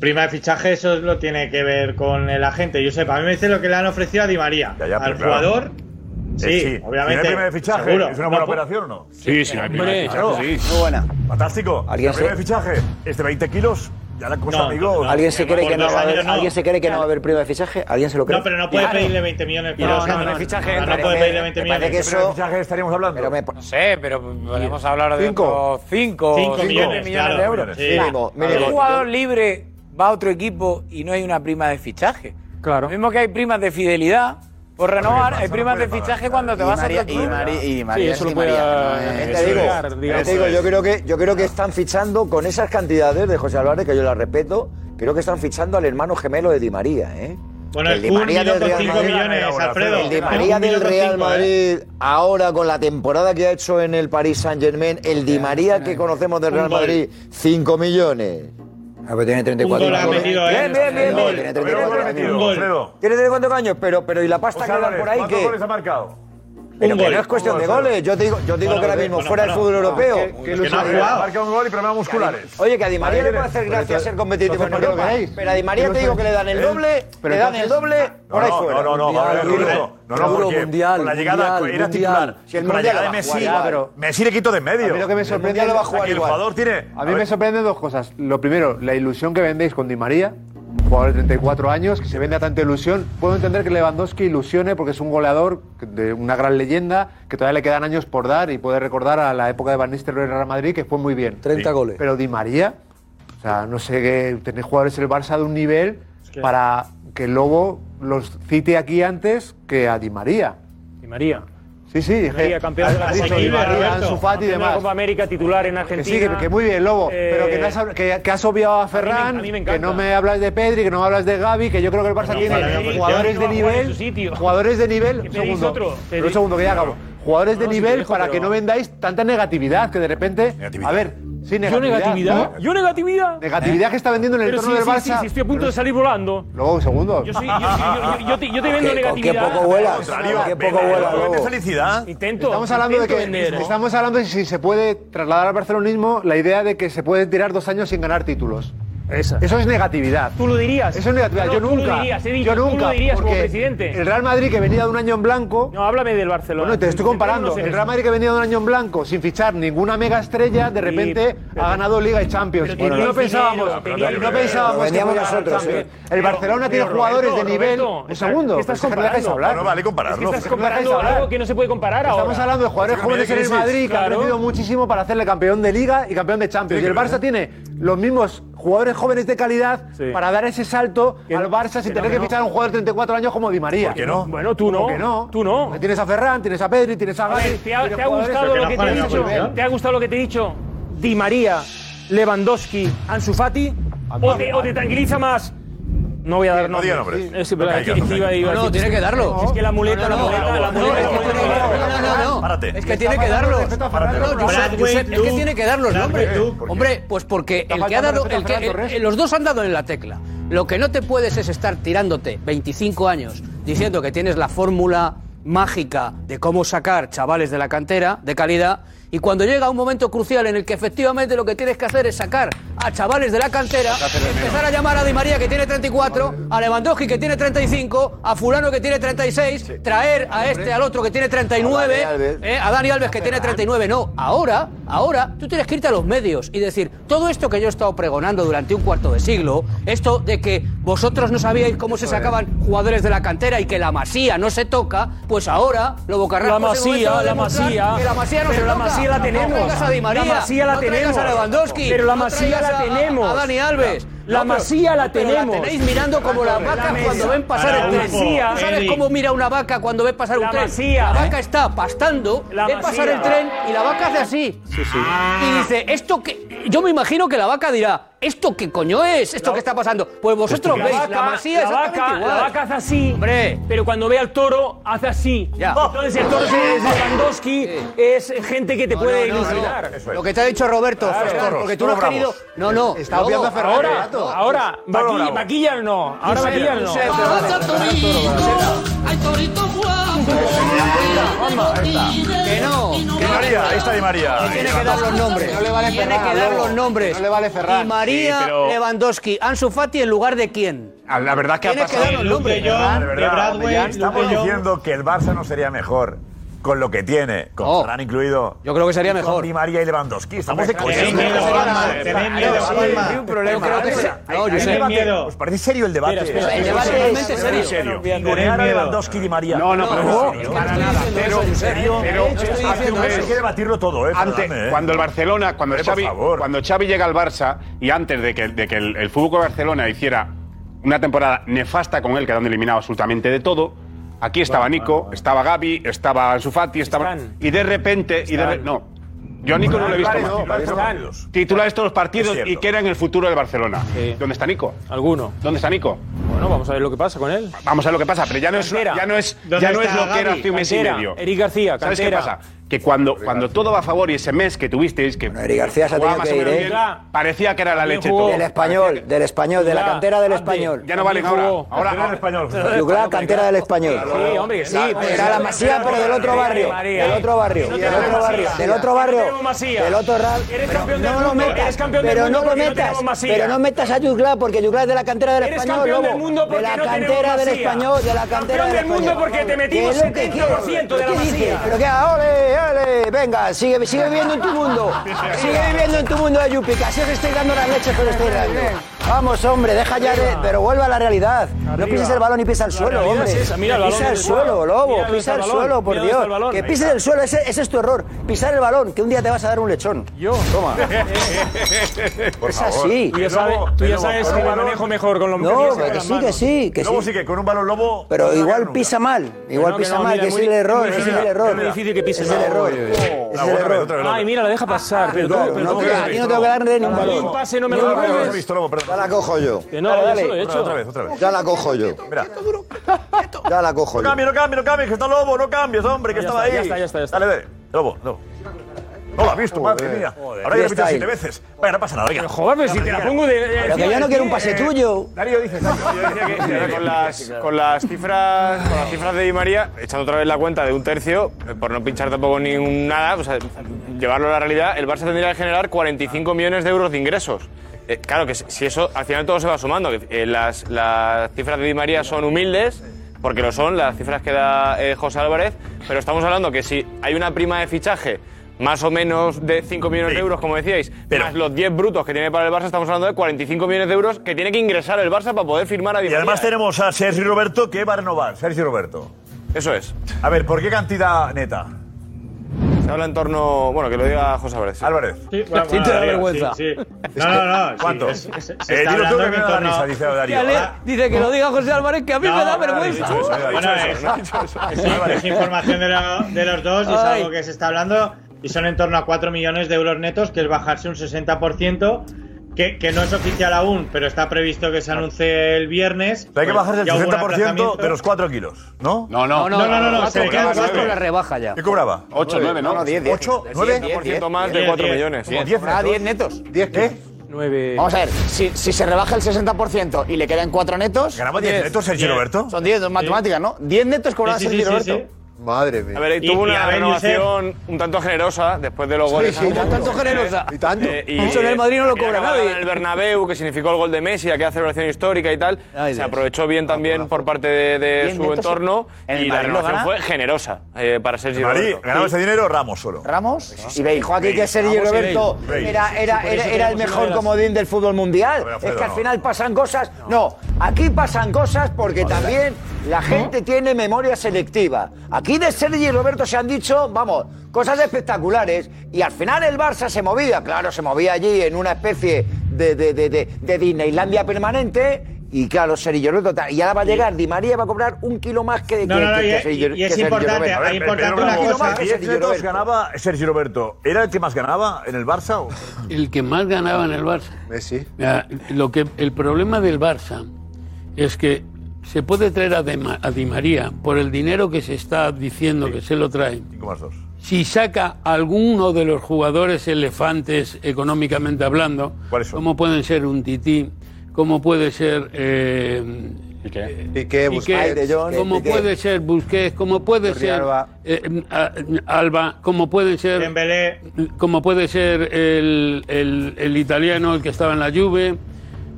[SPEAKER 13] Prima de fichaje, eso lo tiene que ver con el agente. Yo sé, a mí me dice lo que le han ofrecido a Di María.
[SPEAKER 5] pero
[SPEAKER 13] al
[SPEAKER 5] claro.
[SPEAKER 13] jugador,
[SPEAKER 5] Eh,
[SPEAKER 13] sí,
[SPEAKER 5] sí.
[SPEAKER 13] obviamente.
[SPEAKER 5] ¿Tiene prima de fichaje?
[SPEAKER 13] seguro.
[SPEAKER 5] ¿Es una
[SPEAKER 13] No
[SPEAKER 5] buena
[SPEAKER 13] pu-
[SPEAKER 5] operación o no?
[SPEAKER 8] Sí, sí, no hay prima de
[SPEAKER 5] Claro.
[SPEAKER 8] fichaje, sí.
[SPEAKER 5] Muy buena. Fantástico.
[SPEAKER 12] ¿Alguien
[SPEAKER 5] ¿La prima
[SPEAKER 12] se-
[SPEAKER 5] de fichaje es de 20 kilos? Ya la cosa,
[SPEAKER 12] No,
[SPEAKER 5] amigo.
[SPEAKER 12] no, no. Pues, ¿Alguien se cree que no va a haber- alguien se cree que no va a haber prima de fichaje? ¿Alguien se lo cree?
[SPEAKER 5] No, pero no puede
[SPEAKER 12] Claro.
[SPEAKER 5] pedirle
[SPEAKER 13] 20 millones
[SPEAKER 12] por
[SPEAKER 5] No,
[SPEAKER 12] eso,
[SPEAKER 5] no,
[SPEAKER 12] no,
[SPEAKER 5] no,
[SPEAKER 12] no,
[SPEAKER 5] fichaje
[SPEAKER 12] no,
[SPEAKER 5] entra.
[SPEAKER 12] no puede pedirle 20
[SPEAKER 5] Me parece
[SPEAKER 12] millones.
[SPEAKER 5] que
[SPEAKER 12] Pero
[SPEAKER 5] eso...
[SPEAKER 12] de
[SPEAKER 5] fichaje estaríamos hablando?
[SPEAKER 7] No sé, pero podemos hablar de
[SPEAKER 5] Cinco.
[SPEAKER 7] otros cinco,
[SPEAKER 5] Cinco
[SPEAKER 7] cinco
[SPEAKER 5] millones, claro,
[SPEAKER 7] de euros.
[SPEAKER 5] millones. Sí.
[SPEAKER 7] O sea,
[SPEAKER 5] Mínimo, mínimo.
[SPEAKER 7] Un jugador libre va a otro equipo y no hay una prima de fichaje. Claro. Lo mismo que hay primas de fidelidad por renovar, hay primas de fichaje cuando te
[SPEAKER 11] Y
[SPEAKER 7] vas a
[SPEAKER 11] María-
[SPEAKER 7] otro
[SPEAKER 11] y
[SPEAKER 7] club.
[SPEAKER 11] María- y María
[SPEAKER 7] sí,
[SPEAKER 11] es
[SPEAKER 7] eso
[SPEAKER 11] Di
[SPEAKER 7] lo puede
[SPEAKER 11] María,
[SPEAKER 7] eh,
[SPEAKER 12] Te digo,
[SPEAKER 7] explicar, digamos.
[SPEAKER 12] te digo, yo creo que yo creo que están fichando con esas cantidades de José Álvarez que yo las respeto. Creo que están fichando al hermano gemelo de Di María, ¿eh?
[SPEAKER 13] Bueno, el
[SPEAKER 12] Di
[SPEAKER 13] Kun
[SPEAKER 12] María
[SPEAKER 13] vino
[SPEAKER 12] del
[SPEAKER 13] con
[SPEAKER 12] Real
[SPEAKER 13] 5
[SPEAKER 12] Madrid-
[SPEAKER 13] millones, Alfredo.
[SPEAKER 12] El Di
[SPEAKER 13] El Kun
[SPEAKER 12] María
[SPEAKER 13] vino
[SPEAKER 12] del
[SPEAKER 13] con
[SPEAKER 12] Real
[SPEAKER 13] cinco, ¿eh?
[SPEAKER 12] Madrid, ahora con la temporada que ha hecho en el Paris Saint Germain, el Di María que conocemos del
[SPEAKER 13] Un
[SPEAKER 12] Real
[SPEAKER 13] gol.
[SPEAKER 12] Madrid, 5 millones.
[SPEAKER 11] Ah, pero tiene
[SPEAKER 12] Un
[SPEAKER 11] 34
[SPEAKER 12] gol ha metido, ¿eh?
[SPEAKER 11] Bien, bien, bien.
[SPEAKER 12] Un gol.
[SPEAKER 11] bien. Tiene
[SPEAKER 12] Pero un gol
[SPEAKER 11] 34
[SPEAKER 12] ha
[SPEAKER 11] años.
[SPEAKER 12] metido, Un gol. Alfredo.
[SPEAKER 11] Tiene 34 años, pero, pero ¿y la pasta
[SPEAKER 12] José
[SPEAKER 11] que dan
[SPEAKER 12] Álvarez,
[SPEAKER 11] por ahí
[SPEAKER 12] ¿cuántos
[SPEAKER 11] que
[SPEAKER 12] goles
[SPEAKER 5] ha marcado?
[SPEAKER 12] Pero
[SPEAKER 11] Un
[SPEAKER 12] que
[SPEAKER 11] gol.
[SPEAKER 12] no es cuestión
[SPEAKER 11] Un
[SPEAKER 12] de
[SPEAKER 11] gol,
[SPEAKER 12] goles. Yo digo, yo
[SPEAKER 11] Bueno,
[SPEAKER 12] digo que ahora
[SPEAKER 5] eh,
[SPEAKER 11] bueno,
[SPEAKER 12] mismo,
[SPEAKER 11] bueno,
[SPEAKER 12] fuera del
[SPEAKER 11] bueno.
[SPEAKER 12] fútbol
[SPEAKER 11] Ah,
[SPEAKER 12] europeo.
[SPEAKER 11] que- que no ha jugado.
[SPEAKER 5] Marca un gol y problemas musculares.
[SPEAKER 12] Oye, que a Di María
[SPEAKER 5] Ahí
[SPEAKER 12] le puede
[SPEAKER 5] tienes.
[SPEAKER 12] hacer
[SPEAKER 5] Pero
[SPEAKER 12] gracia
[SPEAKER 5] entonces-
[SPEAKER 12] ser competitivo en
[SPEAKER 5] entonces, ¿para qué
[SPEAKER 12] Europa.
[SPEAKER 5] lo queréis?
[SPEAKER 12] Pero a Di María
[SPEAKER 5] ¿Qué
[SPEAKER 12] te digo
[SPEAKER 5] lo
[SPEAKER 12] que le dan el
[SPEAKER 5] ¿Eh?
[SPEAKER 12] doble,
[SPEAKER 5] Pero
[SPEAKER 12] le dan el
[SPEAKER 5] entonces- ah,
[SPEAKER 12] doble, por ahí
[SPEAKER 5] no,
[SPEAKER 12] fuera.
[SPEAKER 5] No, no, no, vamos a ver el
[SPEAKER 12] Mundial,
[SPEAKER 5] rubro. No, no,
[SPEAKER 12] Euro,
[SPEAKER 5] porque
[SPEAKER 12] Mundial,
[SPEAKER 5] con la llegada
[SPEAKER 12] Mundial,
[SPEAKER 5] era titular.
[SPEAKER 12] Mundial. Si el
[SPEAKER 5] con la
[SPEAKER 12] Mundial
[SPEAKER 5] llegada de
[SPEAKER 12] lo va a
[SPEAKER 5] Messi,
[SPEAKER 12] jugar igual.
[SPEAKER 5] pero Messi le quito de en medio.
[SPEAKER 10] A mí lo que me sorprende
[SPEAKER 5] es
[SPEAKER 10] es
[SPEAKER 5] que el jugador tiene.
[SPEAKER 10] A mí me sorprenden dos cosas. Lo primero, la ilusión que vendéis con Di María, un jugador de 34 años, que se vende a tanta ilusión. Puedo entender que Lewandowski ilusione porque es un goleador de una gran leyenda, que todavía le quedan años por dar y puede recordar a la época de Van Nistelrooy en Real Madrid, que fue muy bien.
[SPEAKER 3] 30 Sí. goles.
[SPEAKER 10] Pero Di María, o sea, no sé qué. Tener jugadores en el Barça de un nivel para que el Lobo los cite aquí antes que a Di María.
[SPEAKER 21] Di María.
[SPEAKER 10] Sí, sí, es que-
[SPEAKER 21] María, campeón de la
[SPEAKER 10] Has dicho
[SPEAKER 21] Copa
[SPEAKER 10] Di María,
[SPEAKER 21] América.
[SPEAKER 10] Ansu Fati y
[SPEAKER 21] Campeón de la
[SPEAKER 10] demás.
[SPEAKER 21] Copa América titular en
[SPEAKER 10] Que
[SPEAKER 21] Argentina.
[SPEAKER 10] sí, que, que muy bien, Lobo.
[SPEAKER 21] Eh,
[SPEAKER 10] pero que, no has- que- que has obviado a Ferran,
[SPEAKER 21] a mí me encanta.
[SPEAKER 10] que no me hablas de Pedri, que no me hablas de Gaby, que yo creo que el Barça
[SPEAKER 21] No,
[SPEAKER 10] tiene
[SPEAKER 21] para la posición.
[SPEAKER 10] jugadores de
[SPEAKER 21] Pedri no va a jugar en
[SPEAKER 10] nivel.
[SPEAKER 21] su sitio.
[SPEAKER 10] Jugadores de nivel.
[SPEAKER 21] ¿Qué
[SPEAKER 10] Un
[SPEAKER 21] pedís
[SPEAKER 10] segundo,
[SPEAKER 21] otro?
[SPEAKER 10] Pero
[SPEAKER 21] Pedri-
[SPEAKER 10] un segundo, que ya
[SPEAKER 21] No.
[SPEAKER 10] acabo. Jugadores de
[SPEAKER 21] No, no, si te
[SPEAKER 10] nivel
[SPEAKER 21] dejo,
[SPEAKER 10] para
[SPEAKER 21] pero-
[SPEAKER 10] que no vendáis tanta negatividad, que de repente. A ver, sí,
[SPEAKER 21] ¿Yo
[SPEAKER 10] negatividad.
[SPEAKER 21] negatividad?
[SPEAKER 10] ¿no?
[SPEAKER 21] ¿Yo negatividad? ¿Eh?
[SPEAKER 10] Negatividad que está vendiendo en el
[SPEAKER 21] Pero
[SPEAKER 10] entorno
[SPEAKER 21] sí,
[SPEAKER 10] del
[SPEAKER 21] sí,
[SPEAKER 10] Barça.
[SPEAKER 21] Sí, sí, estoy a punto de salir volando.
[SPEAKER 10] Luego, un segundo.
[SPEAKER 21] Yo, soy- yo- yo- yo- yo te, yo te vendo
[SPEAKER 10] Qué
[SPEAKER 21] negatividad.
[SPEAKER 10] poco vuelas, Lobo.
[SPEAKER 21] Intento.
[SPEAKER 10] Estamos hablando de
[SPEAKER 21] intento
[SPEAKER 10] que
[SPEAKER 21] vender.
[SPEAKER 10] estamos hablando de si se puede trasladar al barcelonismo la idea de que se puede tirar dos años sin ganar títulos. Eso es negatividad.
[SPEAKER 21] Tú lo dirías.
[SPEAKER 10] Eso es negatividad.
[SPEAKER 21] No,
[SPEAKER 10] yo
[SPEAKER 21] tú lo
[SPEAKER 10] nunca.
[SPEAKER 21] dirías, he dicho,
[SPEAKER 10] yo
[SPEAKER 21] tú lo
[SPEAKER 10] nunca.
[SPEAKER 21] dirías como
[SPEAKER 10] porque
[SPEAKER 21] presidente.
[SPEAKER 10] El Real Madrid que venía de un año en blanco.
[SPEAKER 21] No, háblame del Barcelona.
[SPEAKER 10] Bueno, te estoy comparando.
[SPEAKER 21] No sé
[SPEAKER 10] el
[SPEAKER 21] eso.
[SPEAKER 10] Real Madrid que venía de un año en blanco sin fichar ninguna mega estrella, de repente ha ganado Liga y Champions.
[SPEAKER 21] pero
[SPEAKER 10] y
[SPEAKER 21] teníais
[SPEAKER 10] no pensábamos,
[SPEAKER 21] dinero,
[SPEAKER 10] y
[SPEAKER 21] teníais
[SPEAKER 10] no
[SPEAKER 21] dinero.
[SPEAKER 10] pensábamos que
[SPEAKER 21] Veníamos
[SPEAKER 10] fuera a ganar
[SPEAKER 21] nosotros, ¿eh?
[SPEAKER 10] Champions.
[SPEAKER 21] sí.
[SPEAKER 10] El
[SPEAKER 21] Pero-
[SPEAKER 10] Barcelona tiene
[SPEAKER 21] pero
[SPEAKER 10] jugadores
[SPEAKER 21] Roberto,
[SPEAKER 10] de nivel.
[SPEAKER 21] Roberto,
[SPEAKER 10] un segundo.
[SPEAKER 21] ¿qué estás
[SPEAKER 10] es que me dejáis
[SPEAKER 21] comparando?
[SPEAKER 10] hablar.
[SPEAKER 21] No, no vale compararlo. Es que estás comparando algo que no se puede comparar
[SPEAKER 10] Estamos
[SPEAKER 21] ahora.
[SPEAKER 10] hablando de jugadores
[SPEAKER 21] Es que no
[SPEAKER 10] jóvenes en
[SPEAKER 21] tiene
[SPEAKER 10] el
[SPEAKER 21] crisis.
[SPEAKER 10] Madrid que han
[SPEAKER 21] Claro.
[SPEAKER 10] aprendido muchísimo para hacerle campeón de Liga y campeón de Champions.
[SPEAKER 21] Sí,
[SPEAKER 10] y el
[SPEAKER 21] claro.
[SPEAKER 10] Barça tiene los mismos jugadores jóvenes de calidad
[SPEAKER 21] Sí.
[SPEAKER 10] para dar ese salto al Barça sin
[SPEAKER 21] que no,
[SPEAKER 10] tener
[SPEAKER 21] que
[SPEAKER 10] que
[SPEAKER 21] no.
[SPEAKER 10] fichar a un jugador de 34 años como Di María.
[SPEAKER 21] ¿Por qué no? Bueno, tú
[SPEAKER 10] ¿Cómo
[SPEAKER 21] no.
[SPEAKER 10] que no?
[SPEAKER 21] Tú no.
[SPEAKER 10] Porque Tienes a Ferran, tienes a Pedri, tienes a
[SPEAKER 21] A
[SPEAKER 10] Gavi.
[SPEAKER 21] ver, ¿te ha,
[SPEAKER 10] tienes
[SPEAKER 21] te ha
[SPEAKER 10] jugadores-
[SPEAKER 21] gustado lo que te he dicho? ¿Te ha gustado lo que te he dicho? Di María, Lewandowski, Ansu Fati. ¿O te, o te tranquiliza más? No voy a dar
[SPEAKER 5] No diga nombres.
[SPEAKER 21] Es que,
[SPEAKER 5] No
[SPEAKER 21] pero,
[SPEAKER 5] caiga,
[SPEAKER 21] es que
[SPEAKER 5] no caiga.
[SPEAKER 21] iba- iba-
[SPEAKER 5] No, tiene que darlo.
[SPEAKER 21] Es que la muleta, la muleta, la muleta.
[SPEAKER 5] Párate.
[SPEAKER 22] Es que tiene que darlo. No, Josep,
[SPEAKER 5] Brad
[SPEAKER 22] Josep,
[SPEAKER 5] Wade,
[SPEAKER 22] es que
[SPEAKER 5] Luke,
[SPEAKER 22] tiene que dar los
[SPEAKER 5] Brad
[SPEAKER 22] nombres.
[SPEAKER 5] Wade, Luke, ¿por qué?
[SPEAKER 22] Hombre, pues porque
[SPEAKER 5] Está
[SPEAKER 22] el que ha
[SPEAKER 5] faltando
[SPEAKER 22] dado,
[SPEAKER 5] respeto
[SPEAKER 22] el que-
[SPEAKER 5] a Fernando
[SPEAKER 22] el-
[SPEAKER 5] Torres.
[SPEAKER 22] los dos han dado en la tecla. Lo que no te puedes es estar tirándote 25 años diciendo que tienes la fórmula mágica de cómo sacar chavales de la cantera de calidad Y cuando llega un momento crucial en el que efectivamente lo que tienes que hacer es sacar a chavales de la cantera, y empezar a llamar a Di María que tiene 34, a Lewandowski que tiene 35, a Fulano que tiene 36, traer a este, al otro que tiene 39,
[SPEAKER 10] A Dani Alves.
[SPEAKER 22] eh, a Dani Alves que tiene 39. No, ahora, ahora tú tienes que irte a los medios y decir, todo esto que yo he estado pregonando durante un cuarto de siglo, esto de que vosotros no sabíais cómo se sacaban jugadores de la cantera y que la masía no se toca, pues ahora lo bocarrascos
[SPEAKER 4] La
[SPEAKER 22] es el momento
[SPEAKER 4] masía,
[SPEAKER 22] de
[SPEAKER 4] la
[SPEAKER 22] demostrar
[SPEAKER 4] masía.
[SPEAKER 22] que la masía no
[SPEAKER 4] pero
[SPEAKER 22] se
[SPEAKER 4] la
[SPEAKER 22] toca.
[SPEAKER 4] masía la
[SPEAKER 22] No
[SPEAKER 4] tenemos.
[SPEAKER 22] traigas a Di María,
[SPEAKER 4] la masía la
[SPEAKER 22] no traigas
[SPEAKER 4] tenemos.
[SPEAKER 22] a Lewandowski,
[SPEAKER 4] Pero la
[SPEAKER 22] no
[SPEAKER 4] masía
[SPEAKER 22] traigas
[SPEAKER 4] la
[SPEAKER 22] a-
[SPEAKER 4] tenemos.
[SPEAKER 22] A Dani Alves.
[SPEAKER 4] La
[SPEAKER 22] No, pero-
[SPEAKER 4] masía la
[SPEAKER 22] no, pero
[SPEAKER 4] tenemos.
[SPEAKER 22] La tenéis mirando como las
[SPEAKER 4] La
[SPEAKER 22] vacas
[SPEAKER 4] mesa.
[SPEAKER 22] cuando ven pasar el
[SPEAKER 4] Para la
[SPEAKER 22] tren.
[SPEAKER 4] masía.
[SPEAKER 22] ¿Tú ¿Sabes cómo mira una vaca cuando ve pasar un
[SPEAKER 4] La
[SPEAKER 22] tren?
[SPEAKER 4] masía. ¿eh?
[SPEAKER 22] La vaca está pastando,
[SPEAKER 4] La
[SPEAKER 22] ve pasar
[SPEAKER 4] masía.
[SPEAKER 22] el tren y la vaca hace así. Y dice, esto que. Yo me imagino que la vaca dirá, ¿esto qué coño es? ¿Esto que está pasando? Pues vosotros
[SPEAKER 4] La
[SPEAKER 22] veis,
[SPEAKER 4] vaca-
[SPEAKER 22] la masía
[SPEAKER 4] la
[SPEAKER 22] exactamente
[SPEAKER 4] vaca-
[SPEAKER 22] igual.
[SPEAKER 4] la vaca hace así, pero cuando ve al toro, hace así. Entonces el toro es- es Lewandowski, es gente que te puede
[SPEAKER 22] no, no.
[SPEAKER 4] ilusionar.
[SPEAKER 22] Lo que te ha dicho Roberto, Pastor, porque tú no has querido. No, no.
[SPEAKER 4] Está
[SPEAKER 22] Lobo,
[SPEAKER 4] obviando a Ferran Ahora,
[SPEAKER 22] Lobo.
[SPEAKER 4] ahora, Vaquilla- Vaquilla no. Ahora
[SPEAKER 22] Josep,
[SPEAKER 4] Vaquilla no.
[SPEAKER 22] Josep, Avanza, Torito.
[SPEAKER 21] ¡Ay, torito guapo!
[SPEAKER 22] Que no.
[SPEAKER 5] Di María, ahí está Di María.
[SPEAKER 22] Tiene que dar los nombres. Tiene que dar los nombres. No le vale Ferran. Y María
[SPEAKER 5] Sí, pero-
[SPEAKER 22] Lewandowski, Ansu Fati en lugar de quién?
[SPEAKER 5] Ah, La verdad
[SPEAKER 22] que ha Tiene que pasado- dar los nombres,
[SPEAKER 5] De verdad,
[SPEAKER 22] Ferran,
[SPEAKER 5] de verdad,
[SPEAKER 22] de Bradway,
[SPEAKER 5] ya Estamos
[SPEAKER 22] Luke de Jong.
[SPEAKER 5] diciendo que el Barça no sería mejor con lo que tiene, con Ferran incluido. Oh. Yo
[SPEAKER 22] creo que sería
[SPEAKER 5] mejor. Di María y Lewandowski.
[SPEAKER 13] Pues,
[SPEAKER 18] Pues,
[SPEAKER 5] Estamos de coño.
[SPEAKER 13] Tenéis miedo, Juanma, tenéis miedo, Juanma.
[SPEAKER 5] No, yo sé.
[SPEAKER 13] miedo.
[SPEAKER 5] ¿Os parece serio el debate?
[SPEAKER 13] Espera, espera,
[SPEAKER 5] Sí,
[SPEAKER 13] espera,
[SPEAKER 5] sí,
[SPEAKER 13] espera,
[SPEAKER 5] sí,
[SPEAKER 13] espera,
[SPEAKER 5] sí,
[SPEAKER 13] espera,
[SPEAKER 5] serio.
[SPEAKER 13] espera,
[SPEAKER 5] Ningunear
[SPEAKER 13] espera,
[SPEAKER 5] a
[SPEAKER 13] espera.
[SPEAKER 5] Lewandowski y Di María.
[SPEAKER 13] No, no, pero
[SPEAKER 5] No,
[SPEAKER 13] es serio.
[SPEAKER 5] para nada. Pero, serio,
[SPEAKER 8] Pero
[SPEAKER 5] hace un mes. Hay que debatirlo todo, ¿eh?
[SPEAKER 8] Antes,
[SPEAKER 5] Perdóname, ¿eh?
[SPEAKER 8] Cuando el Barcelona, cuando
[SPEAKER 5] Hombre, por
[SPEAKER 8] Xavi, cuando Xavi llega al Barça y antes de que, de que el, el Fútbol Club Barcelona hiciera una temporada nefasta con él, quedando eliminado absolutamente de todo. Aquí estaba Nico, estaba Gaby, estaba Ansu Fati, estaba y de repente y de re- no, yo a Nico no lo he visto
[SPEAKER 5] Vale,
[SPEAKER 8] más.
[SPEAKER 5] no, vale, no.
[SPEAKER 8] Titulares todos los partidos
[SPEAKER 5] Es cierto.
[SPEAKER 8] y que era en el futuro del Barcelona. ¿Dónde está Nico? Alguno. ¿Dónde está Nico? Bueno, vamos a ver lo que pasa con él. Vamos a ver lo que pasa, pero ya no es
[SPEAKER 12] Cantera.
[SPEAKER 8] ya no es
[SPEAKER 12] ¿Dónde
[SPEAKER 8] ya no es
[SPEAKER 12] está
[SPEAKER 8] lo que era
[SPEAKER 12] Gavi?
[SPEAKER 8] hace un mes y
[SPEAKER 12] Cantera.
[SPEAKER 8] medio.
[SPEAKER 12] Eric García,
[SPEAKER 8] ¿Sabes qué
[SPEAKER 12] cantera.
[SPEAKER 8] pasa? Que cuando, cuando todo va a favor y ese mes que tuvisteis, que
[SPEAKER 11] Eric García se ha
[SPEAKER 8] jugaba
[SPEAKER 11] tenido
[SPEAKER 8] más
[SPEAKER 11] que
[SPEAKER 8] o menos
[SPEAKER 11] ir, ¿eh?
[SPEAKER 8] bien, parecía que era la
[SPEAKER 11] También
[SPEAKER 8] leche
[SPEAKER 11] jugó.
[SPEAKER 8] todo.
[SPEAKER 11] Del español, del español, de la cantera del español.
[SPEAKER 8] Ya no valen ahora. Ahora, ahora.
[SPEAKER 11] Yuclá, cantera del español.
[SPEAKER 8] Sí, hombre, que sí, pero-
[SPEAKER 11] Era la Masía, pero del otro barrio.
[SPEAKER 4] María.
[SPEAKER 11] Del otro barrio.
[SPEAKER 4] No
[SPEAKER 11] Del
[SPEAKER 4] tenemos
[SPEAKER 11] otro barrio.
[SPEAKER 4] Masía.
[SPEAKER 11] Del otro
[SPEAKER 4] No
[SPEAKER 11] barrio.
[SPEAKER 4] tenemos Masía.
[SPEAKER 11] Del otro ra-
[SPEAKER 4] Eres
[SPEAKER 11] Pero
[SPEAKER 4] campeón del
[SPEAKER 11] No lo
[SPEAKER 4] mundo, eres
[SPEAKER 11] metas.
[SPEAKER 4] campeón del
[SPEAKER 11] Pero
[SPEAKER 4] mundo
[SPEAKER 11] no lo
[SPEAKER 4] porque no
[SPEAKER 11] metas.
[SPEAKER 4] tenemos Masía.
[SPEAKER 11] Pero no metas a Yuclá, porque Yuclá es de la cantera del
[SPEAKER 4] Eres
[SPEAKER 11] español,
[SPEAKER 4] campeón del mundo
[SPEAKER 11] Lobo. De
[SPEAKER 4] porque
[SPEAKER 11] la
[SPEAKER 4] no tenemos
[SPEAKER 11] cantera del
[SPEAKER 4] Masía.
[SPEAKER 11] español. De la cantera
[SPEAKER 4] Campeón
[SPEAKER 11] del
[SPEAKER 4] del mundo
[SPEAKER 11] español.
[SPEAKER 4] porque te metimos
[SPEAKER 11] ¿Qué es lo que
[SPEAKER 4] 70%
[SPEAKER 11] quieres?
[SPEAKER 4] de la
[SPEAKER 11] ¿Qué dices?
[SPEAKER 4] Masía.
[SPEAKER 11] Pero que haga, ole, ole. Venga, sigue, sigue viviendo en tu mundo. Sigue viviendo en tu mundo de Yupica. Así os estoy dando las leches que os estoy dando. Vamos, hombre, deja ya de. Pero vuelve a la realidad. No pises el balón y pisa el suelo,
[SPEAKER 12] realidad
[SPEAKER 11] hombre.
[SPEAKER 12] es esa, mira el balón
[SPEAKER 11] Pisa el
[SPEAKER 12] donde juega.
[SPEAKER 11] suelo, lobo.
[SPEAKER 12] Mira dónde está
[SPEAKER 11] Pisa
[SPEAKER 12] el
[SPEAKER 11] el
[SPEAKER 12] balón,
[SPEAKER 11] suelo, por
[SPEAKER 12] mira dónde está
[SPEAKER 11] Dios.
[SPEAKER 12] el balón.
[SPEAKER 11] Que
[SPEAKER 12] Ahí
[SPEAKER 11] pises
[SPEAKER 12] está.
[SPEAKER 11] el suelo, ese, ese es tu error. Pisar el balón, que un día te vas a dar un lechón. Yo. Toma.
[SPEAKER 5] Por
[SPEAKER 11] Es
[SPEAKER 5] favor.
[SPEAKER 11] así.
[SPEAKER 5] El lobo- el lobo con un balón-
[SPEAKER 11] No, que sí, que sí, que
[SPEAKER 5] El lobo sí
[SPEAKER 11] sí.
[SPEAKER 5] que con un balón lobo.
[SPEAKER 11] Pero
[SPEAKER 5] no
[SPEAKER 11] igual
[SPEAKER 5] gana
[SPEAKER 11] pisa mal,
[SPEAKER 5] no,
[SPEAKER 11] igual
[SPEAKER 5] que
[SPEAKER 11] pisa
[SPEAKER 5] no,
[SPEAKER 11] mal,
[SPEAKER 5] mira,
[SPEAKER 11] que es
[SPEAKER 5] muy-
[SPEAKER 11] el error,
[SPEAKER 5] muy
[SPEAKER 11] ese es el
[SPEAKER 5] difícil,
[SPEAKER 11] error.
[SPEAKER 5] muy difícil que pise
[SPEAKER 11] Es el
[SPEAKER 5] mal.
[SPEAKER 11] error. Es el error.
[SPEAKER 12] Ay, mira, la deja pasar. pero
[SPEAKER 11] No,
[SPEAKER 12] tú, pero
[SPEAKER 11] no
[SPEAKER 12] tú,
[SPEAKER 11] te-
[SPEAKER 12] pero
[SPEAKER 11] a ti
[SPEAKER 12] tú.
[SPEAKER 11] no te voy a dar ni un
[SPEAKER 12] Cada
[SPEAKER 11] balón.
[SPEAKER 12] vez un pase no me
[SPEAKER 11] Ni
[SPEAKER 12] lo
[SPEAKER 11] un balón.
[SPEAKER 12] devuelves.
[SPEAKER 11] Lo he visto,
[SPEAKER 5] Lobo,
[SPEAKER 11] Ya la cojo yo.
[SPEAKER 12] Que no, Dale, yo dale. se lo he hecho.
[SPEAKER 5] Otra vez, otra vez.
[SPEAKER 11] Ya la cojo yo.
[SPEAKER 5] Mira.
[SPEAKER 11] Ya la cojo
[SPEAKER 5] No
[SPEAKER 11] yo.
[SPEAKER 5] cambies, no cambies, no cambies, que está Lobo, no cambies, hombre, que
[SPEAKER 12] Ya
[SPEAKER 5] estaba
[SPEAKER 12] está,
[SPEAKER 5] ahí.
[SPEAKER 12] ya está, ya está, ya está.
[SPEAKER 5] Dale, dale. Lobo, Lobo. No la has visto, madre
[SPEAKER 12] Joder.
[SPEAKER 5] mía.
[SPEAKER 12] Joder.
[SPEAKER 5] Ahora hay que
[SPEAKER 12] Ya está
[SPEAKER 5] repetir siete
[SPEAKER 12] ahí.
[SPEAKER 5] veces. Venga, no pasa nada, venga.
[SPEAKER 12] Pero, joder, pero si te la pongo de- de- Pero que yo no quiero un
[SPEAKER 21] Eh,
[SPEAKER 12] pase tuyo.
[SPEAKER 5] Darío dice, yo
[SPEAKER 12] decía que-
[SPEAKER 14] Eh, con, las, con las cifras con las cifras de Di María, echando otra vez la cuenta de un tercio, eh, por no pinchar tampoco ningún nada, o sea, llevarlo a la realidad, el Barça tendría que generar 45 millones de euros de ingresos. Eh, claro que si- si eso, al final todo se va sumando. Eh, las, las cifras de Di María son humildes, porque lo son, las cifras que da eh, José Álvarez, pero estamos hablando que si hay una prima de fichaje más o menos de 5 millones de euros, como decíais, más los 10 brutos que tiene para el Barça, estamos hablando de 45 millones de euros que tiene que ingresar el Barça para poder firmar a Di
[SPEAKER 5] Y además
[SPEAKER 14] María.
[SPEAKER 5] tenemos a Sergio Roberto que va a renovar. Sergio Roberto.
[SPEAKER 14] Eso es.
[SPEAKER 5] A ver, ¿por qué cantidad neta?
[SPEAKER 14] Se habla en torno. Bueno, que lo diga José Álvarez.
[SPEAKER 5] Álvarez.
[SPEAKER 14] Sí,
[SPEAKER 13] bueno, Sí, te da bueno, vergüenza. sí, sí. No, no, no, sí,
[SPEAKER 14] ¿Cuánto?
[SPEAKER 13] es- es-
[SPEAKER 5] Eh,
[SPEAKER 13] se está hablando en torno-
[SPEAKER 22] Ya le- Dice que lo diga
[SPEAKER 7] Ah,
[SPEAKER 22] José Álvarez, que a mí me da vergüenza.
[SPEAKER 13] Bueno, es- es- es información de, la- de los dos y es
[SPEAKER 22] Ay.
[SPEAKER 13] algo que se está hablando y son en torno a 4 millones de euros netos, que es bajarse un 60%, que, que no es oficial aún, pero está previsto que se anuncie el viernes.
[SPEAKER 5] Ah. Hay que bajarse el
[SPEAKER 13] Ya hubo un
[SPEAKER 5] 60%
[SPEAKER 13] aplazamiento.
[SPEAKER 5] de los 4 kilos, ¿no?
[SPEAKER 8] No, no.
[SPEAKER 13] No, no, no, no, se le quedan
[SPEAKER 5] cobraba
[SPEAKER 13] cuatro.
[SPEAKER 5] nueve.
[SPEAKER 13] la rebaja ya.
[SPEAKER 5] ¿Qué cobraba?
[SPEAKER 8] 8, 9, ¿no?
[SPEAKER 5] 8, 9,
[SPEAKER 14] 10, más de 4 millones.
[SPEAKER 5] Como 10
[SPEAKER 14] 10.
[SPEAKER 5] Ah,
[SPEAKER 1] 10
[SPEAKER 5] netos.
[SPEAKER 1] netos.
[SPEAKER 5] ¿10 qué?
[SPEAKER 12] 9.
[SPEAKER 1] Vamos a ver, si, si se rebaja el 60% y le quedan 4 netos.
[SPEAKER 5] ¿Ganamos 10 netos, Sergio Roberto?
[SPEAKER 1] Son 10, dos matemáticas, ¿no? 10 netos cobraba
[SPEAKER 5] Sí, sí,
[SPEAKER 1] Sergio
[SPEAKER 5] sí, sí,
[SPEAKER 1] Roberto.
[SPEAKER 10] Madre mía.
[SPEAKER 14] A ver, tuvo una renovación un tanto generosa después de los
[SPEAKER 10] Sí,
[SPEAKER 14] goles.
[SPEAKER 10] sí, un tanto
[SPEAKER 20] generosa.
[SPEAKER 14] Eh,
[SPEAKER 10] Y tanto.
[SPEAKER 20] Eso en el Madrid no lo
[SPEAKER 14] y
[SPEAKER 20] cobra
[SPEAKER 14] acabada
[SPEAKER 20] nadie.
[SPEAKER 14] en El Bernabéu, que significó el gol de Messi, aquella celebración histórica y tal. se aprovechó bien también por parte de, de
[SPEAKER 5] Bien,
[SPEAKER 14] su
[SPEAKER 5] esto sí.
[SPEAKER 14] entorno
[SPEAKER 5] En el
[SPEAKER 14] y la
[SPEAKER 5] Madrid lo
[SPEAKER 14] renovación
[SPEAKER 5] gana.
[SPEAKER 14] fue generosa eh, para Sergio
[SPEAKER 5] Madrid,
[SPEAKER 14] Roberto.
[SPEAKER 5] ganaba
[SPEAKER 14] Sí.
[SPEAKER 5] ese dinero Ramos solo.
[SPEAKER 11] Ramos y Bale. Dijo aquí que Sergio
[SPEAKER 5] Ramos y Bale.
[SPEAKER 11] Roberto
[SPEAKER 5] Bale.
[SPEAKER 11] era, era,
[SPEAKER 5] Sí, por
[SPEAKER 11] era,
[SPEAKER 5] eso
[SPEAKER 11] era el
[SPEAKER 5] tenemos una de
[SPEAKER 11] mejor
[SPEAKER 5] las-
[SPEAKER 11] comodín del fútbol mundial.
[SPEAKER 5] Pero, Alfredo,
[SPEAKER 11] es que al
[SPEAKER 5] no.
[SPEAKER 11] final pasan cosas. No, aquí pasan cosas porque también la gente tiene memoria selectiva. Aquí de Sergio y Roberto se han dicho, vamos, cosas espectaculares. Y al final el Barça se movía, claro, se movía allí en una especie de, de, de, de, de Disneylandia permanente. Y claro, Sergio Roberto. ta- Y ahora va a llegar, Di María va a cobrar un kilo más que,
[SPEAKER 5] No,
[SPEAKER 11] que-
[SPEAKER 5] no, no,
[SPEAKER 11] que-
[SPEAKER 5] y-
[SPEAKER 11] que
[SPEAKER 5] y-
[SPEAKER 11] Sergio-
[SPEAKER 5] y es
[SPEAKER 11] que Sergio
[SPEAKER 5] importante,
[SPEAKER 11] Roberto.
[SPEAKER 5] a ver, importante una
[SPEAKER 11] Un kilo
[SPEAKER 5] cosa.
[SPEAKER 11] más que
[SPEAKER 5] ¿Diez
[SPEAKER 11] Sergio
[SPEAKER 5] euros
[SPEAKER 11] Roberto.
[SPEAKER 5] ganaba Sergio Roberto? ¿Era el que más ganaba en el Barça? O?
[SPEAKER 2] El que más ganaba en el Barça. Mira, lo que, el problema del Barça es que se puede traer a, Dema- a Di María por el dinero que se está diciendo que se lo trae.
[SPEAKER 5] 5 más 2.
[SPEAKER 2] Si saca alguno de los jugadores elefantes económicamente hablando, como pueden ser un Tití, como puede ser eh,
[SPEAKER 10] Piqué, Busquets, De Jong,
[SPEAKER 2] como
[SPEAKER 10] Piqué.
[SPEAKER 2] puede ser Busquets, como puede
[SPEAKER 10] Jordi
[SPEAKER 2] ser
[SPEAKER 10] Alba.
[SPEAKER 2] eh, a- Alba, como puede ser como puede ser el, el- el italiano el que estaba en la Juve,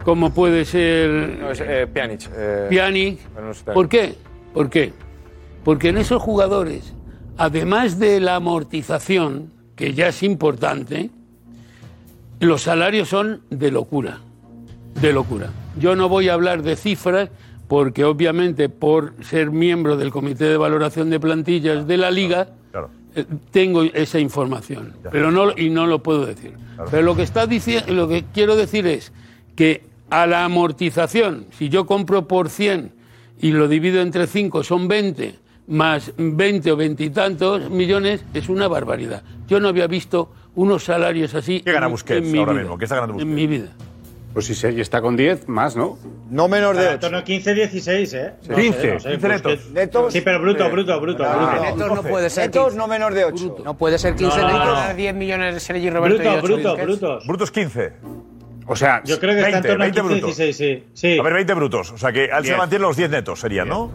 [SPEAKER 2] como puede ser
[SPEAKER 14] No, es, eh, Pjanic. eh,
[SPEAKER 2] Pjanic.
[SPEAKER 14] pero no es Pjanic.
[SPEAKER 2] ¿Por qué? ¿Por qué? Porque en esos jugadores, además de la amortización, que ya es importante, los salarios son de locura. De locura. Yo no voy a hablar de cifras porque obviamente por ser miembro del Comité de Valoración de Plantillas de la Liga, eh, tengo esa información, pero no y no lo puedo decir. Pero lo que está diciendo, lo que quiero decir es que a la amortización, si yo compro por 100 y lo divido entre 5 son 20 más 20 o 20 y tantos millones es una barbaridad. Yo no había visto unos salarios así
[SPEAKER 5] ¿Qué gana
[SPEAKER 2] en-
[SPEAKER 5] Busquets
[SPEAKER 2] en mi
[SPEAKER 5] ahora
[SPEAKER 2] vida.
[SPEAKER 5] mismo? ¿Qué está ganando Busquets?
[SPEAKER 2] En mi vida.
[SPEAKER 8] Pues si Sergi está con 10, más, ¿no?
[SPEAKER 10] No menos
[SPEAKER 13] En torno 15, 16, ¿eh? No sé,
[SPEAKER 8] 15,
[SPEAKER 13] no sé,
[SPEAKER 8] 15
[SPEAKER 13] Busquets.
[SPEAKER 8] netos.
[SPEAKER 13] Sí, pero bruto, bruto, bruto. bruto.
[SPEAKER 16] eh, Netos no puede ser.
[SPEAKER 11] Netos no menos de 8.
[SPEAKER 16] No puede ser 15
[SPEAKER 13] No, no,
[SPEAKER 16] netos.
[SPEAKER 13] no.
[SPEAKER 16] 10 millones de Sergi Roberto
[SPEAKER 13] Bruto,
[SPEAKER 16] y 8
[SPEAKER 13] bruto, bruto.
[SPEAKER 5] Brutos 15.
[SPEAKER 8] O sea,
[SPEAKER 13] Yo creo que está en torno a 15,
[SPEAKER 5] brutos.
[SPEAKER 13] 16, sí. sí.
[SPEAKER 5] A ver, 20 brutos. O sea que al se
[SPEAKER 13] Diez.
[SPEAKER 5] mantienen los 10 netos, sería, ¿no?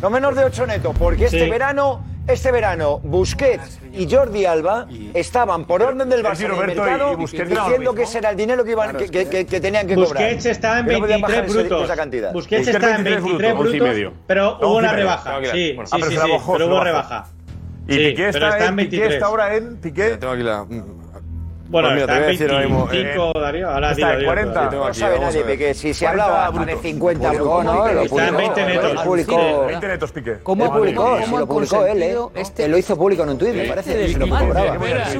[SPEAKER 11] No menos de 8 netos, porque este
[SPEAKER 5] Sí.
[SPEAKER 11] verano, este verano, Busquets y Jordi Alba estaban por orden del Barça
[SPEAKER 5] Sergio
[SPEAKER 11] en el
[SPEAKER 5] Roberto y-
[SPEAKER 11] mercado
[SPEAKER 5] y Busquets ganaban
[SPEAKER 11] diciendo que ese era el dinero que, iban, que, que- que- que tenían que cobrar.
[SPEAKER 13] Busquets está en
[SPEAKER 11] Que no podían bajar
[SPEAKER 13] 23
[SPEAKER 11] esa-
[SPEAKER 13] brutos.
[SPEAKER 11] esa cantidad.
[SPEAKER 13] Busquets está en 23 brutos, pero hubo una rebaja.
[SPEAKER 5] Tengo que
[SPEAKER 13] Sí,
[SPEAKER 5] ir a-
[SPEAKER 13] sí,
[SPEAKER 5] Ah, pero
[SPEAKER 13] sí,
[SPEAKER 5] se la
[SPEAKER 13] sí,
[SPEAKER 5] bajó, se
[SPEAKER 13] pero
[SPEAKER 5] la
[SPEAKER 13] hubo
[SPEAKER 5] bajó.
[SPEAKER 13] rebaja.
[SPEAKER 5] Y
[SPEAKER 13] Sí,
[SPEAKER 5] Piqué,
[SPEAKER 13] pero
[SPEAKER 5] está,
[SPEAKER 13] está en
[SPEAKER 5] en, Piqué
[SPEAKER 13] 23.
[SPEAKER 5] está ahora en Mm. Piqué.
[SPEAKER 14] Tengo aquí la.
[SPEAKER 13] Bueno,
[SPEAKER 14] Pues
[SPEAKER 13] está
[SPEAKER 14] mira, te voy a
[SPEAKER 13] en
[SPEAKER 14] decir ahora
[SPEAKER 5] eh.
[SPEAKER 14] mismo,
[SPEAKER 13] 25, Darío. Ahora
[SPEAKER 14] está
[SPEAKER 13] dilo,
[SPEAKER 14] en
[SPEAKER 13] dilo,
[SPEAKER 14] 40.
[SPEAKER 13] dilo.
[SPEAKER 14] Yo tengo aquí, vamos a ver.
[SPEAKER 11] Piqué, si se
[SPEAKER 14] 40
[SPEAKER 11] hablaba de
[SPEAKER 14] brutos.
[SPEAKER 11] 50 brutos, ¿no?
[SPEAKER 14] Piqué.
[SPEAKER 11] Lo
[SPEAKER 14] Está en
[SPEAKER 11] publicó,
[SPEAKER 14] 20
[SPEAKER 11] lo
[SPEAKER 14] netos.
[SPEAKER 11] publicó.
[SPEAKER 14] Sí,
[SPEAKER 5] 20 eh, netos, Piqué.
[SPEAKER 11] ¿Cómo lo publicó? Sí, lo publicó él, ¿eh? Él lo hizo público en un tuit, me parece. se lo cobraba.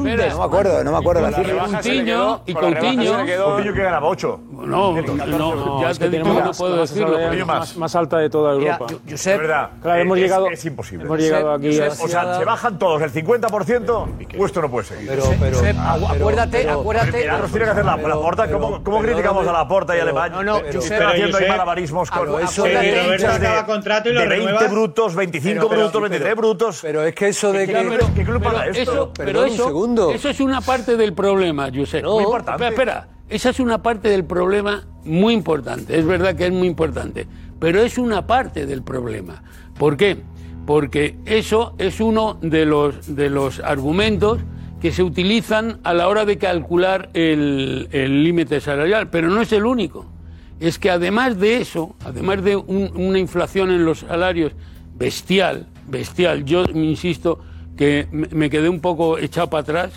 [SPEAKER 11] No me acuerdo, no me acuerdo la cifra.
[SPEAKER 2] Coutinho y Coutinho.
[SPEAKER 5] Coutinho que ganaba 8.
[SPEAKER 2] No, no, ya
[SPEAKER 4] es que
[SPEAKER 2] te digo,
[SPEAKER 4] tenemos
[SPEAKER 2] no
[SPEAKER 4] las-
[SPEAKER 2] puedo
[SPEAKER 4] las
[SPEAKER 2] decirlo.
[SPEAKER 4] salariales
[SPEAKER 2] Coutinho
[SPEAKER 4] más, más alta de toda
[SPEAKER 2] Mira,
[SPEAKER 4] Europa.
[SPEAKER 2] Yo- Josep-
[SPEAKER 5] Es verdad.
[SPEAKER 4] Claro, hemos
[SPEAKER 5] Es-
[SPEAKER 4] llegado-
[SPEAKER 5] Es imposible.
[SPEAKER 4] hemos llegado aquí a-
[SPEAKER 5] o sea, se bajan todos el 50%. Esto no puede seguir. Pero,
[SPEAKER 22] pero- Josep, agu- pero- acuérdate- pero- acuérdate-
[SPEAKER 5] Milagros tiene que hacer la, la porta. ¿Cómo, cómo
[SPEAKER 22] pero-
[SPEAKER 5] criticamos
[SPEAKER 22] pero-
[SPEAKER 5] a la porta y a
[SPEAKER 22] pero-
[SPEAKER 5] Alemania?
[SPEAKER 22] no, no,
[SPEAKER 5] pero,
[SPEAKER 22] Josep,
[SPEAKER 5] pero haciendo ahí
[SPEAKER 22] Josep,
[SPEAKER 5] malabarismos con.
[SPEAKER 22] acu-
[SPEAKER 5] Eso
[SPEAKER 22] acuérdate-
[SPEAKER 5] de-
[SPEAKER 22] Roberto
[SPEAKER 5] de-
[SPEAKER 22] acaba
[SPEAKER 13] contrato y lo
[SPEAKER 5] de 20
[SPEAKER 13] renuevas.
[SPEAKER 5] brutos, 25 brutos,
[SPEAKER 8] "Eh,
[SPEAKER 5] 23 brutos.
[SPEAKER 3] Pero es que eso de
[SPEAKER 5] ¿Qué
[SPEAKER 3] que.
[SPEAKER 5] club- qué club
[SPEAKER 2] Pero
[SPEAKER 5] paga esto?
[SPEAKER 2] eso, pero
[SPEAKER 3] Perdón, un
[SPEAKER 2] eso,
[SPEAKER 3] segundo.
[SPEAKER 2] eso es una parte del problema, Josep.
[SPEAKER 3] No. Muy importante.
[SPEAKER 2] Espera, espera. esa es una parte del problema muy importante. Es verdad que es muy importante, pero es una parte del problema. ¿Por qué? Porque eso es uno de los de los argumentos que se utilizan a la hora de calcular el el límite salarial, pero no es el único. Es que además de eso, además de un- una inflación en los salarios bestial, bestial, yo insisto que me me quedé un poco echado para atrás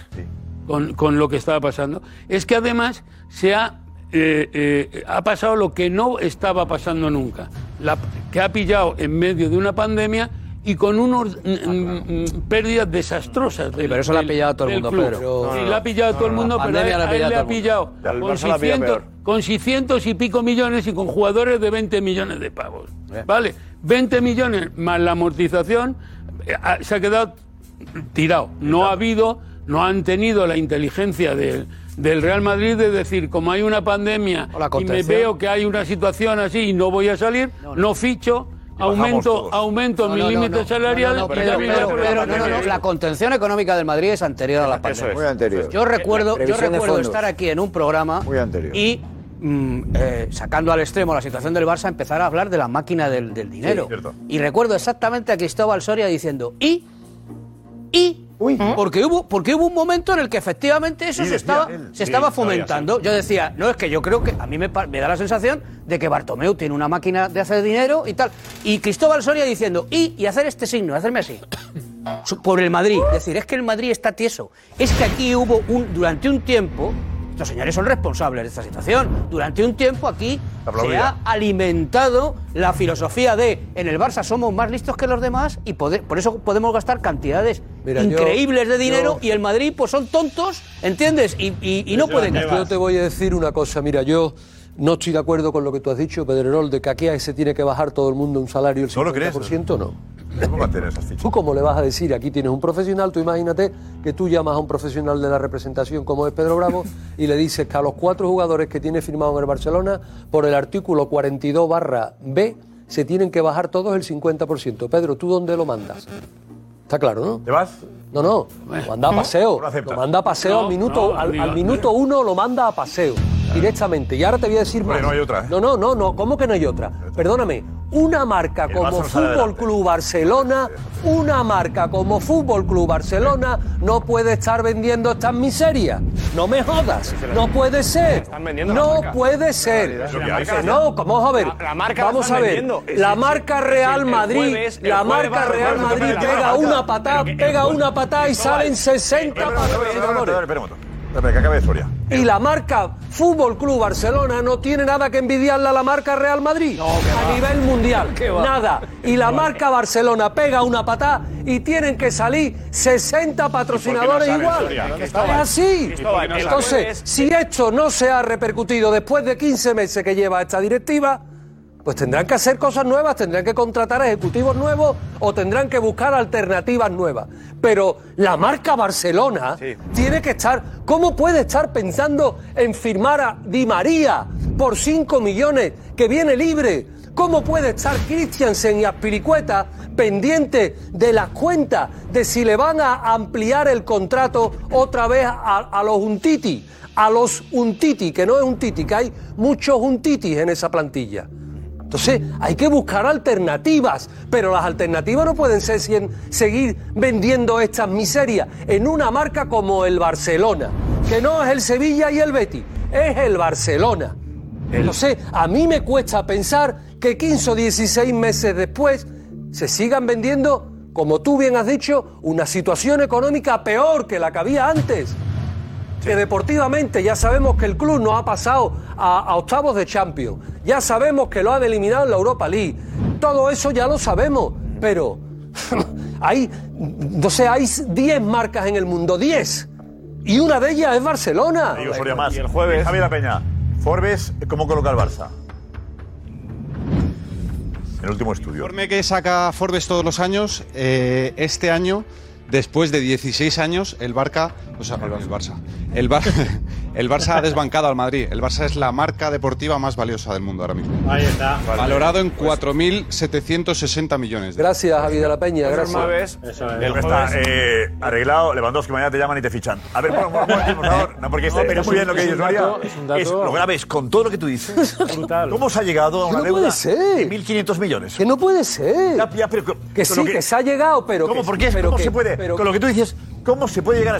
[SPEAKER 2] con, con lo que estaba pasando, es que además se ha, eh, eh, ha pasado lo que no estaba pasando nunca, la, que ha pillado en medio de una pandemia y con unas pérdidas desastrosas. del-
[SPEAKER 22] Ah, pero eso la ha
[SPEAKER 2] del-
[SPEAKER 22] pillado todo el
[SPEAKER 2] del
[SPEAKER 22] mundo,
[SPEAKER 2] club.
[SPEAKER 22] Pedro.
[SPEAKER 2] Sí,
[SPEAKER 22] No, no,
[SPEAKER 2] la ha pillado
[SPEAKER 22] no,
[SPEAKER 2] todo el
[SPEAKER 22] no,
[SPEAKER 2] mundo,
[SPEAKER 22] la
[SPEAKER 2] pero a él,
[SPEAKER 22] pandemia la ha
[SPEAKER 2] a él
[SPEAKER 22] pillado
[SPEAKER 2] le ha
[SPEAKER 22] todo el
[SPEAKER 2] pillado
[SPEAKER 22] mundo. El
[SPEAKER 2] con
[SPEAKER 22] Barça la pilla
[SPEAKER 2] 600,
[SPEAKER 22] peor.
[SPEAKER 2] con 600 y pico millones y con jugadores de 20 millones de pavos. ¿Vale? 20 millones más la amortización eh, ah, se ha quedado tirado. No ha habido, no han tenido la inteligencia del, del Real Madrid de decir, como hay una pandemia y me
[SPEAKER 22] contención.
[SPEAKER 2] veo que hay una situación así y no voy a salir, no, ficho, aumento, aumento mi límite salarial.
[SPEAKER 22] No, no, no,
[SPEAKER 2] y
[SPEAKER 22] Pedro,
[SPEAKER 2] ya viene
[SPEAKER 22] Pedro,
[SPEAKER 2] la
[SPEAKER 22] Pedro, no,
[SPEAKER 2] pandemia.
[SPEAKER 22] no, no, la contención económica del Madrid es anterior a la pandemia.
[SPEAKER 12] Muy anterior.
[SPEAKER 22] Yo recuerdo, yo
[SPEAKER 12] Previsión de
[SPEAKER 22] recuerdo
[SPEAKER 12] fondos.
[SPEAKER 22] estar aquí en un programa
[SPEAKER 12] Muy anterior.
[SPEAKER 22] y mm, eh, sacando al extremo la situación del Barça, empezar a hablar de la máquina del, del dinero. y recuerdo exactamente a Cristóbal Soria diciendo, ¿y? ¿y? Porque, hubo, porque hubo un momento en el que efectivamente eso
[SPEAKER 20] Y
[SPEAKER 22] se
[SPEAKER 20] decía
[SPEAKER 22] estaba,
[SPEAKER 20] él.
[SPEAKER 22] se
[SPEAKER 20] Sí,
[SPEAKER 22] estaba
[SPEAKER 20] lo había,
[SPEAKER 22] fomentando. Yo decía, no, es que yo creo que a mí me, pa- me da la sensación de que Bartomeu tiene una máquina de hacer dinero y tal. Y Cristóbal Soria diciendo, y, y hacer este signo, hacerme así. Su- Por el Madrid. Es decir, es que el Madrid está tieso. Es que aquí hubo un, durante un tiempo, estos señores son responsables de esta situación, durante un tiempo aquí se
[SPEAKER 5] Aplaudida.
[SPEAKER 22] ha alimentado la filosofía de en el Barça somos más listos que los demás y pode- por eso podemos gastar cantidades
[SPEAKER 3] Mira, yo-
[SPEAKER 22] increíbles de dinero
[SPEAKER 3] yo-
[SPEAKER 22] y el Madrid pues son tontos, ¿entiendes? Y, y- y no pueden
[SPEAKER 3] Yo
[SPEAKER 22] gastar.
[SPEAKER 3] te voy a decir una cosa, mira, yo no estoy de acuerdo con lo que tú has dicho, Pedrerol, de que aquí se tiene que bajar todo el mundo un salario el 50%, ¿no? Lo crees? no. ¿Tú cómo le vas a decir? Aquí tienes un profesional, tú imagínate que tú llamas a un profesional de la representación como es Pedro Bravo y le dices que a los cuatro jugadores que tiene firmado en el Barcelona por el artículo 42 barra B se tienen que bajar todos el 50%. Pedro, ¿tú dónde lo mandas? Está claro, ¿no? ¿Te
[SPEAKER 5] vas?
[SPEAKER 3] No, no. Lo manda a paseo.
[SPEAKER 5] No lo acepta.
[SPEAKER 3] Lo manda a paseo
[SPEAKER 5] No,
[SPEAKER 3] al minuto,
[SPEAKER 5] no,
[SPEAKER 3] al,
[SPEAKER 5] diga-
[SPEAKER 3] al minuto uno lo manda a paseo. Directamente. Y ahora te voy a decir más.
[SPEAKER 5] Hombre, no hay otra, ¿eh?
[SPEAKER 3] No, no, no, no. ¿Cómo que no hay otra? Perdóname. Una marca como
[SPEAKER 5] Barça no sale
[SPEAKER 3] Fútbol Club Barcelona, una marca como Fútbol Club Barcelona no puede estar vendiendo estas miserias. No me jodas. No puede ser.
[SPEAKER 14] vendiendo la
[SPEAKER 3] No
[SPEAKER 14] marca.
[SPEAKER 3] puede ser.
[SPEAKER 14] Es lo que hay.
[SPEAKER 3] No, vamos a ver.
[SPEAKER 14] La- la marca la
[SPEAKER 3] vamos a
[SPEAKER 14] están
[SPEAKER 3] ver.
[SPEAKER 14] vendiendo. Es-
[SPEAKER 3] La
[SPEAKER 14] es-
[SPEAKER 3] marca
[SPEAKER 14] es-
[SPEAKER 3] Real
[SPEAKER 14] el
[SPEAKER 3] Madrid,
[SPEAKER 14] jueves- el
[SPEAKER 3] la
[SPEAKER 14] jueves
[SPEAKER 3] marca
[SPEAKER 14] va a
[SPEAKER 3] Real
[SPEAKER 14] romper
[SPEAKER 3] Madrid
[SPEAKER 14] la
[SPEAKER 3] pega
[SPEAKER 14] marca.
[SPEAKER 3] una patada, pega una patada y salen 60
[SPEAKER 5] Espera, espera un momento. Espera, que acabe Soria.
[SPEAKER 3] y la marca Fútbol Club Barcelona no tiene nada que envidiarle a la marca Real Madrid a nivel mundial.
[SPEAKER 21] ¿Qué va?
[SPEAKER 3] Nada. Y la marca Barcelona pega una patada y tienen que salir 60 patrocinadores
[SPEAKER 21] saben,
[SPEAKER 3] igual.
[SPEAKER 21] Soria?
[SPEAKER 3] Es
[SPEAKER 21] Cristóbal.
[SPEAKER 3] así.
[SPEAKER 21] Cristóbal, ¿por qué no
[SPEAKER 3] Entonces,
[SPEAKER 21] saben?
[SPEAKER 3] si esto no se ha repercutido después de 15 meses que lleva esta directiva, pues tendrán que hacer cosas nuevas, tendrán que contratar ejecutivos nuevos o tendrán que buscar alternativas nuevas. Pero la marca Barcelona tiene que estar. ¿Cómo puede estar pensando en firmar a Di María por 5 millones que viene libre? ¿Cómo puede estar Christiansen y Aspiricueta pendiente de las cuentas de si le van a ampliar el contrato otra vez a, a los Untiti? A los Untiti, que no es Untiti, que hay muchos Untitis en esa plantilla. Entonces hay que buscar alternativas, pero las alternativas no pueden ser sien- seguir vendiendo estas miserias en una marca como el Barcelona, que no es el Sevilla y el Betis, es el Barcelona. Entonces a mí me cuesta pensar que 15 o 16 meses después se sigan vendiendo, como tú bien has dicho, una situación económica peor que la que había antes que deportivamente ya sabemos que el club no ha pasado a, a octavos de Champions, ya sabemos que lo han eliminado en la Europa League, todo eso ya lo sabemos, pero hay, no sé, hay 10 marcas en el mundo, 10, y una de ellas es Barcelona.
[SPEAKER 5] Te digo Soria más. el jueves. Javier La Peña. Forbes, ¿cómo coloca el Barça? El último estudio.
[SPEAKER 8] informe que saca Forbes todos los años, eh, este año, después de 16 años, el Barca, o sea, el Barça, el, Bar- el Barça ha desbancado al Madrid. El Barça es la marca deportiva más valiosa del mundo ahora mismo.
[SPEAKER 13] Ahí está.
[SPEAKER 8] Valorado en 4.760 millones. de-
[SPEAKER 3] Gracias, Javier de la Peña, gracias.
[SPEAKER 5] Ya está eh, arreglado. Lewandowski, mañana te llaman y te fichan. A ver, por, por- por- por favor. No, porque este-
[SPEAKER 8] pero
[SPEAKER 5] está
[SPEAKER 8] es
[SPEAKER 5] muy bien
[SPEAKER 8] un-
[SPEAKER 5] lo que
[SPEAKER 8] es
[SPEAKER 5] dices,
[SPEAKER 8] un
[SPEAKER 5] María.
[SPEAKER 8] dato- es un dato-
[SPEAKER 5] Es- lo grabes con todo lo que tú dices. ¿Cómo se ha llegado a una
[SPEAKER 3] no
[SPEAKER 5] deuda
[SPEAKER 3] puede ser.
[SPEAKER 5] de 1.500 millones?
[SPEAKER 3] Que no puede ser.
[SPEAKER 5] Ya, ya, pero,
[SPEAKER 3] Que sí, que se ha llegado, pero
[SPEAKER 5] ¿Cómo?
[SPEAKER 3] que-
[SPEAKER 5] ¿Por qué?
[SPEAKER 3] pero
[SPEAKER 5] ¿Cómo
[SPEAKER 3] que-
[SPEAKER 5] se puede?
[SPEAKER 3] pero-
[SPEAKER 5] con lo que tú dices, ¿cómo se puede llegar a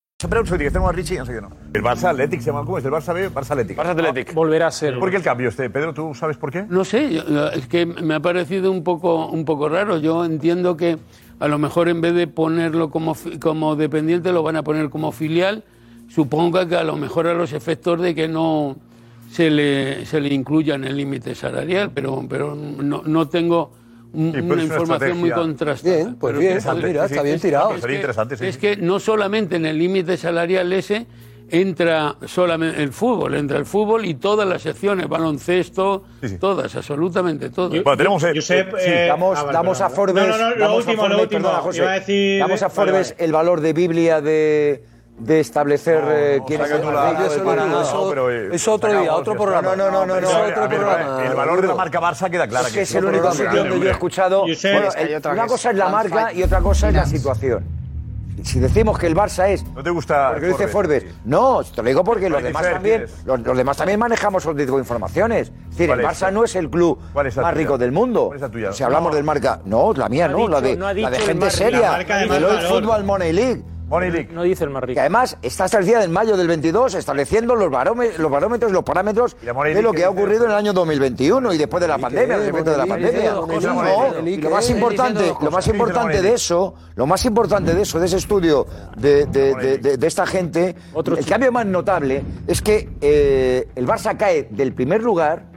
[SPEAKER 5] Espera un segundo, que tengo a Richie y no sé qué no. El Barça Athletic se llama. ¿Cómo es? El Barça B, Barça Athletic. Barça Athletic.
[SPEAKER 23] Ah, Volverá a ser.
[SPEAKER 5] ¿Por qué el cambio este? Pedro, ¿tú sabes por qué?
[SPEAKER 2] No sé, yo- es que me ha parecido un poco, un poco raro. Yo entiendo que a lo mejor en vez de ponerlo como, fi- como dependiente lo van a poner como filial. Suponga que a lo mejor a los efectos de que no se le, se le incluya en el límite salarial, pero, pero no, no tengo un-
[SPEAKER 5] Sí, pues es
[SPEAKER 2] una
[SPEAKER 5] una
[SPEAKER 2] información muy
[SPEAKER 5] estrategia.
[SPEAKER 2] contrastada.
[SPEAKER 5] Bien, pues
[SPEAKER 2] Pero
[SPEAKER 5] bien,
[SPEAKER 2] que
[SPEAKER 5] está-
[SPEAKER 2] podría-
[SPEAKER 5] mira, está bien tirado.
[SPEAKER 2] Es
[SPEAKER 5] Sería
[SPEAKER 2] que,
[SPEAKER 5] interesante, sí.
[SPEAKER 2] es que no solamente en el límite salarial ese entra solamente el fútbol, entra el fútbol y todas las secciones, baloncesto, todas, absolutamente todas.
[SPEAKER 5] Bueno, tenemos, eh,
[SPEAKER 2] Josep,
[SPEAKER 12] Sí,
[SPEAKER 2] eh,
[SPEAKER 12] damos,
[SPEAKER 2] ah, vale,
[SPEAKER 12] damos a
[SPEAKER 2] perdón, vale.
[SPEAKER 12] Forbes.
[SPEAKER 2] No, no, no, lo
[SPEAKER 12] damos a
[SPEAKER 2] último,
[SPEAKER 12] Forbes,
[SPEAKER 2] lo último.
[SPEAKER 12] perdona, José,
[SPEAKER 2] Iba a decir-
[SPEAKER 12] damos a
[SPEAKER 2] vale,
[SPEAKER 12] Forbes el valor de Biblia de, de establecer eh, quién
[SPEAKER 5] o
[SPEAKER 12] es
[SPEAKER 5] sea, que tú la-
[SPEAKER 12] Ah, yo eso
[SPEAKER 5] para
[SPEAKER 12] lo digo,
[SPEAKER 5] nada,
[SPEAKER 12] eso-
[SPEAKER 5] no, pero, eh,
[SPEAKER 12] es otro
[SPEAKER 5] se acabó,
[SPEAKER 12] día, otro
[SPEAKER 5] se
[SPEAKER 12] programa.
[SPEAKER 5] acabó.
[SPEAKER 12] No, no, no, no,
[SPEAKER 5] Pero,
[SPEAKER 12] es otro
[SPEAKER 5] a ver,
[SPEAKER 12] programa,
[SPEAKER 5] El valor de la
[SPEAKER 12] Bruno.
[SPEAKER 5] marca Barça queda claro.
[SPEAKER 12] Es que es el único sitio donde yo he escuchado. bueno, el- una cosa es la marca y otra cosa es la situación. Si decimos que el Barça es.
[SPEAKER 5] No te gusta.
[SPEAKER 12] Porque lo dice
[SPEAKER 5] Forbes,
[SPEAKER 12] Forbes. No, te lo digo porque los
[SPEAKER 5] Vale,
[SPEAKER 12] demás
[SPEAKER 5] Fer,
[SPEAKER 12] también.
[SPEAKER 5] ¿quién
[SPEAKER 12] Los, los demás también manejamos otro tipo de informaciones. Es decir,
[SPEAKER 5] ¿Cuál
[SPEAKER 12] el
[SPEAKER 5] es?
[SPEAKER 12] Barça no es el club
[SPEAKER 5] ¿Cuál
[SPEAKER 12] más
[SPEAKER 5] es la tuya?
[SPEAKER 12] rico del mundo.
[SPEAKER 5] ¿Cuál es la tuya?
[SPEAKER 12] Si hablamos
[SPEAKER 5] No.
[SPEAKER 12] del marca. No, la mía
[SPEAKER 5] No
[SPEAKER 12] no,
[SPEAKER 5] ha
[SPEAKER 12] la
[SPEAKER 5] dicho-
[SPEAKER 12] de,
[SPEAKER 5] no ha
[SPEAKER 12] la de
[SPEAKER 5] dicho el
[SPEAKER 12] gente
[SPEAKER 5] más rico. La
[SPEAKER 12] seria.
[SPEAKER 5] marca de
[SPEAKER 12] El
[SPEAKER 5] más
[SPEAKER 12] Old
[SPEAKER 5] valor.
[SPEAKER 12] Football Money League.
[SPEAKER 4] No dice el más rico.
[SPEAKER 12] Que además está establecida en mayo del 22, estableciendo los, barome- los barómetros, los parámetros de lo que ha ocurrido en el año 2021 y después de la pandemia, del efecto de la
[SPEAKER 3] Monelique,
[SPEAKER 12] pandemia.
[SPEAKER 3] Monelique,
[SPEAKER 12] No,
[SPEAKER 3] Monelique,
[SPEAKER 12] y Lo más
[SPEAKER 3] Monelique,
[SPEAKER 12] importante,
[SPEAKER 3] diciendo dos
[SPEAKER 12] lo más
[SPEAKER 3] cosas.
[SPEAKER 12] importante de eso, lo más importante de eso, de ese estudio de, de- de- de- de esta gente, el cambio más notable es que eh, el Barça cae del primer lugar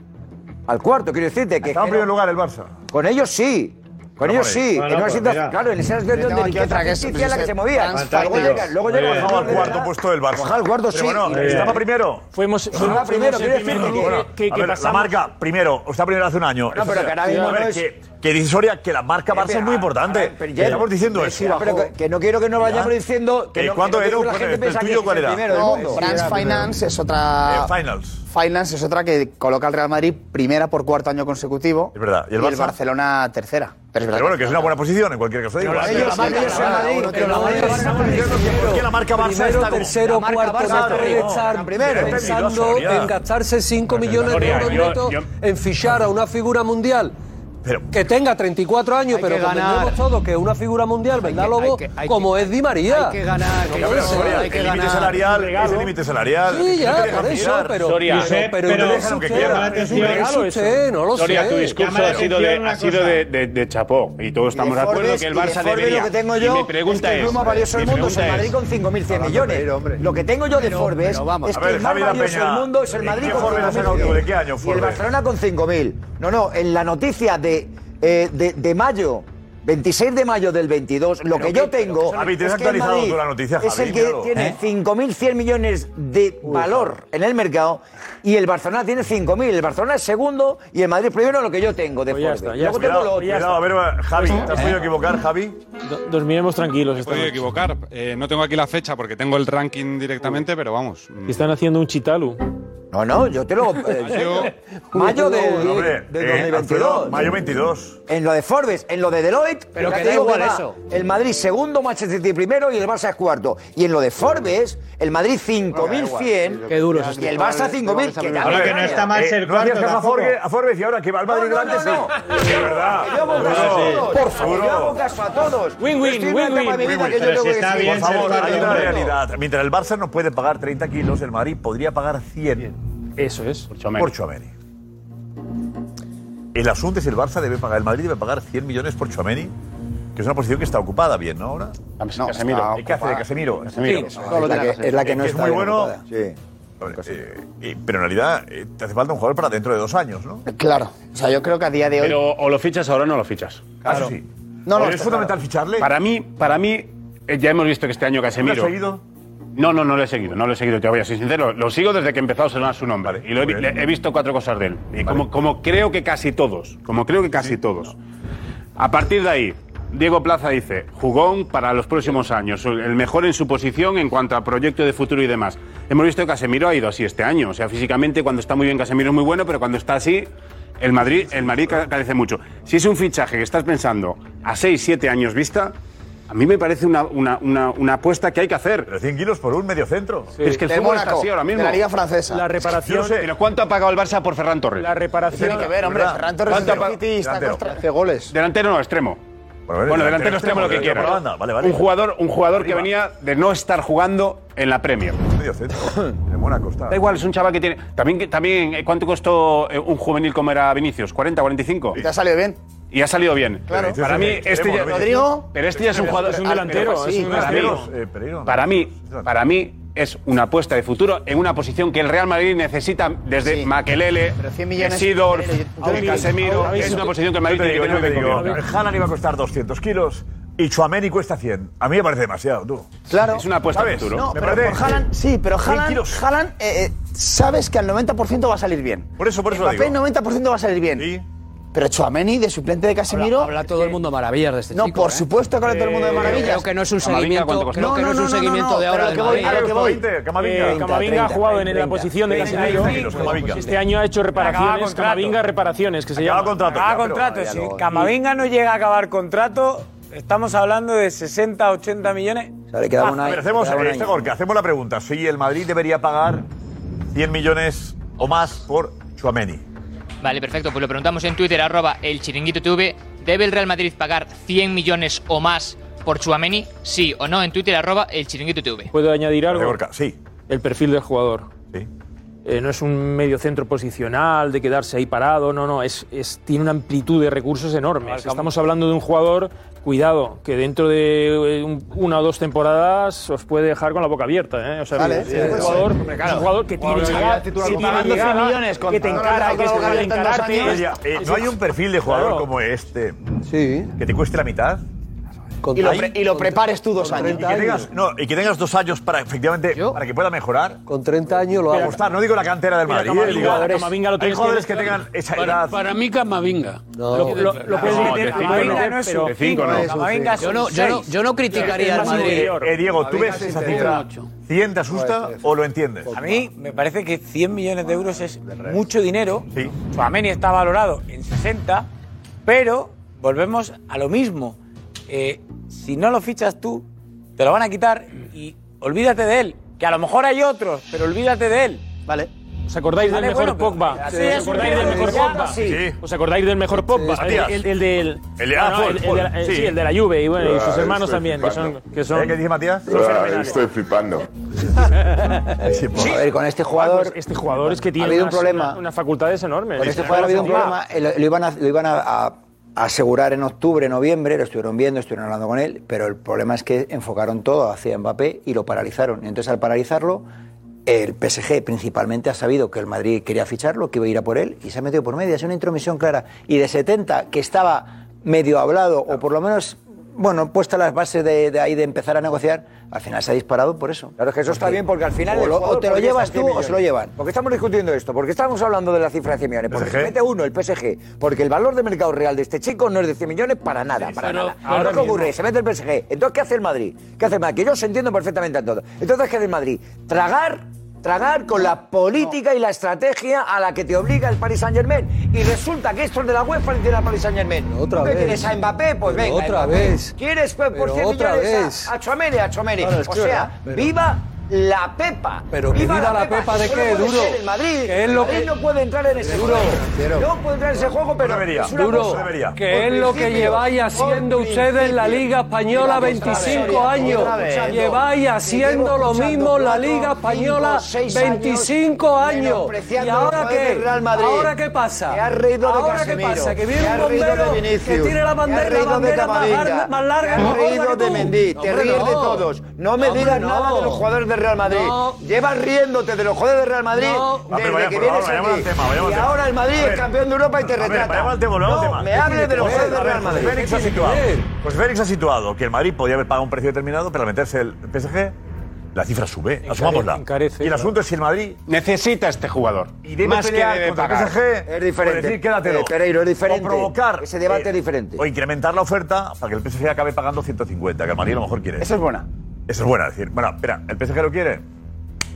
[SPEAKER 12] al cuarto. Quiero decirte que
[SPEAKER 5] Estaba en primer lugar el Barça.
[SPEAKER 12] con ellos sí. Con
[SPEAKER 5] Pero
[SPEAKER 12] ellos
[SPEAKER 5] por
[SPEAKER 12] sí,
[SPEAKER 5] ahí. Bueno,
[SPEAKER 12] en una
[SPEAKER 5] pues
[SPEAKER 12] situación-
[SPEAKER 5] mira.
[SPEAKER 12] claro, en esa
[SPEAKER 5] Yo
[SPEAKER 12] situación
[SPEAKER 5] tengo
[SPEAKER 12] de
[SPEAKER 5] aquí otra
[SPEAKER 12] riqueza
[SPEAKER 5] que es-
[SPEAKER 12] justicia en la que se movía. Luego
[SPEAKER 5] Fantástico.
[SPEAKER 12] llega, luego llega el
[SPEAKER 5] Bajaba al
[SPEAKER 12] jugador de
[SPEAKER 5] cuarto
[SPEAKER 12] verdad.
[SPEAKER 5] puesto del Barça.
[SPEAKER 12] Bajaba al cuarto, sí.
[SPEAKER 5] Pero bueno, eh,
[SPEAKER 12] Y
[SPEAKER 5] estaba primero.
[SPEAKER 4] Fuimos,
[SPEAKER 12] fuimos- Estaba primero, fuimos el quiero primer decir que- club que- que-
[SPEAKER 5] a
[SPEAKER 12] que
[SPEAKER 5] ver, la
[SPEAKER 12] pasamos.
[SPEAKER 5] marca, primero, está primero hace un año.
[SPEAKER 12] No, pero que ahora mismo
[SPEAKER 5] A ver,
[SPEAKER 12] no es-
[SPEAKER 5] que, que dice Soria que la marca
[SPEAKER 12] Pepe,
[SPEAKER 5] Barça es muy
[SPEAKER 12] ah,
[SPEAKER 5] importante.
[SPEAKER 12] ah, pero ya-
[SPEAKER 5] Estamos diciendo
[SPEAKER 12] pero sí
[SPEAKER 5] eso.
[SPEAKER 12] bajó. Pero que- que no quiero que nos vayamos diciendo que
[SPEAKER 5] Eh,
[SPEAKER 12] no-
[SPEAKER 5] ¿Cuánto
[SPEAKER 12] que no
[SPEAKER 5] era?
[SPEAKER 12] quiero que la
[SPEAKER 5] ¿Cuál-
[SPEAKER 12] gente
[SPEAKER 5] ¿El
[SPEAKER 12] piensa que
[SPEAKER 5] tuyo
[SPEAKER 12] es
[SPEAKER 5] cuál
[SPEAKER 12] el
[SPEAKER 5] era?
[SPEAKER 12] primero del
[SPEAKER 16] No,
[SPEAKER 12] mundo.
[SPEAKER 16] France
[SPEAKER 12] Sí, era
[SPEAKER 16] Finance es otra.
[SPEAKER 5] Eh, Finals.
[SPEAKER 16] Finance es otra que coloca al Real Madrid primera por cuarto año consecutivo.
[SPEAKER 5] Es verdad. ¿Y el Barça?
[SPEAKER 16] Barcelona tercera. Pero es verdad.
[SPEAKER 5] Pero bueno, que es una buena posición en cualquier caso. da igual.
[SPEAKER 16] ellos-
[SPEAKER 5] Sí,
[SPEAKER 16] ellos
[SPEAKER 5] claro.
[SPEAKER 16] son Madrid,
[SPEAKER 5] Uno
[SPEAKER 16] pero
[SPEAKER 5] tiene-
[SPEAKER 16] la
[SPEAKER 5] Yo
[SPEAKER 16] marca
[SPEAKER 5] no entiendo por qué la marca Barça
[SPEAKER 3] Primero,
[SPEAKER 5] está como-
[SPEAKER 3] tercero,
[SPEAKER 5] La marca
[SPEAKER 3] cuarto,
[SPEAKER 5] Barça
[SPEAKER 3] cuarto, debe
[SPEAKER 5] está
[SPEAKER 3] estar
[SPEAKER 5] como- Es peligroso,
[SPEAKER 3] pensando
[SPEAKER 5] Soria.
[SPEAKER 3] en gastarse 5
[SPEAKER 5] Pero,
[SPEAKER 3] millones de
[SPEAKER 5] Soria,
[SPEAKER 3] euros
[SPEAKER 5] yo-
[SPEAKER 3] netos
[SPEAKER 5] yo-
[SPEAKER 3] en fichar a una figura mundial. que tenga 34 años,
[SPEAKER 20] Hay
[SPEAKER 3] pero
[SPEAKER 20] que ganar.
[SPEAKER 3] convendremos todos que es una figura mundial, ¿verdad, Lobo?
[SPEAKER 20] hay que- hay
[SPEAKER 3] como es Di María.
[SPEAKER 20] hay que ganar,
[SPEAKER 5] Ya, pero, Soria, el límite salarial es el límite salarial.
[SPEAKER 3] Sí, ya,
[SPEAKER 5] No te dejan
[SPEAKER 3] por eso,
[SPEAKER 5] mirar.
[SPEAKER 3] pero- Soria, pero- pero
[SPEAKER 5] te
[SPEAKER 3] no
[SPEAKER 5] dejan
[SPEAKER 3] es
[SPEAKER 5] lo que
[SPEAKER 3] usted,
[SPEAKER 5] quieras.
[SPEAKER 3] es un regalo
[SPEAKER 12] eh,
[SPEAKER 3] eso.
[SPEAKER 8] Soria, ¿eh? tu discurso ha sido, de, ha sido de, de- de chapó y todos estamos de, acuerdo
[SPEAKER 12] Forbes,
[SPEAKER 8] que el
[SPEAKER 12] y de
[SPEAKER 8] Barça
[SPEAKER 12] Forbes
[SPEAKER 8] debería.
[SPEAKER 12] Lo que tengo
[SPEAKER 8] y
[SPEAKER 12] yo
[SPEAKER 8] mi pregunta
[SPEAKER 12] es,
[SPEAKER 8] es,
[SPEAKER 12] que el club más valioso del
[SPEAKER 8] mi
[SPEAKER 12] mundo es el
[SPEAKER 8] pregunta
[SPEAKER 12] Madrid
[SPEAKER 8] es-
[SPEAKER 12] con 5.100 millones. Lo que tengo yo de Forbes es
[SPEAKER 5] A
[SPEAKER 12] que
[SPEAKER 5] ver,
[SPEAKER 12] el más
[SPEAKER 5] Javi La
[SPEAKER 12] valioso
[SPEAKER 5] Peña,
[SPEAKER 12] del mundo es el
[SPEAKER 5] ¿qué
[SPEAKER 12] Madrid
[SPEAKER 5] Forbes
[SPEAKER 12] con
[SPEAKER 5] has sacado tú?
[SPEAKER 12] 5.000.
[SPEAKER 5] ¿De qué año,
[SPEAKER 12] Y el
[SPEAKER 5] Forbes?
[SPEAKER 12] Barcelona con 5.000. No, no, en la noticia de, eh, de, de mayo... 26 de mayo del 22, lo que yo tengo
[SPEAKER 5] Javi, ¿te has
[SPEAKER 12] es que el
[SPEAKER 5] actualizado
[SPEAKER 12] Madrid
[SPEAKER 5] tú la noticia,
[SPEAKER 12] es el
[SPEAKER 5] Javi?
[SPEAKER 12] que
[SPEAKER 5] Míralo.
[SPEAKER 12] tiene
[SPEAKER 5] ¿Eh?
[SPEAKER 12] 5.100 millones de valor en el mercado y el Barcelona tiene 5.000. El Barcelona es segundo y el Madrid primero lo que yo tengo
[SPEAKER 5] Pues
[SPEAKER 12] de Forbes. Luego tengo lo
[SPEAKER 5] Cuidado,
[SPEAKER 12] otro.
[SPEAKER 5] cuidado, a ver, Javi, ¿te has podido
[SPEAKER 3] Eh.
[SPEAKER 5] equivocar, Javi?
[SPEAKER 4] Dormiremos tranquilos.
[SPEAKER 1] Me he
[SPEAKER 4] esta
[SPEAKER 1] podido
[SPEAKER 4] noche.
[SPEAKER 1] equivocar. Eh, no tengo aquí la fecha porque tengo el ranking directamente, pero vamos.
[SPEAKER 4] Y Están haciendo un chitalu.
[SPEAKER 12] No, no, yo te lo. Mayo de,
[SPEAKER 5] Hombre,
[SPEAKER 12] de
[SPEAKER 5] eh,
[SPEAKER 12] 2022.
[SPEAKER 5] Alfredo, mayo 22.
[SPEAKER 12] En lo de Forbes, en lo de Deloitte,
[SPEAKER 5] Pero
[SPEAKER 12] ya
[SPEAKER 5] que
[SPEAKER 12] te
[SPEAKER 5] da
[SPEAKER 12] digo
[SPEAKER 5] igual
[SPEAKER 12] va
[SPEAKER 5] eso.
[SPEAKER 12] El Madrid segundo, Manchester City primero y el Barça es cuarto. Y en lo de Forbes, el Madrid 5.100.
[SPEAKER 20] Qué duro es este
[SPEAKER 12] Y
[SPEAKER 20] esto.
[SPEAKER 12] el Barça 5.000.
[SPEAKER 20] Ahora
[SPEAKER 12] Que
[SPEAKER 20] que no está
[SPEAKER 12] Eh,
[SPEAKER 20] mal ser
[SPEAKER 5] Eh, no hacías
[SPEAKER 20] cuarto
[SPEAKER 5] caso a
[SPEAKER 20] tampoco.
[SPEAKER 5] Forbes, a Forbes y ahora que va al Madrid
[SPEAKER 12] No, no,
[SPEAKER 5] delante, sí.
[SPEAKER 12] no,
[SPEAKER 5] Es verdad.
[SPEAKER 12] Por favor,
[SPEAKER 5] Seguro.
[SPEAKER 12] yo hago caso a todos.
[SPEAKER 4] Win-win,
[SPEAKER 12] Estoy en una etapa de mi vida que yo tengo que decir,
[SPEAKER 5] Por favor, hay una realidad. Mientras el Barça no puede pagar 30 kilos, el Madrid podría pagar 100.
[SPEAKER 4] Eso es.
[SPEAKER 5] Por Chouameni. El asunto es el Barça debe pagar, el Madrid debe pagar 100 millones por Chouameni, que es una posición que está ocupada bien, ¿no? Ahora.
[SPEAKER 8] No, Casemiro. está
[SPEAKER 5] ¿Y ¿Qué hace de
[SPEAKER 8] ocupada.
[SPEAKER 5] Casemiro?
[SPEAKER 8] Casemiro.
[SPEAKER 5] Sí,
[SPEAKER 8] No, lo tiene Casemiro.
[SPEAKER 5] Es muy bueno.
[SPEAKER 12] Sí.
[SPEAKER 5] Hombre, eh, eh, pero en realidad eh, te hace falta un jugador para dentro de dos años, ¿no?
[SPEAKER 16] Claro. O sea, yo creo que a día de hoy.
[SPEAKER 8] Pero o lo fichas ahora o no lo fichas.
[SPEAKER 5] Claro. sí.
[SPEAKER 16] No, no,
[SPEAKER 8] Pero
[SPEAKER 16] está
[SPEAKER 5] fundamental ficharle.
[SPEAKER 8] Para mí, para mí eh, ya hemos visto que este año Casemiro.
[SPEAKER 5] ¿Lo has seguido?
[SPEAKER 8] No, no, no lo he seguido, no lo he seguido, te voy a ser sincero. Lo sigo desde que empezó a sonar su nombre. y lo he,
[SPEAKER 5] muy bien.
[SPEAKER 8] le- he visto cuatro cosas de él. Y como, como creo que casi todos, como creo que casi todos. A partir de ahí, Diego Plaza dice, jugón para los próximos años, el mejor en su posición en cuanto a proyecto de futuro y demás. Hemos visto que Casemiro ha ido así este año. O sea, físicamente cuando está muy bien Casemiro es muy bueno, pero cuando está así, el Madrid, el Madrid ca- carece mucho. Si es un fichaje que estás pensando a 6, 7 años vista, a mí me parece una, una- una- una apuesta que hay que hacer.
[SPEAKER 5] Pero 100 kilos por un medio centro.
[SPEAKER 8] Es que el
[SPEAKER 16] Del
[SPEAKER 8] fútbol
[SPEAKER 16] Mónaco,
[SPEAKER 8] está así ahora mismo.
[SPEAKER 16] de la Liga Francesa. La reparación-
[SPEAKER 8] Pero ¿cuánto ha pagado el Barça por Ferran Torres?
[SPEAKER 16] La reparación- Tiene que ver, hombre, ¿Verdad? Ferran Torres
[SPEAKER 8] ¿Cuánto
[SPEAKER 16] es
[SPEAKER 8] ha pa-
[SPEAKER 16] el City y está Delantero. contra- hace goles.
[SPEAKER 8] Delantero no, extremo. Bueno, delantero extremo lo que
[SPEAKER 5] delantero
[SPEAKER 8] quiera.
[SPEAKER 5] por banda, vale, vale.
[SPEAKER 8] Un jugador, un jugador que
[SPEAKER 5] Arriba.
[SPEAKER 8] venía de no estar jugando en la Premier.
[SPEAKER 5] Medio centro. De Mónaco está.
[SPEAKER 8] Da igual, es un chaval que tiene. También, que- también eh, ¿cuánto costó eh, un juvenil como era Vinicius? ¿40, 45?
[SPEAKER 16] Te ha salido bien.
[SPEAKER 8] Y ha salido bien.
[SPEAKER 16] Claro.
[SPEAKER 8] Para mí, este ya,
[SPEAKER 16] Rodrigo.
[SPEAKER 8] Pero este ya es un jugador.
[SPEAKER 16] Es un delantero,
[SPEAKER 8] Pero
[SPEAKER 16] es un
[SPEAKER 8] para mí-
[SPEAKER 16] delantero.
[SPEAKER 5] Eh, Pereiro.
[SPEAKER 8] Para mí, para mí es una apuesta de futuro en una posición que el Real Madrid necesita desde Maquelele,
[SPEAKER 16] pero 100 millones-
[SPEAKER 8] Sidor,
[SPEAKER 16] Pero yo- yo-
[SPEAKER 8] Casemiro.
[SPEAKER 16] Ahora
[SPEAKER 8] Es
[SPEAKER 16] mismo-
[SPEAKER 8] una posición que el Madrid
[SPEAKER 5] Yo te
[SPEAKER 8] tiene
[SPEAKER 5] digo,
[SPEAKER 8] que
[SPEAKER 5] yo
[SPEAKER 8] tener
[SPEAKER 5] te
[SPEAKER 8] que
[SPEAKER 5] digo,
[SPEAKER 8] comer.
[SPEAKER 5] Haaland iba a costar 200 kilos, Y Chuameni cuesta 100. A mí me parece demasiado, tú.
[SPEAKER 1] Claro.
[SPEAKER 5] ¿Sabes?
[SPEAKER 1] No,
[SPEAKER 5] Me
[SPEAKER 1] pero
[SPEAKER 5] parece-
[SPEAKER 1] por Haaland- sí, pero Haaland,
[SPEAKER 5] 22.
[SPEAKER 1] Haaland, eh, eh, sabes que al 90% va a salir bien.
[SPEAKER 5] Por eso, por eso lo
[SPEAKER 1] Mbappé,
[SPEAKER 5] digo.
[SPEAKER 1] 90% va a salir bien. Pero Chouameni, de suplente de Casemiro... eh,
[SPEAKER 22] Habla todo el mundo maravillas de este
[SPEAKER 1] no,
[SPEAKER 22] chico.
[SPEAKER 1] por supuesto que habla todo el mundo de
[SPEAKER 22] Eh,
[SPEAKER 1] maravillas.
[SPEAKER 22] creo que no es un Camavinga, seguimiento- ¿cuánto costó? creo que no es un seguimiento de ahora del
[SPEAKER 1] pero a lo que voy,
[SPEAKER 22] Madrid.
[SPEAKER 1] a lo que voy.
[SPEAKER 22] Veinte,
[SPEAKER 4] Eh, Camavinga ha jugado en la posición de Casemiro. Este año ha hecho reparaciones.
[SPEAKER 7] contrato.
[SPEAKER 4] Camavinga reparaciones, que se llama.
[SPEAKER 7] Acaba contrato. Si Camavinga no llega a acabar contrato, estamos hablando de 60, 80 millones.
[SPEAKER 5] Ah, pero hacemos, eh, este Gorka, hacemos la pregunta. Si el Madrid debería pagar 100 millones o más por Chuameni.
[SPEAKER 20] Vale, perfecto. Pues lo preguntamos en Twitter, arroba el chiringuito TV. ¿Debe el Real Madrid pagar 100 millones o más por Chuameni? Sí o no en Twitter, arroba el chiringuito TV.
[SPEAKER 4] ¿Puedo añadir algo?
[SPEAKER 5] sí.
[SPEAKER 4] El perfil del jugador. Eh, no es un medio centro posicional de quedarse ahí parado, no, no, es, es- tiene una amplitud de recursos enormes.
[SPEAKER 22] Marca-
[SPEAKER 4] Estamos hablando de un jugador, cuidado, que dentro de eh, un- una o dos temporadas os puede dejar con la boca abierta. ¿eh? O sea,
[SPEAKER 22] Vale,
[SPEAKER 4] es,
[SPEAKER 22] sí,
[SPEAKER 4] un
[SPEAKER 22] puede
[SPEAKER 1] pues,
[SPEAKER 4] jugador,
[SPEAKER 1] eh,
[SPEAKER 22] ser.
[SPEAKER 4] es un jugador que tiene
[SPEAKER 5] Jugador que
[SPEAKER 4] llegada, que
[SPEAKER 5] ya titular
[SPEAKER 4] tiene
[SPEAKER 5] pagando
[SPEAKER 4] llegada,
[SPEAKER 5] 100 millones
[SPEAKER 4] que
[SPEAKER 5] contra-
[SPEAKER 4] te
[SPEAKER 5] no le
[SPEAKER 4] encara,
[SPEAKER 5] ha
[SPEAKER 4] que es capaz de
[SPEAKER 5] tocado ganar en dos
[SPEAKER 4] encararte.
[SPEAKER 5] años. Oye, eh, ¿No hay un perfil de jugador
[SPEAKER 4] Claro.
[SPEAKER 5] como este que te cueste la mitad?
[SPEAKER 1] Y lo, pre- y lo prepares tú dos años.
[SPEAKER 5] Y que, tengas, no, y que tengas dos años para efectivamente para que pueda mejorar.
[SPEAKER 3] Con 30 años lo
[SPEAKER 5] Pero
[SPEAKER 3] hago.
[SPEAKER 5] apostar, no digo la cantera del
[SPEAKER 3] Mira,
[SPEAKER 5] Madrid.
[SPEAKER 3] Camavinga-
[SPEAKER 5] digo,
[SPEAKER 3] Camavinga lo
[SPEAKER 5] hay
[SPEAKER 3] tienes
[SPEAKER 5] jugadores
[SPEAKER 3] que-
[SPEAKER 5] que tengan esa
[SPEAKER 2] Para,
[SPEAKER 5] edad.
[SPEAKER 2] para mí Camavinga.
[SPEAKER 5] No. Lo- lo- lo que
[SPEAKER 2] No,
[SPEAKER 5] es-
[SPEAKER 2] de
[SPEAKER 5] Camavinga
[SPEAKER 2] cinco no.
[SPEAKER 5] no es su De cinco no. cinco, Camavinga es
[SPEAKER 22] Yo no, yo no, yo no criticaría al Madrid.
[SPEAKER 5] Eh, Diego, ¿tú ves esa cifra? ¿100 te asusta o lo entiendes?
[SPEAKER 7] A mí me parece que 100 millones de euros es mucho dinero. Suameni está valorado en 60, pero volvemos a lo mismo. Eh, si no lo fichas tú, te lo van a quitar y olvídate de él. Que a lo mejor hay otros, pero olvídate de él.
[SPEAKER 1] Vale.
[SPEAKER 4] ¿Os acordáis del mejor Pogba?
[SPEAKER 7] Sí,
[SPEAKER 4] ¿Os acordáis del mejor Pogba? ¿Os acordáis del mejor Pogba?
[SPEAKER 5] Sí.
[SPEAKER 4] El, el- el del.
[SPEAKER 5] El de
[SPEAKER 4] Ah, no,
[SPEAKER 5] Apple,
[SPEAKER 4] el- el de la- eh, Sí, el de la Juve y, bueno, y sus
[SPEAKER 5] Ah,
[SPEAKER 4] hermanos
[SPEAKER 5] estoy
[SPEAKER 4] también, que son.
[SPEAKER 5] flipando.
[SPEAKER 4] Que son
[SPEAKER 5] ¿Eh? ¿Qué dice Matías?
[SPEAKER 24] Ah, estoy flipando.
[SPEAKER 11] A ver, con este jugador.
[SPEAKER 4] Este jugador es que
[SPEAKER 11] ha
[SPEAKER 4] tiene
[SPEAKER 11] habido un
[SPEAKER 4] unas-
[SPEAKER 11] problema.
[SPEAKER 4] una- unas facultades enormes.
[SPEAKER 11] Con este jugador ha habido un problema. eh, Lo, lo iban, a, lo iban a- a asegurar en octubre, noviembre, lo estuvieron viendo, estuvieron hablando con él, pero el problema es que enfocaron todo hacia Mbappé y lo paralizaron. Y entonces al paralizarlo, el PSG principalmente ha sabido que el Madrid quería ficharlo, que iba a ir a por él, y se ha metido por medio. Es una intromisión clara. Y de 70, que estaba medio hablado, o por lo menos, bueno, puesta las bases de, de ahí de empezar a negociar, al final se ha disparado por eso.
[SPEAKER 12] Claro, es que eso está bien porque al final.
[SPEAKER 11] O
[SPEAKER 12] el
[SPEAKER 11] lo- o
[SPEAKER 12] jugador
[SPEAKER 11] te lo
[SPEAKER 12] porque
[SPEAKER 11] llevas
[SPEAKER 12] está
[SPEAKER 11] tú
[SPEAKER 12] 100
[SPEAKER 11] o se lo llevan.
[SPEAKER 12] Porque estamos discutiendo esto, porque estamos hablando de la cifra de 100 millones. Porque se mete uno, el PSG, porque el valor de mercado real de este chico no es de 100 millones para nada, para
[SPEAKER 22] pero
[SPEAKER 12] nada.
[SPEAKER 22] ahora
[SPEAKER 12] Ahora ¿qué
[SPEAKER 22] mismo-
[SPEAKER 12] ocurre? Se mete el PSG. Entonces, ¿qué hace el Madrid? ¿Qué hace el Madrid? Que yo os entiendo perfectamente a todos. Entonces, ¿qué hace el Madrid? Tragar. Tragar con la política y la estrategia a la que te obliga el Paris Saint Germain. Y resulta que estos de la UEFA le tienen al Paris Saint Germain.
[SPEAKER 3] otra
[SPEAKER 12] ¿Tú qué
[SPEAKER 3] vez.
[SPEAKER 12] ¿Quieres a Mbappé? Pues
[SPEAKER 3] Pero
[SPEAKER 12] venga.
[SPEAKER 3] otra
[SPEAKER 12] Mbappé.
[SPEAKER 3] vez.
[SPEAKER 12] ¿Quieres pues, por
[SPEAKER 3] Pero
[SPEAKER 12] 100
[SPEAKER 3] otra
[SPEAKER 12] millones
[SPEAKER 3] vez.
[SPEAKER 12] a, a Chouameni? A Chouameni.
[SPEAKER 3] Claro, es
[SPEAKER 12] o
[SPEAKER 3] que,
[SPEAKER 12] sea,
[SPEAKER 3] pero-
[SPEAKER 12] viva la Pepa.
[SPEAKER 3] Pero que viva la pepa de
[SPEAKER 12] Eso
[SPEAKER 3] qué,
[SPEAKER 12] no puede
[SPEAKER 3] duro.
[SPEAKER 12] ser en Madrid.
[SPEAKER 3] Que es lo
[SPEAKER 12] Madrid
[SPEAKER 3] que-
[SPEAKER 12] no puede entrar en ese
[SPEAKER 3] Duro.
[SPEAKER 12] juego. No puede entrar en ese juego, pero es una
[SPEAKER 3] duro,
[SPEAKER 12] cosa.
[SPEAKER 3] que es
[SPEAKER 12] Por
[SPEAKER 3] lo que
[SPEAKER 12] principio,
[SPEAKER 3] lleváis
[SPEAKER 12] por
[SPEAKER 3] haciendo ustedes en la
[SPEAKER 12] principio.
[SPEAKER 3] Liga Española
[SPEAKER 12] Llevamos otra
[SPEAKER 3] 25
[SPEAKER 12] vez,
[SPEAKER 3] años.
[SPEAKER 12] otra vez.
[SPEAKER 3] Lleváis haciendo lo
[SPEAKER 12] Escuchando
[SPEAKER 3] mismo en la
[SPEAKER 12] cuatro,
[SPEAKER 3] Liga
[SPEAKER 12] cinco,
[SPEAKER 3] Española
[SPEAKER 12] seis años,
[SPEAKER 3] 25 años. ¿Y
[SPEAKER 12] menospreciando
[SPEAKER 3] ahora
[SPEAKER 12] los jugadores
[SPEAKER 3] qué?
[SPEAKER 12] del Real Madrid.
[SPEAKER 3] ¿Ahora qué pasa?
[SPEAKER 12] Te has reído de
[SPEAKER 3] ¿Ahora qué
[SPEAKER 12] Casemiro.
[SPEAKER 3] pasa? Que
[SPEAKER 12] Te
[SPEAKER 3] viene un
[SPEAKER 12] has reído
[SPEAKER 3] bombero
[SPEAKER 12] de
[SPEAKER 3] que
[SPEAKER 12] Vinicius.
[SPEAKER 3] tiene la
[SPEAKER 12] Te has
[SPEAKER 3] bandera, la
[SPEAKER 12] reído de
[SPEAKER 3] bandera más,
[SPEAKER 12] Camavinga.
[SPEAKER 3] larga- más larga.
[SPEAKER 12] Te has
[SPEAKER 3] más gorda
[SPEAKER 12] reído
[SPEAKER 3] que
[SPEAKER 12] de
[SPEAKER 3] tú.
[SPEAKER 12] Mendy. Te
[SPEAKER 3] Hombre,
[SPEAKER 12] ríes de
[SPEAKER 3] no.
[SPEAKER 12] todos. No me
[SPEAKER 3] Hombre,
[SPEAKER 12] digas
[SPEAKER 3] no.
[SPEAKER 12] nada de los jugadores del Real Madrid.
[SPEAKER 3] No.
[SPEAKER 12] Llevas riéndote de los jugadores del Real Madrid
[SPEAKER 3] No.
[SPEAKER 5] Ah, pero
[SPEAKER 12] desde
[SPEAKER 5] vaya,
[SPEAKER 12] que
[SPEAKER 5] por
[SPEAKER 12] vienes
[SPEAKER 5] favor, vayamos
[SPEAKER 12] aquí.
[SPEAKER 5] al tema, vayamos
[SPEAKER 12] y
[SPEAKER 5] al tema.
[SPEAKER 12] ahora el Madrid
[SPEAKER 5] A ver.
[SPEAKER 12] es campeón de Europa y te
[SPEAKER 5] A ver,
[SPEAKER 12] retrata.
[SPEAKER 5] vayamos al tema, volvamos al
[SPEAKER 12] no,
[SPEAKER 5] tema.
[SPEAKER 12] me hables de los jugadores del
[SPEAKER 5] A ver,
[SPEAKER 12] Real Madrid.
[SPEAKER 5] José Pues Félix ha situado. José Félix ha situado que el Madrid podía haber pagado un precio determinado, pero al meterse el PSG, la cifra sube. Asumámosla. y el asunto es si el Madrid
[SPEAKER 25] Necesita este jugador.
[SPEAKER 5] y debe
[SPEAKER 25] Más que
[SPEAKER 5] pelear
[SPEAKER 25] debe
[SPEAKER 5] contra
[SPEAKER 25] pagar.
[SPEAKER 5] el PSG
[SPEAKER 25] Es diferente.
[SPEAKER 5] por decir quédatelo.
[SPEAKER 25] Eh, Pereiro, es diferente.
[SPEAKER 5] O provocar.
[SPEAKER 25] Ese debate es
[SPEAKER 5] diferente. O incrementar la oferta para que el PSG acabe pagando 150, que el Madrid a lo mejor quiere.
[SPEAKER 1] Esa es buena.
[SPEAKER 5] Esa es buena. Decir, bueno, espera, ¿el PSG lo quiere?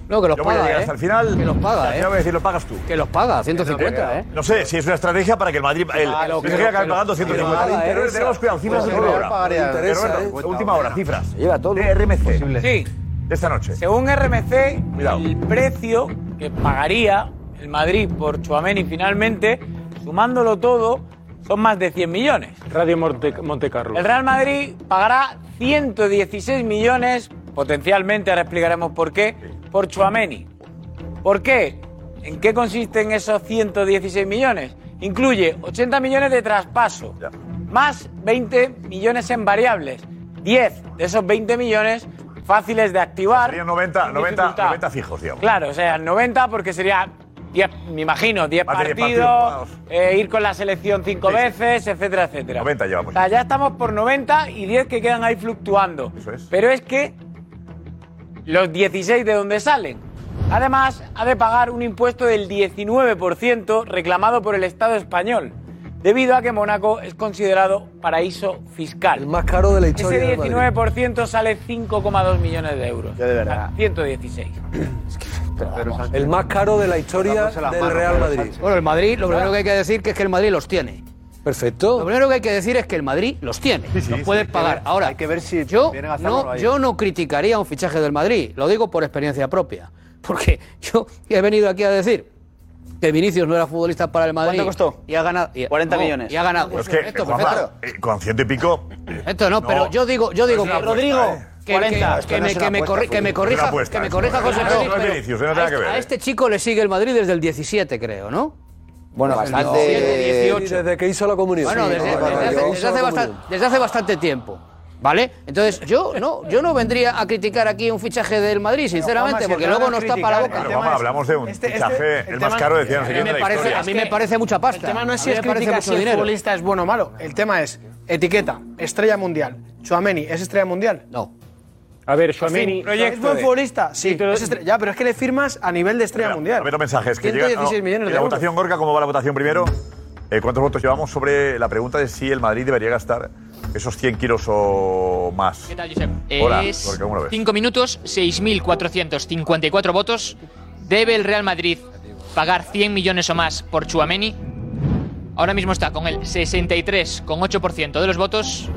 [SPEAKER 22] No, que los
[SPEAKER 5] Yo voy a
[SPEAKER 22] paga,
[SPEAKER 5] llegar
[SPEAKER 22] ¿eh?
[SPEAKER 5] hasta el final.
[SPEAKER 22] Que los
[SPEAKER 5] Al
[SPEAKER 22] paga,
[SPEAKER 5] final
[SPEAKER 22] ¿eh?
[SPEAKER 5] voy a decir, lo pagas tú.
[SPEAKER 22] Que los paga, 150, ¿eh?
[SPEAKER 5] No sé si es una estrategia para que el Madrid. El
[SPEAKER 22] Ah, lo
[SPEAKER 5] PSG
[SPEAKER 22] creo,
[SPEAKER 5] acabe
[SPEAKER 22] pero-
[SPEAKER 5] pagando
[SPEAKER 22] pero
[SPEAKER 5] 150.
[SPEAKER 25] ¿eh?
[SPEAKER 22] nada,
[SPEAKER 5] Pero
[SPEAKER 22] esa-
[SPEAKER 5] tenemos cuidado, cifras
[SPEAKER 22] pues
[SPEAKER 5] de
[SPEAKER 22] el
[SPEAKER 5] última
[SPEAKER 22] Real
[SPEAKER 5] hora.
[SPEAKER 22] pagaría,
[SPEAKER 5] Roberto,
[SPEAKER 22] interesa, ¿eh?
[SPEAKER 5] Última hora, cifras.
[SPEAKER 12] Lleva todo.
[SPEAKER 5] De RMC.
[SPEAKER 7] Sí.
[SPEAKER 5] De esta noche.
[SPEAKER 7] Según RMC, el precio que pagaría el Madrid por Chuameni finalmente, sumándolo todo, son más de 100 millones.
[SPEAKER 4] Radio Monte, Monte Carlo.
[SPEAKER 7] El Real Madrid pagará 116 millones, potencialmente, ahora explicaremos por qué, por Chuameni. ¿Por qué? ¿En qué consisten esos 116 millones? Incluye 80 millones de traspaso, más 20 millones en variables. 10 de esos 20 millones fáciles de activar.
[SPEAKER 5] Serían 90,
[SPEAKER 7] sin
[SPEAKER 5] 90,
[SPEAKER 7] dificultad.
[SPEAKER 5] 90 fijos, digamos.
[SPEAKER 7] Claro, o sea, 90 porque sería Diez- me imagino, 10
[SPEAKER 5] Más de diez
[SPEAKER 7] partidos,
[SPEAKER 5] partidos
[SPEAKER 7] eh, ir con la selección 5 veces, etcétera, etcétera.
[SPEAKER 5] 90
[SPEAKER 7] O
[SPEAKER 5] llevamos.
[SPEAKER 7] sea, ya estamos por 90 y 10 que quedan ahí fluctuando. Pero es que los 16 de donde salen. Además, ha de pagar un impuesto del 19% reclamado por el Estado español, debido a que Mónaco es considerado paraíso fiscal. El más
[SPEAKER 3] caro de la historia
[SPEAKER 7] Ese
[SPEAKER 3] de Madrid.
[SPEAKER 7] 19% sale 5,2 millones de euros.
[SPEAKER 3] Ya de verdad.
[SPEAKER 7] 116.
[SPEAKER 3] El más caro de la historia
[SPEAKER 7] Dándose las
[SPEAKER 3] del
[SPEAKER 7] manos,
[SPEAKER 3] Real
[SPEAKER 7] Pedro
[SPEAKER 3] Madrid.
[SPEAKER 22] Bueno, el Madrid, lo primero que hay que decir que es que el Madrid los tiene.
[SPEAKER 3] Perfecto.
[SPEAKER 22] Lo primero que hay que decir es que el Madrid los tiene. los puedes pagar. Ahora, hay que ver si yo,
[SPEAKER 10] vienen a hacerlo
[SPEAKER 22] no,
[SPEAKER 10] ahí.
[SPEAKER 22] yo no criticaría un fichaje del Madrid. Lo digo por experiencia propia. Porque yo he venido aquí a decir que Vinicius no era futbolista para el Madrid.
[SPEAKER 5] ¿Cuánto
[SPEAKER 22] costó? Y ha ganado. y-
[SPEAKER 5] 40
[SPEAKER 22] no,
[SPEAKER 5] millones.
[SPEAKER 22] Y ha ganado.
[SPEAKER 5] Pero es que,
[SPEAKER 22] Perfecto,
[SPEAKER 5] Juanma,
[SPEAKER 22] perfecto.
[SPEAKER 5] eh, con ciento y pico.
[SPEAKER 22] Esto no, pero yo digo, yo digo
[SPEAKER 5] Es una
[SPEAKER 22] que-
[SPEAKER 5] Rodrigo, apuesta, ¿eh?
[SPEAKER 22] que,
[SPEAKER 5] 40.
[SPEAKER 22] que-
[SPEAKER 5] Esto
[SPEAKER 22] que
[SPEAKER 5] no
[SPEAKER 22] me,
[SPEAKER 5] es
[SPEAKER 22] que
[SPEAKER 5] una
[SPEAKER 22] me
[SPEAKER 5] apuesta,
[SPEAKER 22] corri- que me
[SPEAKER 5] Fútbol.
[SPEAKER 22] corrija,
[SPEAKER 5] Es una apuesta,
[SPEAKER 22] que me
[SPEAKER 5] esto.
[SPEAKER 22] corrija
[SPEAKER 5] No,
[SPEAKER 22] José
[SPEAKER 5] no,
[SPEAKER 22] Luis,
[SPEAKER 5] no es
[SPEAKER 22] pero
[SPEAKER 5] Vinicius, eh, no
[SPEAKER 22] a,
[SPEAKER 5] tiene
[SPEAKER 22] este,
[SPEAKER 5] que ver,
[SPEAKER 22] a
[SPEAKER 5] eh.
[SPEAKER 22] este chico le sigue el Madrid desde el 17, creo, ¿no?
[SPEAKER 3] Bueno,
[SPEAKER 22] Pues el
[SPEAKER 3] bastante-
[SPEAKER 22] 17, 18.
[SPEAKER 3] Desde que hizo la comunión.
[SPEAKER 22] Bueno,
[SPEAKER 3] Sí,
[SPEAKER 22] desde,
[SPEAKER 3] no,
[SPEAKER 22] desde hace,
[SPEAKER 3] yo-
[SPEAKER 22] desde hace bastan- desde hace bastante tiempo. ¿Vale? Entonces, yo no, yo no vendría a criticar aquí un fichage del Madrid, sinceramente, porque luego nos tapa la boca.
[SPEAKER 5] Pero,
[SPEAKER 3] este.
[SPEAKER 5] Juanma, hablamos de
[SPEAKER 22] Este,
[SPEAKER 5] un fichaje, el más caro, decía, no
[SPEAKER 22] A
[SPEAKER 5] sé
[SPEAKER 22] mí
[SPEAKER 5] quién de
[SPEAKER 22] me
[SPEAKER 5] la
[SPEAKER 22] parece-
[SPEAKER 5] historia.
[SPEAKER 22] a mí me parece mucha pasta.
[SPEAKER 18] El tema no es
[SPEAKER 22] A
[SPEAKER 18] si
[SPEAKER 22] mí
[SPEAKER 18] es
[SPEAKER 22] me parece
[SPEAKER 18] crítica
[SPEAKER 22] mucho
[SPEAKER 18] si el
[SPEAKER 22] dinero.
[SPEAKER 18] futbolista es bueno o malo. El tema es etiqueta, estrella mundial. Chuameni, ¿es estrella mundial?
[SPEAKER 22] No.
[SPEAKER 4] A ver,
[SPEAKER 18] Chuameni.
[SPEAKER 4] Tchouaméni-
[SPEAKER 18] ¿Es buen futbolista? Sí. es estrella- ya, pero es que le firmas a nivel de estrella mundial.
[SPEAKER 5] A ver los mensajes que llegan.
[SPEAKER 18] 116
[SPEAKER 5] No,
[SPEAKER 18] millones
[SPEAKER 5] ¿y
[SPEAKER 18] de
[SPEAKER 5] la
[SPEAKER 18] euros.
[SPEAKER 5] votación, Gorka, ¿cómo va la votación primero? Eh, ¿Cuántos votos llevamos sobre la pregunta de si el Madrid debería gastar esos 100 kilos o más? ¿Qué
[SPEAKER 20] tal, Josep?
[SPEAKER 5] Hola,
[SPEAKER 20] Es
[SPEAKER 5] Gorka, ¿cómo lo ves?
[SPEAKER 20] 5 minutos, 6.454 votos. ¿Debe el Real Madrid pagar 100 millones o más por Chuameni? Ahora mismo está con el 63,8% de los votos.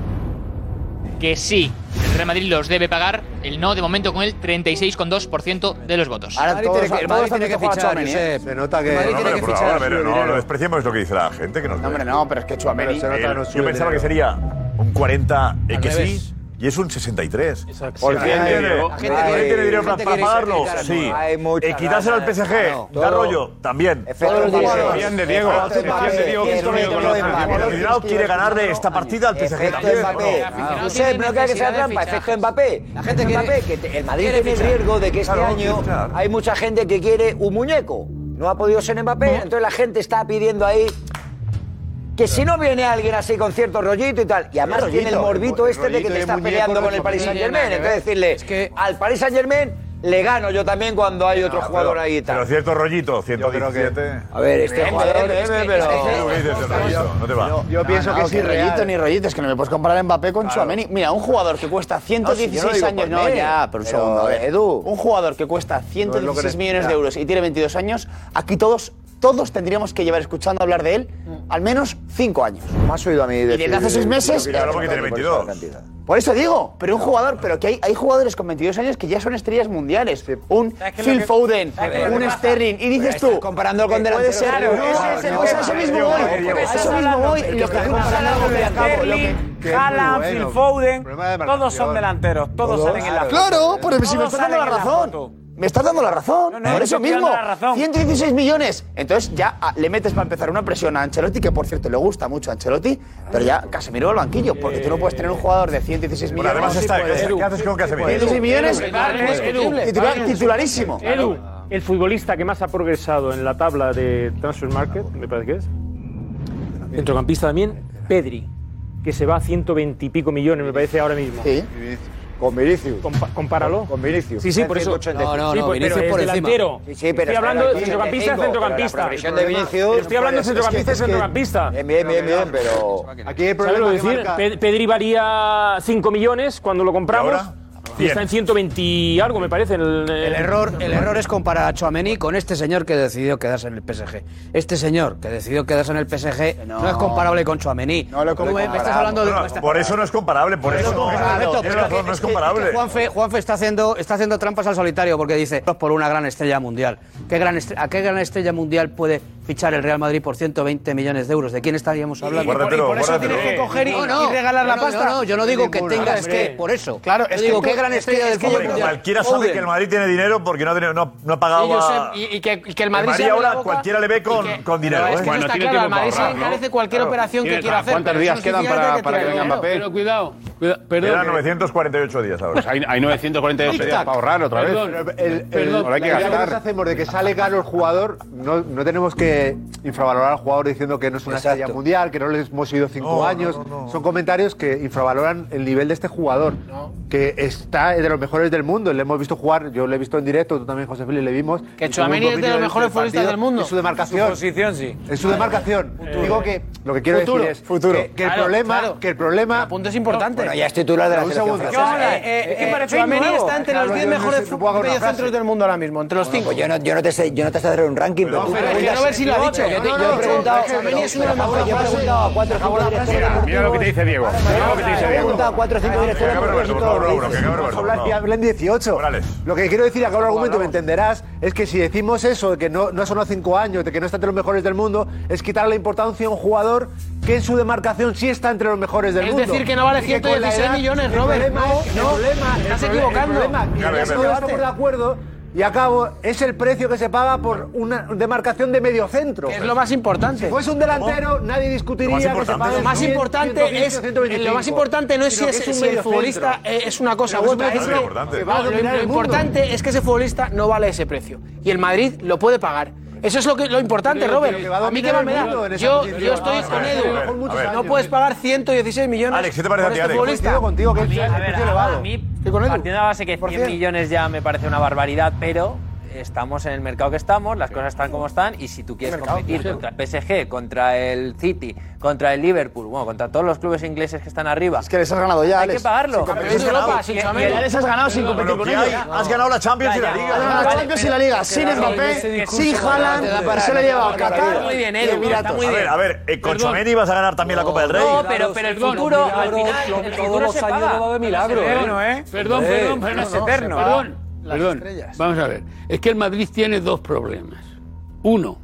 [SPEAKER 20] Que sí, el Real Madrid los debe pagar. El no, de momento, con el 36,2% de los votos.
[SPEAKER 18] Ahora
[SPEAKER 5] todos-
[SPEAKER 18] el Madrid tiene que fichar,
[SPEAKER 5] ¿eh?
[SPEAKER 18] Se nota
[SPEAKER 5] No, no, pero por favor, a ver, no, no
[SPEAKER 18] no,
[SPEAKER 5] despreciemos lo que dice la gente. Que nos
[SPEAKER 18] No, hombre,
[SPEAKER 5] ve.
[SPEAKER 18] no, pero es que Tchouaméni-
[SPEAKER 5] Pero se nota, no
[SPEAKER 18] el-
[SPEAKER 5] sube Yo pensaba que sería un 40 eh,
[SPEAKER 18] Al
[SPEAKER 5] que
[SPEAKER 18] revés.
[SPEAKER 5] sí y es un 63. Exacto.
[SPEAKER 18] sí. Hay dinero.
[SPEAKER 5] ¿Quién
[SPEAKER 18] La gente
[SPEAKER 5] tiene
[SPEAKER 18] quiere
[SPEAKER 5] dinero para
[SPEAKER 18] sacrificar
[SPEAKER 5] para
[SPEAKER 18] el
[SPEAKER 5] pagarlo?
[SPEAKER 18] amor.
[SPEAKER 5] Sí.
[SPEAKER 18] Hay mucha
[SPEAKER 5] Eh, Quitárselo al
[SPEAKER 18] gana.
[SPEAKER 5] PSG.
[SPEAKER 18] No.
[SPEAKER 5] Da
[SPEAKER 18] Todo.
[SPEAKER 5] rollo. También.
[SPEAKER 18] Efecto Todo el dinero. Mbappé.
[SPEAKER 5] Decían de Diego.
[SPEAKER 18] Efecto
[SPEAKER 5] Decían de Diego que esto no iba con los
[SPEAKER 18] Mbappé.
[SPEAKER 5] aficionados. El aficionado quiere ganar de esta partida al PSG
[SPEAKER 18] Efecto
[SPEAKER 5] también.
[SPEAKER 18] Mbappé.
[SPEAKER 5] ¿no?
[SPEAKER 18] Claro.
[SPEAKER 12] No sé, no creo que sea trampa, efecto Mbappé. La gente Mbappé, que te- el Madrid tiene el riesgo de que este
[SPEAKER 5] Claro,
[SPEAKER 12] año
[SPEAKER 5] fichar.
[SPEAKER 12] hay mucha gente que quiere un muñeco. No ha podido ser Mbappé, entonces la gente está pidiendo ahí que si no viene alguien así con cierto rollito y tal, y además
[SPEAKER 11] rollito,
[SPEAKER 12] tiene el morbito
[SPEAKER 11] el
[SPEAKER 12] este de que
[SPEAKER 11] rollito
[SPEAKER 12] te
[SPEAKER 11] de
[SPEAKER 12] estás
[SPEAKER 11] muñeco
[SPEAKER 12] peleando
[SPEAKER 11] no
[SPEAKER 12] con el
[SPEAKER 11] tiene
[SPEAKER 12] Paris
[SPEAKER 11] nada
[SPEAKER 12] Saint
[SPEAKER 11] que
[SPEAKER 12] Germain,
[SPEAKER 11] ver.
[SPEAKER 12] entonces decirle, al Paris Saint Germain le gano yo también cuando hay otro jugador ahí y tal.
[SPEAKER 5] Pero cierto rollito, 117.
[SPEAKER 12] A ver, este jugador, eh, pero-
[SPEAKER 5] ¿Qué dices del rollito? No te va. Ah,
[SPEAKER 10] Yo pienso que sí,
[SPEAKER 5] es real.
[SPEAKER 10] rollito
[SPEAKER 1] ni rollito, es que no me puedes comparar a Mbappé con
[SPEAKER 10] Claro.
[SPEAKER 1] Chuameni. Mira, un jugador que cuesta 116
[SPEAKER 10] No, si yo no digo
[SPEAKER 1] años.
[SPEAKER 10] por
[SPEAKER 1] No,
[SPEAKER 10] mí.
[SPEAKER 1] ya, pero un
[SPEAKER 10] Pero,
[SPEAKER 1] segundo. a ver.
[SPEAKER 10] Edu.
[SPEAKER 1] Un jugador que cuesta
[SPEAKER 10] No es lo
[SPEAKER 1] 116
[SPEAKER 10] que
[SPEAKER 1] millones de
[SPEAKER 10] necesita.
[SPEAKER 1] euros y tiene 22 años, aquí todos, todos tendríamos que llevar escuchando hablar de él al menos 5 años.
[SPEAKER 11] Me has oído a mí
[SPEAKER 1] Y desde hace 6 meses.
[SPEAKER 5] Claro, porque tiene 22.
[SPEAKER 1] Por eso digo, pero un jugador, pero que hay, hay jugadores con 22 años que ya son estrellas mundiales. Un
[SPEAKER 18] ¿Sabes qué es lo
[SPEAKER 1] Phil
[SPEAKER 18] que-
[SPEAKER 1] Foden,
[SPEAKER 18] ¿sabes qué es lo que
[SPEAKER 1] un
[SPEAKER 18] pasa?
[SPEAKER 1] Sterling, y dices
[SPEAKER 18] Pero
[SPEAKER 1] tú.
[SPEAKER 18] estás comparándolo con
[SPEAKER 1] que puede
[SPEAKER 18] delanteros.
[SPEAKER 1] ser,
[SPEAKER 18] Claro,
[SPEAKER 1] no,
[SPEAKER 18] ese es el
[SPEAKER 1] pues a
[SPEAKER 18] tema.
[SPEAKER 1] eso mismo voy. A eso mismo voy. y Lo que estoy comparando
[SPEAKER 7] de Sterling, Haaland, Phil Foden, todos son delanteros, todos
[SPEAKER 1] Todos.
[SPEAKER 7] salen en la
[SPEAKER 1] Claro, pero si me estás
[SPEAKER 7] Todos
[SPEAKER 1] dando
[SPEAKER 7] salen
[SPEAKER 1] la
[SPEAKER 7] en
[SPEAKER 1] razón.
[SPEAKER 7] foto.
[SPEAKER 1] Me estás dando la razón.
[SPEAKER 7] no,
[SPEAKER 1] por
[SPEAKER 7] no
[SPEAKER 1] eso
[SPEAKER 7] te estoy
[SPEAKER 1] mismo.
[SPEAKER 7] dando la razón.
[SPEAKER 1] 116 millones. Entonces ya ah, le metes para empezar una presión a Ancelotti, que por cierto le gusta mucho a Ancelotti, pero ya Casemiro al banquillo, porque tú no puedes tener un jugador de 116
[SPEAKER 5] Bueno,
[SPEAKER 1] millones.
[SPEAKER 5] además está.
[SPEAKER 1] Sí puedes.
[SPEAKER 5] ¿Qué haces con Casemiro?
[SPEAKER 1] 116 millones, pues,
[SPEAKER 4] Edu,
[SPEAKER 1] titular-
[SPEAKER 4] Edu,
[SPEAKER 1] titularísimo.
[SPEAKER 4] Edu, el futbolista que más ha progresado en la tabla de Transfer Market, me parece que es. Centrocampista también, Pedri, que se va a 120 y pico millones, me parece ahora mismo. Sí.
[SPEAKER 10] Con Vinicius.
[SPEAKER 4] compáralo.
[SPEAKER 10] Con Vinicius.
[SPEAKER 4] Sí, sí, por eso. Sí, pues, pero es delantero.
[SPEAKER 10] Sí,
[SPEAKER 4] estoy hablando de centrocampista, centrocampista. Estoy hablando de centrocampista, centrocampista.
[SPEAKER 11] Bien, bien, bien, bien, pero.
[SPEAKER 10] Aquí el
[SPEAKER 4] ¿Sabes lo que decir? Pe- Pedri valía 5 millones cuando lo compramos. Y
[SPEAKER 22] Bien.
[SPEAKER 4] está en 120 y algo, me parece. El,
[SPEAKER 22] El error, el error es comparar a Chouameni con este señor que decidió quedarse en el PSG. Este señor que decidió quedarse en el PSG no, es comparable con Chouameni. No lo Me estás hablando de...
[SPEAKER 5] No,
[SPEAKER 22] me
[SPEAKER 5] no,
[SPEAKER 22] estás-
[SPEAKER 5] Por eso no es comparable, por eso no.
[SPEAKER 22] Alberto,
[SPEAKER 5] Tienes
[SPEAKER 22] pero
[SPEAKER 5] razón, no es
[SPEAKER 22] que-
[SPEAKER 5] comparable.
[SPEAKER 22] que Juanfe, Juanfe está, haciendo, está haciendo trampas al solitario porque dice, "Dos por una gran estrella mundial. ¿Qué gran estre- ¿A qué gran estrella mundial puede fichar el Real Madrid por 120 millones de euros. ¿De quién estaríamos hablando?
[SPEAKER 5] Guárdatelo,
[SPEAKER 22] No,
[SPEAKER 5] guárdatelo.
[SPEAKER 22] no, no, no, No, yo no digo que tenga, es que por eso.
[SPEAKER 5] Claro,
[SPEAKER 22] Yo digo, qué gran estrella del fútbol mundial.
[SPEAKER 5] Cualquiera sabe
[SPEAKER 22] Foden.
[SPEAKER 5] que el Madrid tiene dinero porque no ha, tenido- no, no ha pagado
[SPEAKER 22] Y Josep,
[SPEAKER 5] a...
[SPEAKER 18] Y, y que, y que el Madrid se abre la
[SPEAKER 5] ahora
[SPEAKER 18] boca-
[SPEAKER 5] cualquiera le ve con, con dinero.
[SPEAKER 18] Pero es que
[SPEAKER 5] ¿eh?
[SPEAKER 18] eso está claro, al Madrid se le encarece cualquier operación que quiera hacer. pero eso no significa tenga tirar dinero.
[SPEAKER 5] Pero
[SPEAKER 18] cuidado.
[SPEAKER 5] Perdón,
[SPEAKER 18] perdón,
[SPEAKER 5] Quedan
[SPEAKER 18] que-
[SPEAKER 5] 948 días ahora.
[SPEAKER 8] Pues hay, hay 948 días para ahorrar otra vez. Pero hay que
[SPEAKER 10] la idea que nos
[SPEAKER 8] gastar.
[SPEAKER 10] hacemos de que sale caro el jugador, no, no tenemos que infravalorar al jugador diciendo que no es una estrella mundial, que no le hemos ido cinco
[SPEAKER 5] No,
[SPEAKER 10] años.
[SPEAKER 5] no, no, no.
[SPEAKER 10] Son comentarios que infravaloran el nivel de este jugador, que está de los mejores del mundo. Le hemos visto jugar, yo le he visto en directo, tú también, José Félix, le vimos.
[SPEAKER 6] Que
[SPEAKER 10] Y
[SPEAKER 6] Tchouaméni
[SPEAKER 10] tuvimos
[SPEAKER 6] es de los
[SPEAKER 10] vídeos
[SPEAKER 6] mejores
[SPEAKER 10] partido,
[SPEAKER 6] futbolistas del mundo.
[SPEAKER 10] En su demarcación.
[SPEAKER 6] Su posición, sí.
[SPEAKER 10] En su demarcación. Digo que lo que quiero
[SPEAKER 6] Futuro,
[SPEAKER 10] decir es
[SPEAKER 6] futuro.
[SPEAKER 10] que, que el
[SPEAKER 6] Claro,
[SPEAKER 10] problema,
[SPEAKER 6] claro.
[SPEAKER 10] que el problema,
[SPEAKER 18] punto es importante.
[SPEAKER 10] Bueno,
[SPEAKER 18] ya es titular de la
[SPEAKER 10] un
[SPEAKER 18] selección
[SPEAKER 10] segundo.
[SPEAKER 18] francesa.
[SPEAKER 10] Yo,
[SPEAKER 18] Ahora,
[SPEAKER 7] Eh,
[SPEAKER 18] eh,
[SPEAKER 7] eh,
[SPEAKER 18] parece
[SPEAKER 7] Tchouaméni
[SPEAKER 18] nuevo.
[SPEAKER 7] está entre los
[SPEAKER 18] Claro,
[SPEAKER 7] 10
[SPEAKER 18] yo no
[SPEAKER 7] mejores
[SPEAKER 18] sé, no puedo hacer una
[SPEAKER 7] mediocentros del mundo ahora mismo, entre los 5.
[SPEAKER 18] yo no-
[SPEAKER 11] Yo no te sé, yo no te sé hacer un ranking, pero. tú
[SPEAKER 7] pero
[SPEAKER 11] preguntas-
[SPEAKER 7] quiero ver si lo ha dicho.
[SPEAKER 11] Yo te-
[SPEAKER 7] No, no,
[SPEAKER 11] yo he
[SPEAKER 7] no,
[SPEAKER 11] preguntado.
[SPEAKER 7] es que Tchouaméni es uno de los
[SPEAKER 11] Rafa, Yo he
[SPEAKER 7] mejores.
[SPEAKER 11] preguntado a cuatro o cinco directores.
[SPEAKER 8] Mira lo que te dice Diego. Mira lo que te dice
[SPEAKER 11] Yo he
[SPEAKER 8] Diego.
[SPEAKER 11] preguntado a cuatro o cinco directores.
[SPEAKER 10] hablar que hablen 18. Lo que quiero decir, acabo el argumento, me entenderás, es que si decimos eso, de que no, no ha sonado cinco años, de que no está entre los mejores del mundo, es quitarle la importancia a un jugador que en su demarcación sí está entre los mejores del
[SPEAKER 18] Es
[SPEAKER 10] mundo.
[SPEAKER 18] decir, que no vale
[SPEAKER 10] Y con la
[SPEAKER 18] 116
[SPEAKER 10] edad,
[SPEAKER 18] millones,
[SPEAKER 10] el
[SPEAKER 18] Robert.
[SPEAKER 10] problema
[SPEAKER 18] No,
[SPEAKER 10] es- el
[SPEAKER 18] no,
[SPEAKER 10] problema-
[SPEAKER 18] estás
[SPEAKER 10] el problema-
[SPEAKER 18] equivocando.
[SPEAKER 10] El problema, y
[SPEAKER 18] Claro,
[SPEAKER 10] en
[SPEAKER 18] es
[SPEAKER 10] eso
[SPEAKER 18] verdad.
[SPEAKER 10] estamos de acuerdo, y acabo, es el precio que se paga por una demarcación de mediocentro.
[SPEAKER 18] Es lo más importante.
[SPEAKER 10] Si fuese un delantero, nadie discutiría que se pague
[SPEAKER 18] Lo más
[SPEAKER 10] 100,
[SPEAKER 18] importante
[SPEAKER 10] 115,
[SPEAKER 18] es
[SPEAKER 10] 125.
[SPEAKER 18] lo más importante no es si,
[SPEAKER 10] Sino
[SPEAKER 18] es-
[SPEAKER 10] que un
[SPEAKER 18] si el
[SPEAKER 10] mediocentro.
[SPEAKER 18] futbolista eh, es una cosa
[SPEAKER 10] Pero
[SPEAKER 18] u
[SPEAKER 10] es un
[SPEAKER 18] otra. es
[SPEAKER 10] mediocentro
[SPEAKER 18] que-
[SPEAKER 10] importante.
[SPEAKER 18] no,
[SPEAKER 10] Va a
[SPEAKER 18] lo
[SPEAKER 10] dominar
[SPEAKER 18] lo
[SPEAKER 10] el mundo.
[SPEAKER 18] importante es que ese futbolista no vale ese precio y el Madrid lo puede pagar. Eso es lo que lo importante,
[SPEAKER 10] Pero-
[SPEAKER 18] Robert.
[SPEAKER 10] pero que va a
[SPEAKER 18] a mí qué
[SPEAKER 10] dominar
[SPEAKER 18] va
[SPEAKER 10] el
[SPEAKER 18] me da.
[SPEAKER 10] mundo en esa
[SPEAKER 18] Yo,
[SPEAKER 10] posición.
[SPEAKER 18] yo estoy
[SPEAKER 10] A
[SPEAKER 18] con
[SPEAKER 10] ver, a ver,
[SPEAKER 18] Edu.
[SPEAKER 10] a ver.
[SPEAKER 18] No puedes pagar 116 millones
[SPEAKER 10] Alex, ¿qué te parece
[SPEAKER 18] por
[SPEAKER 10] a ti,
[SPEAKER 18] este
[SPEAKER 10] Alex?
[SPEAKER 18] futbolista.
[SPEAKER 10] contigo que
[SPEAKER 18] A mí,
[SPEAKER 10] es
[SPEAKER 18] a ver,
[SPEAKER 10] precio
[SPEAKER 18] a-
[SPEAKER 10] elevado.
[SPEAKER 18] a mí,
[SPEAKER 6] Partiendo de la base que 100 millones ya me parece una barbaridad, pero estamos en el mercado que estamos, las cosas están como están, y si tú quieres
[SPEAKER 1] Mercado,
[SPEAKER 6] competir
[SPEAKER 1] sí.
[SPEAKER 6] contra el PSG, contra el City, contra el Liverpool, bueno, contra todos los clubes ingleses que están arriba. Es
[SPEAKER 18] que les has ganado
[SPEAKER 6] Hay que pagarlo.
[SPEAKER 18] Es Europa, sin Chamel. Ya les has ganado sin competir con ellos.
[SPEAKER 5] Has ganado la Champions y la
[SPEAKER 18] Has
[SPEAKER 5] Liga.
[SPEAKER 18] ganado la Champions y la Liga,
[SPEAKER 5] Pero-
[SPEAKER 18] sin
[SPEAKER 5] pero- ese
[SPEAKER 18] Mbappé,
[SPEAKER 5] discurso
[SPEAKER 18] sin
[SPEAKER 5] te da- te da
[SPEAKER 18] Haaland,
[SPEAKER 5] para-
[SPEAKER 18] se lo lleva a
[SPEAKER 5] te da para-
[SPEAKER 18] Qatar.
[SPEAKER 6] Muy bien,
[SPEAKER 18] y
[SPEAKER 6] Edu, está
[SPEAKER 18] Emiratos.
[SPEAKER 6] muy
[SPEAKER 5] A ver,
[SPEAKER 6] bien.
[SPEAKER 5] a ver, eh, con
[SPEAKER 6] Perdón.
[SPEAKER 5] Chouameni vas a ganar también la Copa del Rey.
[SPEAKER 6] No, pero, pero el futuro, al final, el futuro se paga.
[SPEAKER 2] milagro,
[SPEAKER 6] Es eterno,
[SPEAKER 2] ¿eh?
[SPEAKER 6] ¿eh?
[SPEAKER 2] Perdón, perdón, perdón.
[SPEAKER 6] Es eterno.
[SPEAKER 2] Perdón, perdón. Vamos a ver. Es que el Madrid tiene dos problemas. Uno,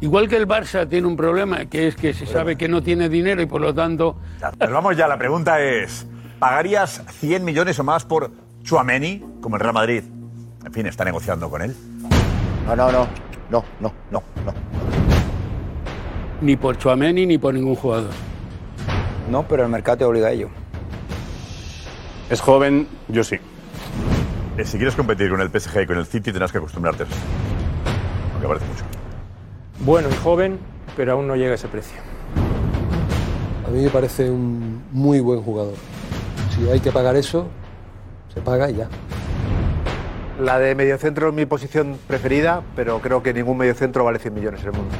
[SPEAKER 2] igual que el Barça tiene un problema, que es que se sabe que no tiene dinero y por lo tanto.
[SPEAKER 5] Pero vamos ya, la pregunta es, ¿pagarías 100 millones o más por Chuameni, como el Real Madrid? En fin, está negociando con él.
[SPEAKER 12] No, no, no. No, no, no, no.
[SPEAKER 2] Ni por Chuameni ni por ningún jugador.
[SPEAKER 11] No, pero el mercado te obliga a ello.
[SPEAKER 8] Es joven, yo sí.
[SPEAKER 5] Eh, si quieres competir con el PSG y con el City, tendrás que acostumbrarte a eso. Aunque parece mucho.
[SPEAKER 4] Bueno y joven, pero aún no llega a ese precio.
[SPEAKER 3] A mí me parece un muy buen jugador. Si hay que pagar eso, se paga y ya.
[SPEAKER 10] La de mediocentro es mi posición preferida, pero creo que ningún mediocentro vale 100 millones en el mundo.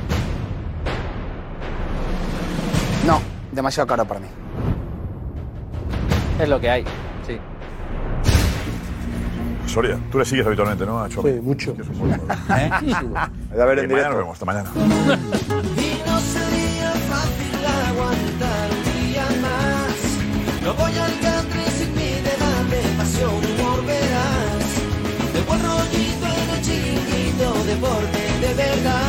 [SPEAKER 1] No, demasiado caro para mí.
[SPEAKER 6] Es lo que hay, sí.
[SPEAKER 5] Soria, tú le sigues habitualmente, ¿no? A Chuameni. Sí, mucho.
[SPEAKER 12] A ver,
[SPEAKER 5] en Eh, mañana nos vemos, hasta mañana.
[SPEAKER 21] Y no sería fácil aguantar un día más. No voy al country sin mi debate, pasión, humor, verás. De buen rollito en el chiringuito, deporte de verdad.